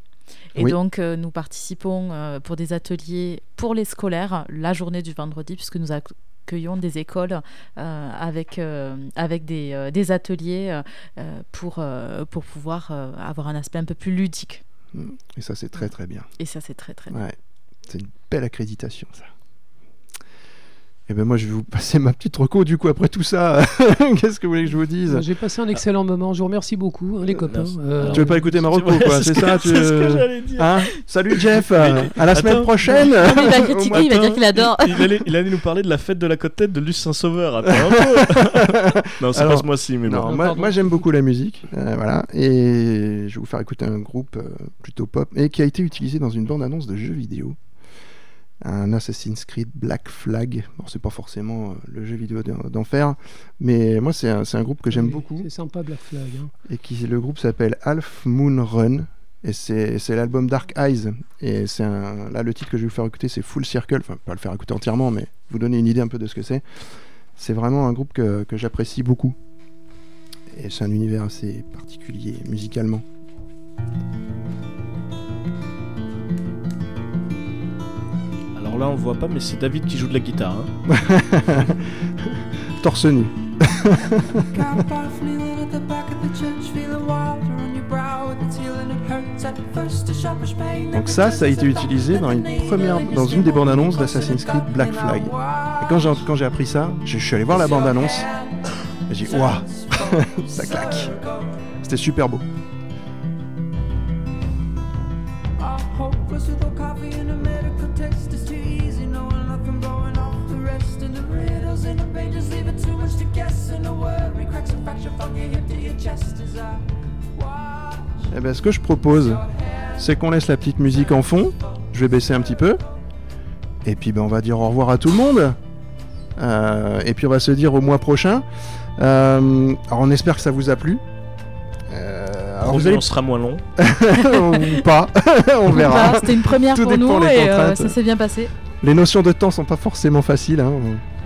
Speaker 3: Et
Speaker 1: Oui.
Speaker 3: donc, euh, nous participons euh, pour des ateliers pour les scolaires la journée du vendredi, puisque nous accueillons des écoles euh, avec, euh, avec des, euh, des ateliers euh, euh, pour, euh, pour pouvoir euh, avoir un aspect un peu plus ludique.
Speaker 1: Et ça, c'est très très bien.
Speaker 3: Et ça, c'est très, très bien.
Speaker 1: Ouais. C'est une belle accréditation, ça. Et ben moi, je vais vous passer ma petite reco du coup après tout ça. Qu'est-ce que vous voulez que je vous dise
Speaker 4: J'ai passé un excellent moment. Je vous remercie beaucoup, hein, les copains.
Speaker 2: merci.
Speaker 4: Euh,
Speaker 1: Ah. Tu veux pas écouter ma
Speaker 2: C'est-
Speaker 1: reco, quoi, c'est
Speaker 2: ce
Speaker 1: ça,
Speaker 2: que-
Speaker 1: tu-
Speaker 2: C'est ce que j'allais dire.
Speaker 1: Hein Salut Jeff, euh, à la semaine
Speaker 2: Attends.
Speaker 1: prochaine.
Speaker 3: Ah, mais il va critiquer, il va
Speaker 2: Attends,
Speaker 3: dire qu'il adore.
Speaker 2: Il, il allait, il allait nous parler de la fête de la côte tête de Luce Saint-Sauveur. Attends un peu. non, c'est
Speaker 1: Alors,
Speaker 2: pas ce mois-ci, mais
Speaker 1: Non,
Speaker 2: bon.
Speaker 4: Non,
Speaker 1: moi,
Speaker 4: pardon.
Speaker 1: moi, j'aime beaucoup la musique, euh, voilà, et je vais vous faire écouter un groupe euh, plutôt pop et qui a été utilisé dans une bande-annonce de jeu vidéo, un Assassin's Creed Black Flag. Bon, c'est pas forcément euh, le jeu vidéo d'en- d'enfer, mais moi c'est un, c'est un groupe que j'aime
Speaker 4: c'est-
Speaker 1: beaucoup
Speaker 4: C'est sympa, Black Flag. hein.
Speaker 1: et qui le groupe s'appelle Half Moon Run et c'est c'est l'album Dark Eyes et c'est un- là le titre que je vais vous faire écouter c'est Full Circle, enfin pas le faire écouter entièrement, mais vous donner une idée un peu de ce que c'est. C'est vraiment un groupe que, que j'apprécie beaucoup. Et c'est un univers assez particulier musicalement.
Speaker 2: Alors là, on voit pas, mais c'est David qui joue de la guitare. hein.
Speaker 1: Torse nu.
Speaker 7: Got off kneeling at the back of the church, feeling water on your brow, it's healing, it hurts at first, a sharpish pain.
Speaker 1: Donc ça, ça a été utilisé dans une première, dans une des bandes annonces d'Assassin's Creed Black Flag. Et quand j'ai quand j'ai appris ça, je je suis allé voir la bande annonce. et J'ai dit waouh, ça claque. C'était super beau.
Speaker 7: Our hopeless with all coffee and a medical text is too easy. Knowing nothing, blowing off the rest. And the riddles in the pages leaving too much to guess. And the worry cracks and fracture from your hip to your chest as I watch.
Speaker 1: Eh ben, ce que je propose, c'est qu'on laisse la petite musique en fond. Je vais baisser un petit peu. Et puis, ben, on va dire au revoir à tout le monde. Euh, et puis, on va se dire au mois prochain. Euh, alors, on espère que ça vous a plu. Euh, alors,
Speaker 2: Promis,
Speaker 1: vous allez
Speaker 2: on sera moins long.
Speaker 1: ou pas, on verra.
Speaker 3: Bah, C'était une première
Speaker 1: Tout
Speaker 3: pour
Speaker 1: dépend
Speaker 3: nous
Speaker 1: des
Speaker 3: et euh,
Speaker 1: contraintes.
Speaker 3: ça s'est bien passé.
Speaker 1: Les notions de temps sont pas forcément faciles. hein.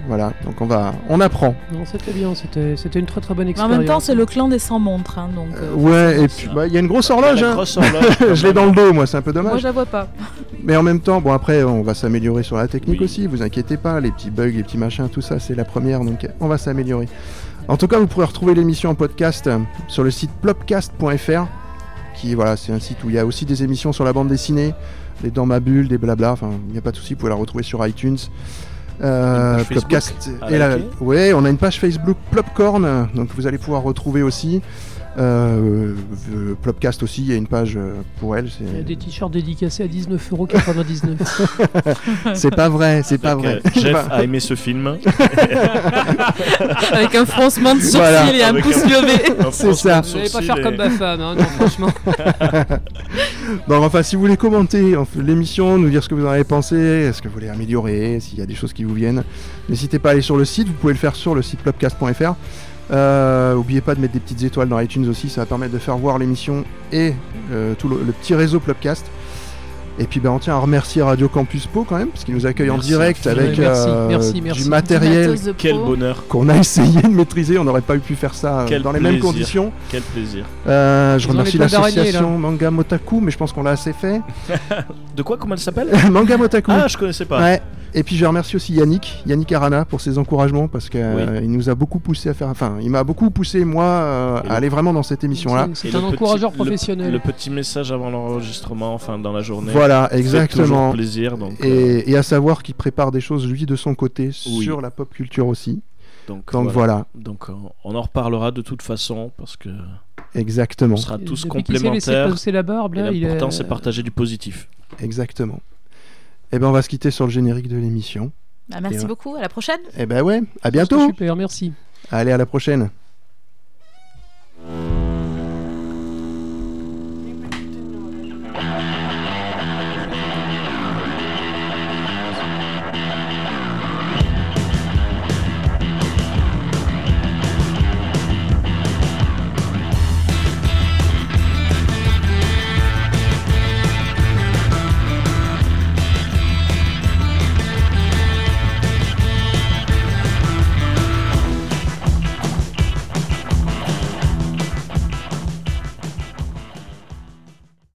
Speaker 1: Voilà, donc on va, on apprend.
Speaker 4: Non, c'était bien. C'était c'était une très très bonne
Speaker 3: Mais en
Speaker 4: expérience.
Speaker 3: même temps, c'est le clan des sans montres, hein, donc.
Speaker 1: Euh,
Speaker 3: euh,
Speaker 1: ouais, et
Speaker 2: ça.
Speaker 1: puis bah, il y a une grosse horloge.
Speaker 2: La
Speaker 1: hein.
Speaker 2: grosse horloge, quand
Speaker 1: Je l'ai
Speaker 2: même.
Speaker 1: dans le dos, moi, c'est un peu
Speaker 3: Moi,
Speaker 1: dommage.
Speaker 3: je la vois pas.
Speaker 1: Mais en même temps, bon après, on va s'améliorer sur la technique
Speaker 2: Oui.
Speaker 1: aussi, vous inquiétez pas, les petits bugs, les petits machins, tout ça, c'est la première, donc on va s'améliorer. En tout cas, vous pourrez retrouver l'émission en podcast euh, sur le site plopcast.fr, qui voilà, c'est un site où il y a aussi des émissions sur la bande dessinée, des Dans ma bulle, des blabla, enfin, il n'y a pas de souci, vous pouvez la retrouver sur iTunes. Euh,
Speaker 2: Une page Facebook
Speaker 1: Plopcast
Speaker 2: à
Speaker 1: et la...
Speaker 2: liker.
Speaker 1: ouais, on a une page Facebook Plopcorn, donc vous allez pouvoir retrouver aussi. Euh, euh, Plopcast aussi, il y a une page euh, pour elle. c'est-
Speaker 4: Il y a des t-shirts dédicacés à 19,99€.
Speaker 1: C'est pas vrai, c'est pas
Speaker 2: Donc,
Speaker 1: vrai.
Speaker 2: euh, Jeff a aimé ce film.
Speaker 3: Avec un froncement de sourcil
Speaker 4: Ah,
Speaker 1: Voilà.
Speaker 3: et un
Speaker 2: Avec
Speaker 3: pouce
Speaker 2: un-
Speaker 3: levé.
Speaker 1: C'est ça.
Speaker 4: Vous n'allez pas faire comme ma femme, hein, non, franchement.
Speaker 1: Non, enfin, si vous voulez commenter en fait, l'émission, nous dire ce que vous en avez pensé, est-ce que vous voulez améliorer, s'il y a des choses qui vous viennent, n'hésitez pas à aller sur le site, vous pouvez le faire sur le site plopcast.fr. Euh, oubliez pas de mettre des petites étoiles dans iTunes aussi, ça va permettre de faire voir l'émission et euh, tout le, le petit réseau Plopcast. Et puis ben, on tient à remercier Radio Campus Po quand même, parce qu'ils nous accueillent
Speaker 2: Merci
Speaker 1: en direct
Speaker 2: infiniment.
Speaker 1: avec
Speaker 4: Merci,
Speaker 1: euh,
Speaker 4: merci,
Speaker 1: du
Speaker 4: merci.
Speaker 1: matériel
Speaker 3: Matos de
Speaker 2: Quel
Speaker 3: pro.
Speaker 2: bonheur,
Speaker 1: qu'on a essayé de maîtriser, on n'aurait pas pu faire ça euh,
Speaker 2: Quel
Speaker 1: dans les mêmes
Speaker 2: plaisir.
Speaker 1: conditions.
Speaker 2: quel plaisir.
Speaker 1: Euh, je
Speaker 4: Ils ont
Speaker 1: remercie
Speaker 4: les toiles d'araignée,
Speaker 1: l'association Manga Motaku, mais je pense qu'on l'a assez fait.
Speaker 2: De quoi Comment elle s'appelle
Speaker 1: Manga Motaku.
Speaker 2: Ah, je connaissais pas.
Speaker 1: Ouais. Et puis je remercie aussi Yannick, Yannick Arana pour ses encouragements parce qu'il
Speaker 2: Oui.
Speaker 1: nous a beaucoup poussé à faire. Enfin, il m'a beaucoup poussé moi euh,
Speaker 2: Et
Speaker 1: à
Speaker 2: le-
Speaker 1: aller vraiment dans cette émission là.
Speaker 4: C'est
Speaker 2: Et
Speaker 4: c'est
Speaker 2: le
Speaker 4: un
Speaker 2: petit-
Speaker 4: encourageur
Speaker 2: le-
Speaker 4: professionnel.
Speaker 2: Le petit message avant l'enregistrement, enfin dans la journée.
Speaker 1: Voilà,
Speaker 2: fait toujours
Speaker 1: exactement.
Speaker 2: plaisir. Donc, euh,
Speaker 1: Et, et à savoir qu'il prépare des choses lui de son côté
Speaker 2: Oui.
Speaker 1: sur la pop culture aussi.
Speaker 2: donc,
Speaker 1: Donc
Speaker 2: voilà.
Speaker 1: voilà,
Speaker 2: Donc euh, on en reparlera de toute façon parce que
Speaker 1: exactement,
Speaker 2: on sera tous
Speaker 4: Depuis qu'il s'est laissé
Speaker 2: complémentaires.
Speaker 4: pousser la barbe, là,
Speaker 2: et
Speaker 4: il
Speaker 2: l'important
Speaker 4: est...
Speaker 2: c'est partager du positif.
Speaker 1: exactement. Et ben on va se quitter sur le générique de l'émission.
Speaker 3: Bah,
Speaker 1: Et
Speaker 3: merci
Speaker 1: ouais.
Speaker 3: beaucoup, à la prochaine.
Speaker 1: Et ben ouais, à
Speaker 4: C'était
Speaker 1: bientôt.
Speaker 4: Super, merci.
Speaker 1: Allez à la prochaine.